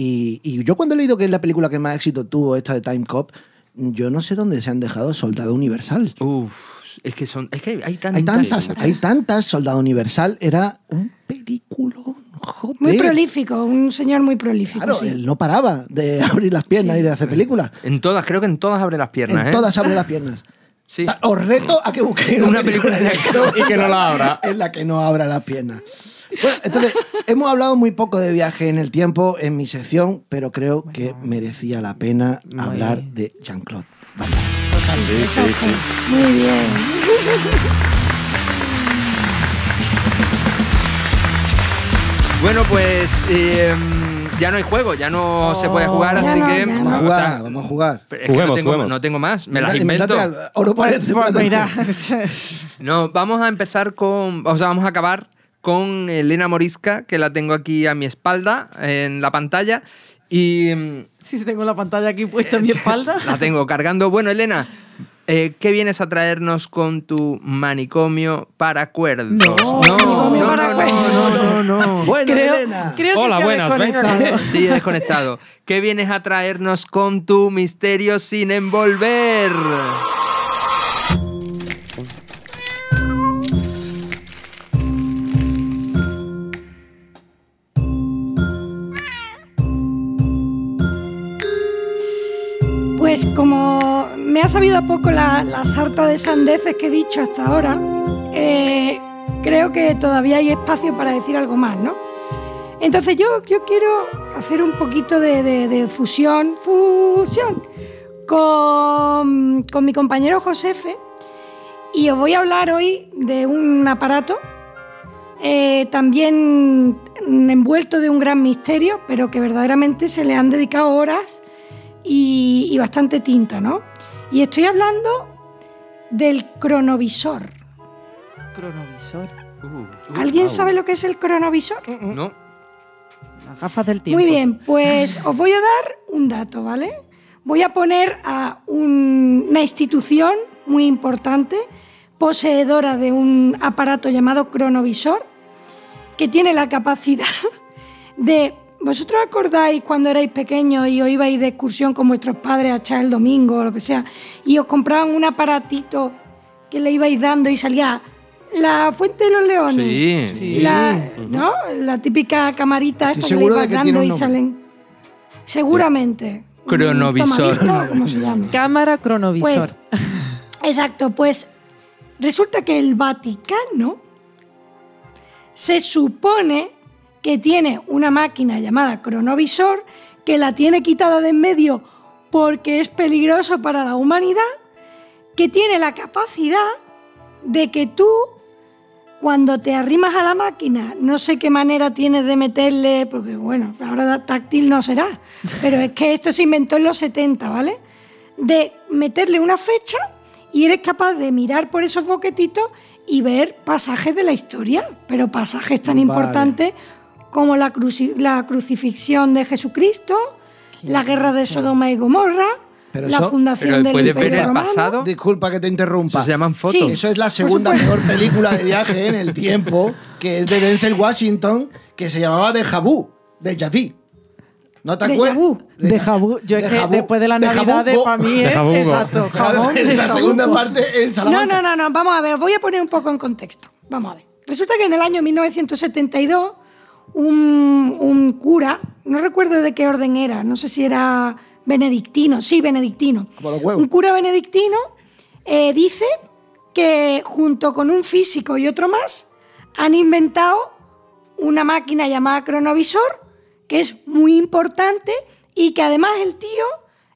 [SPEAKER 5] Y, y yo cuando he leído que es la película que más éxito tuvo, esta de Time Cop, yo no sé dónde se han dejado Soldado Universal.
[SPEAKER 2] Uf, es que son. Es que hay, tantas.
[SPEAKER 5] Hay tantas, hay tantas. Soldado Universal era un película, joder.
[SPEAKER 8] Muy prolífico, un señor muy prolífico.
[SPEAKER 5] Claro,
[SPEAKER 8] sí.
[SPEAKER 5] él no paraba de abrir las piernas y de hacer películas.
[SPEAKER 2] En todas, creo que en todas abre las piernas,
[SPEAKER 5] en
[SPEAKER 2] ¿eh?
[SPEAKER 5] todas abre las piernas.
[SPEAKER 2] Sí.
[SPEAKER 5] Ta- Os reto a que busquéis
[SPEAKER 2] Una película de
[SPEAKER 5] y que no la abra. En la que no abra las piernas. Bueno, entonces, hemos hablado muy poco de viaje en el tiempo en mi sección, pero creo que merecía la pena hablar de Jean-Claude Van Damme.
[SPEAKER 8] Exacto. Muy bien.
[SPEAKER 2] Bueno, pues. eh, ya no hay juego, ya no se puede jugar,
[SPEAKER 8] Oh, Ya
[SPEAKER 2] así
[SPEAKER 8] no,
[SPEAKER 2] que.
[SPEAKER 8] ya no.
[SPEAKER 5] Vamos a
[SPEAKER 2] o
[SPEAKER 5] jugar,
[SPEAKER 2] sea,
[SPEAKER 5] vamos a jugar.
[SPEAKER 2] es que no,
[SPEAKER 4] Juguemos,
[SPEAKER 2] tengo,
[SPEAKER 4] juguemos.
[SPEAKER 2] no tengo más, me las
[SPEAKER 5] Inventate
[SPEAKER 2] invento.
[SPEAKER 5] al- Oro parece.
[SPEAKER 7] Pues
[SPEAKER 5] plata.
[SPEAKER 7] mira,
[SPEAKER 2] No, vamos a empezar con. O sea, vamos a acabar con Elena Morisca, que la tengo aquí a mi espalda en la pantalla. Y mm,
[SPEAKER 7] si tengo la pantalla aquí puesta en mi espalda.
[SPEAKER 2] la tengo cargando. Bueno, Elena, eh, ¿qué vienes a traernos con tu manicomio para cuerdos? No,
[SPEAKER 8] manicomio para
[SPEAKER 2] no, no, no, no.
[SPEAKER 5] Bueno,
[SPEAKER 7] creo,
[SPEAKER 5] Elena.
[SPEAKER 7] creo que
[SPEAKER 4] Hola,
[SPEAKER 7] se ha
[SPEAKER 4] buenas, venga.
[SPEAKER 7] desconectado.
[SPEAKER 2] Sí, he desconectado. ¿Qué vienes a traernos con tu misterio sin envolver?
[SPEAKER 8] Pues como me ha sabido a poco la, la sarta de sandeces que he dicho hasta ahora, eh, creo que todavía hay espacio para decir algo más, ¿no? Entonces yo, yo quiero hacer un poquito de, de- de fusión, fusión, con, con mi compañero Josefe y os voy a hablar hoy de un aparato eh, también envuelto de un gran misterio, pero que verdaderamente se le han dedicado horas y, y bastante tinta, ¿no? Y estoy hablando del cronovisor.
[SPEAKER 7] Cronovisor.
[SPEAKER 8] ¿Alguien sabe lo que es el cronovisor?
[SPEAKER 2] No.
[SPEAKER 7] Las gafas del tiempo.
[SPEAKER 8] Muy bien, pues os voy a dar un dato, ¿vale? Voy a poner a un- una institución muy importante, poseedora de un aparato llamado cronovisor, que tiene la capacidad de... ¿Vosotros acordáis cuando erais pequeños y os ibais de excursión con vuestros padres a echar el domingo o lo que sea, y os compraban un aparatito que le ibais dando y salía la fuente de los leones?
[SPEAKER 2] Sí.
[SPEAKER 8] La, ¿no? la típica camarita
[SPEAKER 5] Estoy
[SPEAKER 8] esta que le
[SPEAKER 5] seguro
[SPEAKER 8] vas
[SPEAKER 5] de que
[SPEAKER 8] dando
[SPEAKER 5] tiene un
[SPEAKER 8] y
[SPEAKER 5] nombre.
[SPEAKER 8] salen. Seguramente. un
[SPEAKER 2] Cronovisor.
[SPEAKER 8] tomadito, ¿Cómo se llama?
[SPEAKER 7] Cámara cronovisor.
[SPEAKER 8] Pues, exacto, pues Resulta que el Vaticano se supone que tiene una máquina llamada cronovisor que la tiene quitada de en medio porque es peligroso para la humanidad, que tiene la capacidad de que tú, cuando te arrimas a la máquina, no sé qué manera tienes de meterle, porque bueno, ahora táctil no será, pero es que esto se inventó en los 70, ¿vale? De meterle una fecha y eres capaz de mirar por esos boquetitos y ver pasajes de la historia, pero pasajes tan
[SPEAKER 5] Vale.
[SPEAKER 8] importantes como la, cruci- la crucifixión de Jesucristo, la guerra de Sodoma y Gomorra,
[SPEAKER 5] Pero
[SPEAKER 8] la
[SPEAKER 5] eso-
[SPEAKER 8] fundación
[SPEAKER 2] Pero
[SPEAKER 8] del
[SPEAKER 2] puedes
[SPEAKER 8] Imperio
[SPEAKER 2] ver el
[SPEAKER 8] Romano.
[SPEAKER 2] pasado.
[SPEAKER 5] Disculpa que te interrumpa.
[SPEAKER 2] Eso se llaman fotos.
[SPEAKER 8] Sí.
[SPEAKER 5] Eso es la
[SPEAKER 8] Por
[SPEAKER 5] segunda
[SPEAKER 8] supuesto.
[SPEAKER 5] mejor película de viaje en el tiempo, que es de Denzel Washington, que se llamaba De Vu, de Javi. ¿No te
[SPEAKER 8] Déjà
[SPEAKER 5] acuerdas?
[SPEAKER 8] vu.
[SPEAKER 7] De jabú. Yo es
[SPEAKER 5] de
[SPEAKER 7] que
[SPEAKER 5] jabú.
[SPEAKER 7] después de la
[SPEAKER 5] De
[SPEAKER 7] Navidad,
[SPEAKER 5] jabugo.
[SPEAKER 7] para mí es.
[SPEAKER 4] jabugo.
[SPEAKER 7] Exacto. Jamón de
[SPEAKER 5] es oh, la
[SPEAKER 7] jabugo.
[SPEAKER 5] segunda parte en
[SPEAKER 8] No, no,
[SPEAKER 5] Salamanca.
[SPEAKER 8] no, no, vamos a ver, voy a poner un poco en contexto. Vamos a ver. Resulta que en el año 1972, un, un cura, no recuerdo de qué orden era, no sé si era benedictino, sí, benedictino.
[SPEAKER 5] Como los huevos.
[SPEAKER 8] Un cura benedictino eh, dice que junto con un físico y otro más han inventado una máquina llamada cronovisor, que es muy importante y que además el tío,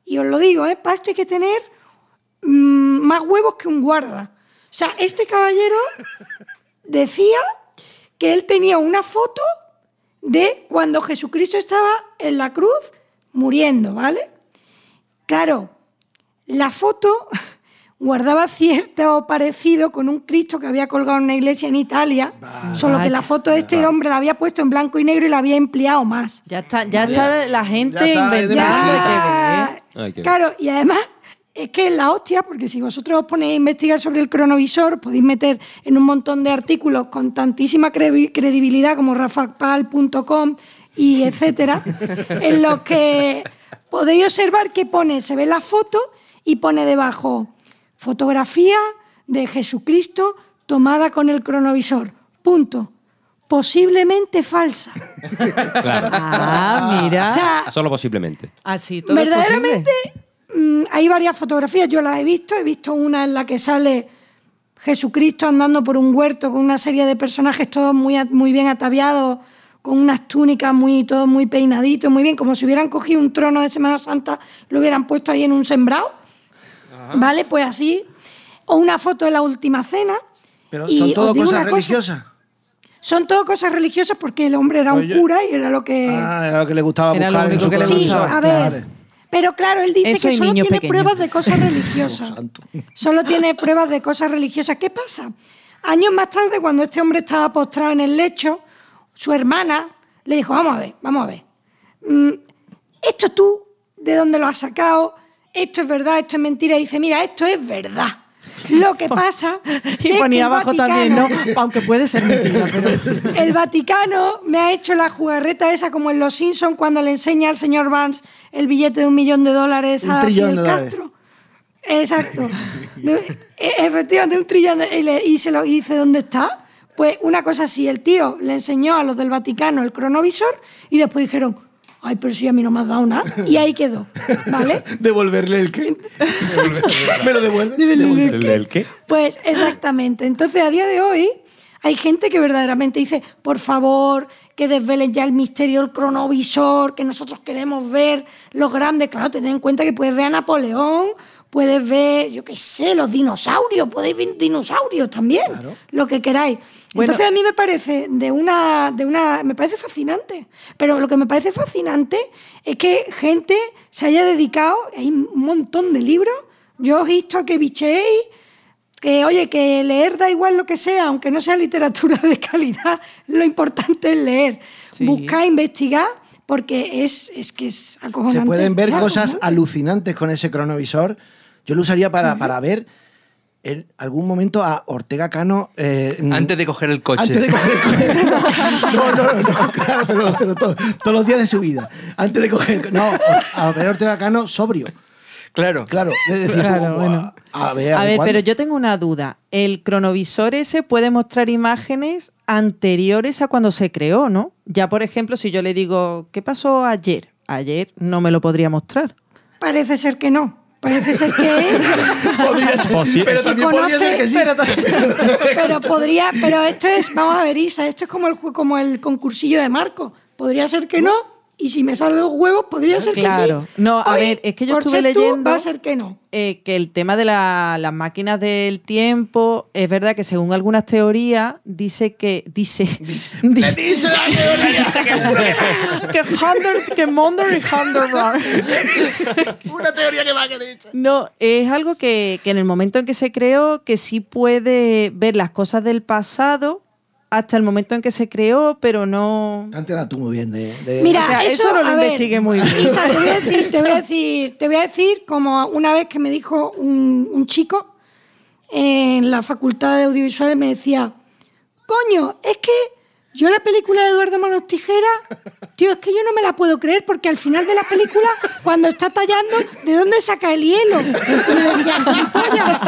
[SPEAKER 8] y os lo digo, ¿eh? para esto hay que tener mm, más huevos que un guarda. O sea, este caballero decía que él tenía una foto de cuando Jesucristo estaba en la cruz muriendo, ¿vale? Claro, la foto guardaba cierto parecido con un Cristo que había colgado en una iglesia en Italia, solo que la foto de este hombre la había puesto en blanco y negro y la había ampliado más.
[SPEAKER 7] Ya está, ya está la
[SPEAKER 5] Ya
[SPEAKER 7] gente
[SPEAKER 5] está, es
[SPEAKER 7] inventando.
[SPEAKER 5] demasiado.
[SPEAKER 7] qué ver.
[SPEAKER 8] Ya.
[SPEAKER 4] Hay que ver.
[SPEAKER 8] ¿eh? Claro, y además es que es la hostia, porque si vosotros os ponéis a investigar sobre el cronovisor, podéis meter en un montón de artículos con tantísima crevi- credibilidad como rafapal.com y etcétera, en los que podéis observar que pone, se ve la foto y pone debajo fotografía de Jesucristo tomada con el cronovisor. Punto. Posiblemente falsa.
[SPEAKER 7] Ah, mira.
[SPEAKER 8] O sea,
[SPEAKER 4] Solo posiblemente.
[SPEAKER 7] Así todo es posible.
[SPEAKER 8] verdaderamente mm, hay varias fotografías, yo las he visto, he visto una en la que sale Jesucristo andando por un huerto con una serie de personajes todos muy, a- muy bien ataviados, con unas túnicas muy, todos muy peinaditos, muy bien, como si hubieran cogido un trono de Semana Santa, lo hubieran puesto ahí en un sembrado. ¿Vale? Pues así. O una foto de la última cena.
[SPEAKER 5] Pero
[SPEAKER 8] Y
[SPEAKER 5] son
[SPEAKER 8] os
[SPEAKER 5] todo
[SPEAKER 8] digo
[SPEAKER 5] cosas
[SPEAKER 8] una cosa,
[SPEAKER 5] religiosas.
[SPEAKER 8] son todo cosas religiosas porque el hombre era
[SPEAKER 5] Pues
[SPEAKER 8] un
[SPEAKER 5] yo-
[SPEAKER 8] cura y era lo que.
[SPEAKER 5] Ah, era lo que le gustaba
[SPEAKER 7] Era lo
[SPEAKER 5] buscar en
[SPEAKER 7] único
[SPEAKER 5] su
[SPEAKER 7] que le
[SPEAKER 8] Sí,
[SPEAKER 5] televisor.
[SPEAKER 7] gustaba.
[SPEAKER 8] a ver.
[SPEAKER 5] Vale.
[SPEAKER 8] Pero claro, él dice
[SPEAKER 7] Eso
[SPEAKER 8] que
[SPEAKER 7] y
[SPEAKER 8] solo
[SPEAKER 7] niño
[SPEAKER 8] tiene
[SPEAKER 7] pequeño.
[SPEAKER 8] pruebas de cosas religiosas.
[SPEAKER 5] santo.
[SPEAKER 8] solo tiene pruebas de cosas religiosas. ¿Qué pasa? Años más tarde, cuando este hombre estaba postrado en el lecho, su hermana le dijo, vamos a ver, vamos a ver. Mm, esto tú, ¿de dónde lo has sacado? Esto es verdad, esto es mentira. Y dice, mira, esto es verdad. Lo que pasa es que
[SPEAKER 7] Y
[SPEAKER 8] el
[SPEAKER 7] ponía abajo también, ¿no?
[SPEAKER 8] Vaticano-
[SPEAKER 7] Aunque puede ser mentira, pero.
[SPEAKER 8] el Vaticano me ha hecho la jugarreta esa como en Los Simpsons cuando le enseña al señor Barnes el billete de un millón de dólares
[SPEAKER 5] Un
[SPEAKER 8] a
[SPEAKER 5] trillón
[SPEAKER 8] Fidel
[SPEAKER 5] de dólares.
[SPEAKER 8] Castro. Exacto. De- e- efectivamente, un trillón. de- y, le- y se lo dice, ¿dónde está? Pues una cosa así, el tío le enseñó a los del Vaticano el cronovisor y después dijeron, ay, pero si a mí no me has dado nada. Y ahí quedó, ¿vale?
[SPEAKER 5] Devolverle el qué. Devolverle- ¿Me lo devuelve?
[SPEAKER 4] ¿El del qué?
[SPEAKER 8] Pues exactamente. Entonces, a día de hoy, hay gente que verdaderamente dice, por favor, que desvelen ya el misterio del cronovisor, que nosotros queremos ver los grandes. Claro, tened en cuenta que puedes ver a Napoleón, puedes ver, yo qué sé, los dinosaurios, podéis ver dinosaurios también, lo que queráis.
[SPEAKER 7] Bueno.
[SPEAKER 8] Entonces a mí me parece de una, de una, me parece fascinante. Pero lo que me parece fascinante es que gente se haya dedicado, hay un montón de libros. Yo os he visto que bicheéis, que oye, que leer da igual lo que sea, aunque no sea literatura de calidad, lo importante es leer.
[SPEAKER 7] Sí.
[SPEAKER 8] Buscar, investigar, porque es, es que es acojonante.
[SPEAKER 5] Se pueden ver
[SPEAKER 8] Es
[SPEAKER 5] cosas
[SPEAKER 8] acojonante.
[SPEAKER 5] alucinantes con ese cronovisor. Yo lo usaría para, para ver en algún momento a Ortega Cano. eh,
[SPEAKER 2] Antes de coger el coche.
[SPEAKER 5] Antes de coger el coche. No, no, no, claro, pero, pero todo- todos los días de su vida. Antes de coger el co- No, a ver Ortega Cano sobrio.
[SPEAKER 2] Claro.
[SPEAKER 5] Claro, es decir,
[SPEAKER 7] Claro,
[SPEAKER 5] tú,
[SPEAKER 7] bueno.
[SPEAKER 5] a ver,
[SPEAKER 7] A ver,
[SPEAKER 5] ¿cuándo?
[SPEAKER 7] pero yo tengo una duda. El cronovisor ese puede mostrar imágenes anteriores a cuando se creó, ¿no? Ya, por ejemplo, si yo le digo, ¿qué pasó ayer? Ayer no me lo podría mostrar.
[SPEAKER 8] Parece ser que no. Parece ser que es.
[SPEAKER 5] Podría ser,
[SPEAKER 2] Pues
[SPEAKER 4] Posi-
[SPEAKER 5] pero
[SPEAKER 8] Se
[SPEAKER 5] también podría
[SPEAKER 8] conoce,
[SPEAKER 5] ser que sí.
[SPEAKER 8] pero Pero podría, pero esto es, vamos a ver, Isa, esto es como el, ju- como el concursillo de Marco. Podría ser que no, y si me salen los huevos, podría ser que sí.
[SPEAKER 7] Claro. No, a
[SPEAKER 8] Hoy,
[SPEAKER 7] ver, es que yo
[SPEAKER 8] por
[SPEAKER 7] estuve
[SPEAKER 8] ser tú,
[SPEAKER 7] leyendo-
[SPEAKER 8] va a ser que no.
[SPEAKER 7] eh, que el tema de la- las máquinas del tiempo es verdad que según algunas teorías dice que dice di-
[SPEAKER 5] Dice la teoría, dice que
[SPEAKER 7] que Hunter que Monder y Hunter Bar.
[SPEAKER 5] una teoría que va a querer.
[SPEAKER 7] No, es algo que, que en el momento en que se creó, que sí puede ver las cosas del pasado hasta el momento en que se creó, pero no.
[SPEAKER 5] Antes era tú muy bien de. de-
[SPEAKER 8] Mira,
[SPEAKER 7] Eh, O sea,
[SPEAKER 8] eso,
[SPEAKER 7] eso no lo
[SPEAKER 8] a ver,
[SPEAKER 7] investigué muy bien.
[SPEAKER 8] Isa, te voy a decir, te voy a decir, te voy a decir como una vez que me dijo un, un chico en la facultad de audiovisuales, me decía, coño, es que yo la película de Eduardo Manos Tijera, tío, es que yo no me la puedo creer porque al final de la película, cuando está tallando, ¿de dónde saca el hielo? Y yo decía, gilipollas.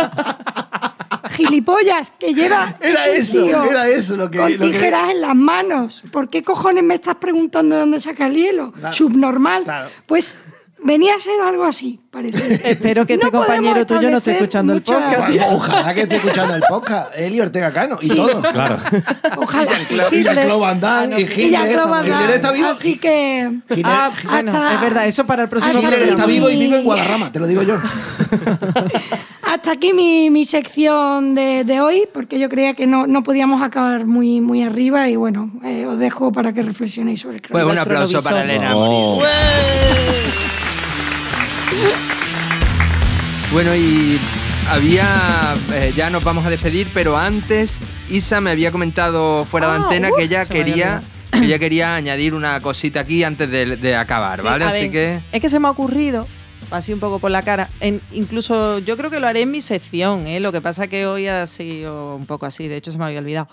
[SPEAKER 8] Gilipollas, que lleva.
[SPEAKER 5] Era
[SPEAKER 8] es un
[SPEAKER 5] eso,
[SPEAKER 8] tío
[SPEAKER 5] era eso lo que-
[SPEAKER 8] Con
[SPEAKER 5] lo que-
[SPEAKER 8] tijeras en las manos. ¿Por qué cojones me estás preguntando de dónde saca el hielo?
[SPEAKER 5] Claro.
[SPEAKER 8] Subnormal.
[SPEAKER 5] Claro.
[SPEAKER 8] Pues venía a ser algo así, parece.
[SPEAKER 7] Espero que este
[SPEAKER 8] podemos
[SPEAKER 7] compañero tuyo no esté
[SPEAKER 8] establecer
[SPEAKER 7] escuchando el
[SPEAKER 8] mucha-
[SPEAKER 7] podcast.
[SPEAKER 5] Bueno, ojalá que esté escuchando el podcast. Eli Ortega Cano y
[SPEAKER 8] Sí.
[SPEAKER 5] todo.
[SPEAKER 4] Claro.
[SPEAKER 8] Ojalá.
[SPEAKER 5] Y Jean-Claude Van
[SPEAKER 7] Ah,
[SPEAKER 5] Damme
[SPEAKER 7] no,
[SPEAKER 5] y
[SPEAKER 7] que-
[SPEAKER 5] Hitler.
[SPEAKER 8] Y ya Claude Van
[SPEAKER 5] Hitler
[SPEAKER 8] Damme.
[SPEAKER 5] está vivo.
[SPEAKER 8] Así que.
[SPEAKER 5] Hitler-
[SPEAKER 7] Ah, bueno,
[SPEAKER 8] Hasta-
[SPEAKER 7] es verdad, eso para el próximo
[SPEAKER 8] hasta-
[SPEAKER 5] Hitler
[SPEAKER 7] programa.
[SPEAKER 5] está
[SPEAKER 8] mi-
[SPEAKER 5] vivo y vive en Guadarrama, te lo digo yo.
[SPEAKER 8] Hasta aquí mi, mi sección de, de hoy, porque yo creía que no, no podíamos acabar muy, muy arriba y bueno, eh, os dejo para que reflexionéis sobre el
[SPEAKER 2] Pues un
[SPEAKER 7] Nuestro
[SPEAKER 2] aplauso para
[SPEAKER 7] Novisor.
[SPEAKER 2] Elena
[SPEAKER 4] Oh.
[SPEAKER 2] Moris. Bueno, y había. eh, ya nos vamos a despedir, pero antes Isa me había comentado fuera de
[SPEAKER 7] Ah,
[SPEAKER 2] antena
[SPEAKER 7] uh,
[SPEAKER 2] que ella
[SPEAKER 7] se me había
[SPEAKER 2] quería.
[SPEAKER 7] olvidado.
[SPEAKER 2] que ella quería añadir una cosita aquí antes de, de acabar,
[SPEAKER 7] Sí,
[SPEAKER 2] ¿vale?
[SPEAKER 7] a
[SPEAKER 2] Así
[SPEAKER 7] ver,
[SPEAKER 2] que.
[SPEAKER 7] Es que se me ha ocurrido, así un poco por la cara. en- incluso yo creo que lo haré en mi sección, ¿eh? lo que pasa que hoy ha sido un poco así, de hecho se me había olvidado.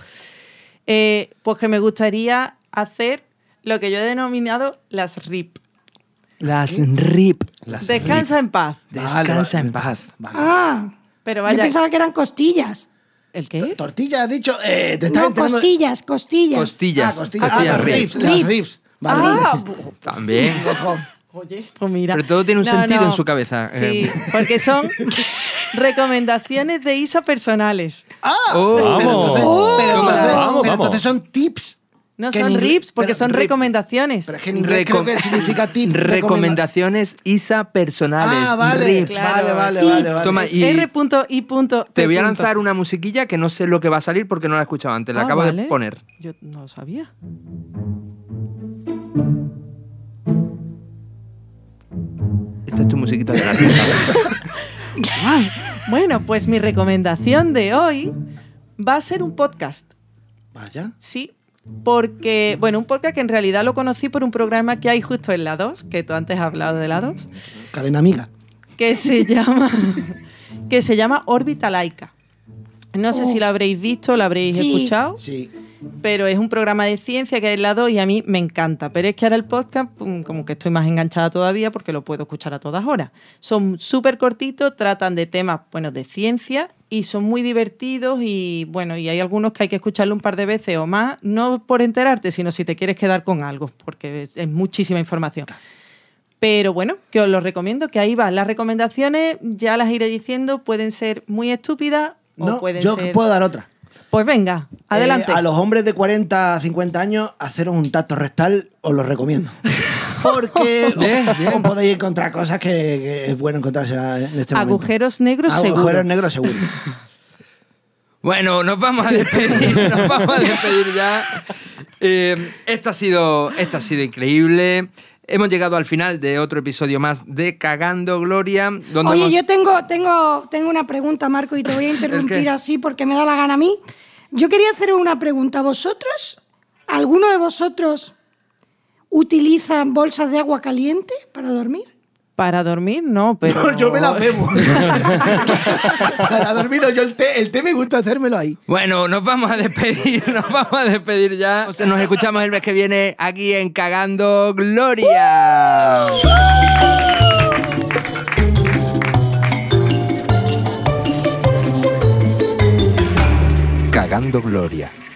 [SPEAKER 7] Eh, pues que me gustaría hacer lo que yo he denominado las RIP.
[SPEAKER 2] Las RIP.
[SPEAKER 7] Descansa en paz.
[SPEAKER 5] Descansa en paz. Vale.
[SPEAKER 8] Ah,
[SPEAKER 7] Pero
[SPEAKER 8] yo
[SPEAKER 7] vaya.
[SPEAKER 8] pensaba que eran costillas.
[SPEAKER 7] ¿El qué?
[SPEAKER 5] Tortilla, has dicho. Eh, te estás
[SPEAKER 8] No,
[SPEAKER 5] enterando-
[SPEAKER 8] costillas, costillas.
[SPEAKER 2] Costillas.
[SPEAKER 5] Ah, costillas.
[SPEAKER 2] costillas
[SPEAKER 5] Ah, las
[SPEAKER 2] ribs.
[SPEAKER 5] ribs. Las
[SPEAKER 8] Ribs.
[SPEAKER 5] ribs. Vale.
[SPEAKER 7] Ah,
[SPEAKER 2] También.
[SPEAKER 7] Oye, pues mira.
[SPEAKER 2] Pero todo tiene un sentido en su cabeza.
[SPEAKER 7] Sí,
[SPEAKER 2] Eh.
[SPEAKER 7] porque son recomendaciones de ISA personales.
[SPEAKER 5] Ah,
[SPEAKER 2] Oh.
[SPEAKER 5] pero entonces-
[SPEAKER 4] Vamos.
[SPEAKER 5] Pero entonces,
[SPEAKER 4] Vamos,
[SPEAKER 5] pero
[SPEAKER 4] vamos.
[SPEAKER 5] entonces son tips.
[SPEAKER 7] No
[SPEAKER 5] que en
[SPEAKER 7] son
[SPEAKER 5] inglés-
[SPEAKER 7] RIPs, porque
[SPEAKER 5] pero
[SPEAKER 7] son
[SPEAKER 5] rip.
[SPEAKER 7] recomendaciones.
[SPEAKER 5] Pero es que en inglés creo
[SPEAKER 2] Recom-
[SPEAKER 5] que significa tip. recomenda-
[SPEAKER 2] Recomendaciones ISA personales.
[SPEAKER 5] Ah, vale,
[SPEAKER 2] RIPs.
[SPEAKER 5] vale, vale,
[SPEAKER 8] Tips.
[SPEAKER 5] vale, vale.
[SPEAKER 2] Toma, y-
[SPEAKER 7] R.I.
[SPEAKER 2] Te voy a lanzar una musiquilla que no sé lo que va a salir porque no la he escuchado antes. La
[SPEAKER 7] Ah,
[SPEAKER 2] acabo
[SPEAKER 7] vale.
[SPEAKER 2] de poner.
[SPEAKER 7] Yo no lo sabía.
[SPEAKER 2] Esta es tu musiquita de la RIP.
[SPEAKER 7] Ay, Ah, bueno, pues mi recomendación de hoy va a ser un podcast.
[SPEAKER 5] Vaya.
[SPEAKER 7] Sí, porque, bueno, un podcast que en realidad lo conocí por un programa que hay justo en la 2, que tú antes has hablado de la 2,
[SPEAKER 5] Cadena amiga.
[SPEAKER 7] que se llama, que se llama Órbita Laica. No sé si lo habréis visto, lo habréis
[SPEAKER 8] Sí.
[SPEAKER 7] escuchado.
[SPEAKER 5] Sí.
[SPEAKER 7] pero es un programa de ciencia que hay en la 2 y a mí me encanta. Pero es que ahora el podcast, pum, como que estoy más enganchada todavía porque lo puedo escuchar a todas horas. Son súper cortitos, tratan de temas, bueno, de ciencia y son muy divertidos y bueno, y hay algunos que hay que escucharlo un par de veces o más, no por enterarte, sino si te quieres quedar con algo, porque es, es muchísima información. Pero bueno, que os lo recomiendo, que ahí va. Las recomendaciones ya las iré diciendo, pueden ser muy estúpidas o
[SPEAKER 5] No,
[SPEAKER 7] pueden
[SPEAKER 5] yo
[SPEAKER 7] ser...
[SPEAKER 5] puedo dar otra.
[SPEAKER 7] Pues venga, adelante.
[SPEAKER 5] Eh, a los hombres de 40 a 50 años, haceros un tacto rectal os lo recomiendo. Porque os- os podéis encontrar cosas que, que es bueno encontrarse en este momento.
[SPEAKER 7] Agujeros negros seguro.
[SPEAKER 5] Agujeros negros seguro.
[SPEAKER 2] Bueno, nos vamos a despedir, nos vamos a despedir ya. Eh, esto, ha sido, esto ha sido increíble. Hemos llegado al final de otro episodio más de Cagando Gloria. Donde
[SPEAKER 8] Oye,
[SPEAKER 2] hemos-
[SPEAKER 8] yo tengo, tengo, tengo una pregunta, Marco, y te voy a
[SPEAKER 2] ¿El qué?
[SPEAKER 8] interrumpir así porque me da la gana a mí. Yo quería hacer una pregunta. ¿Vosotros, alguno de vosotros, utiliza bolsas de agua caliente para dormir?
[SPEAKER 7] Para dormir no, pero
[SPEAKER 5] yo me las bebo. Para dormir, no, yo el té, el té me gusta hacérmelo ahí.
[SPEAKER 2] Bueno, nos vamos a despedir, nos vamos a despedir ya. O sea, nos escuchamos el mes que viene aquí en Cagando Gloria. Cagando Gloria.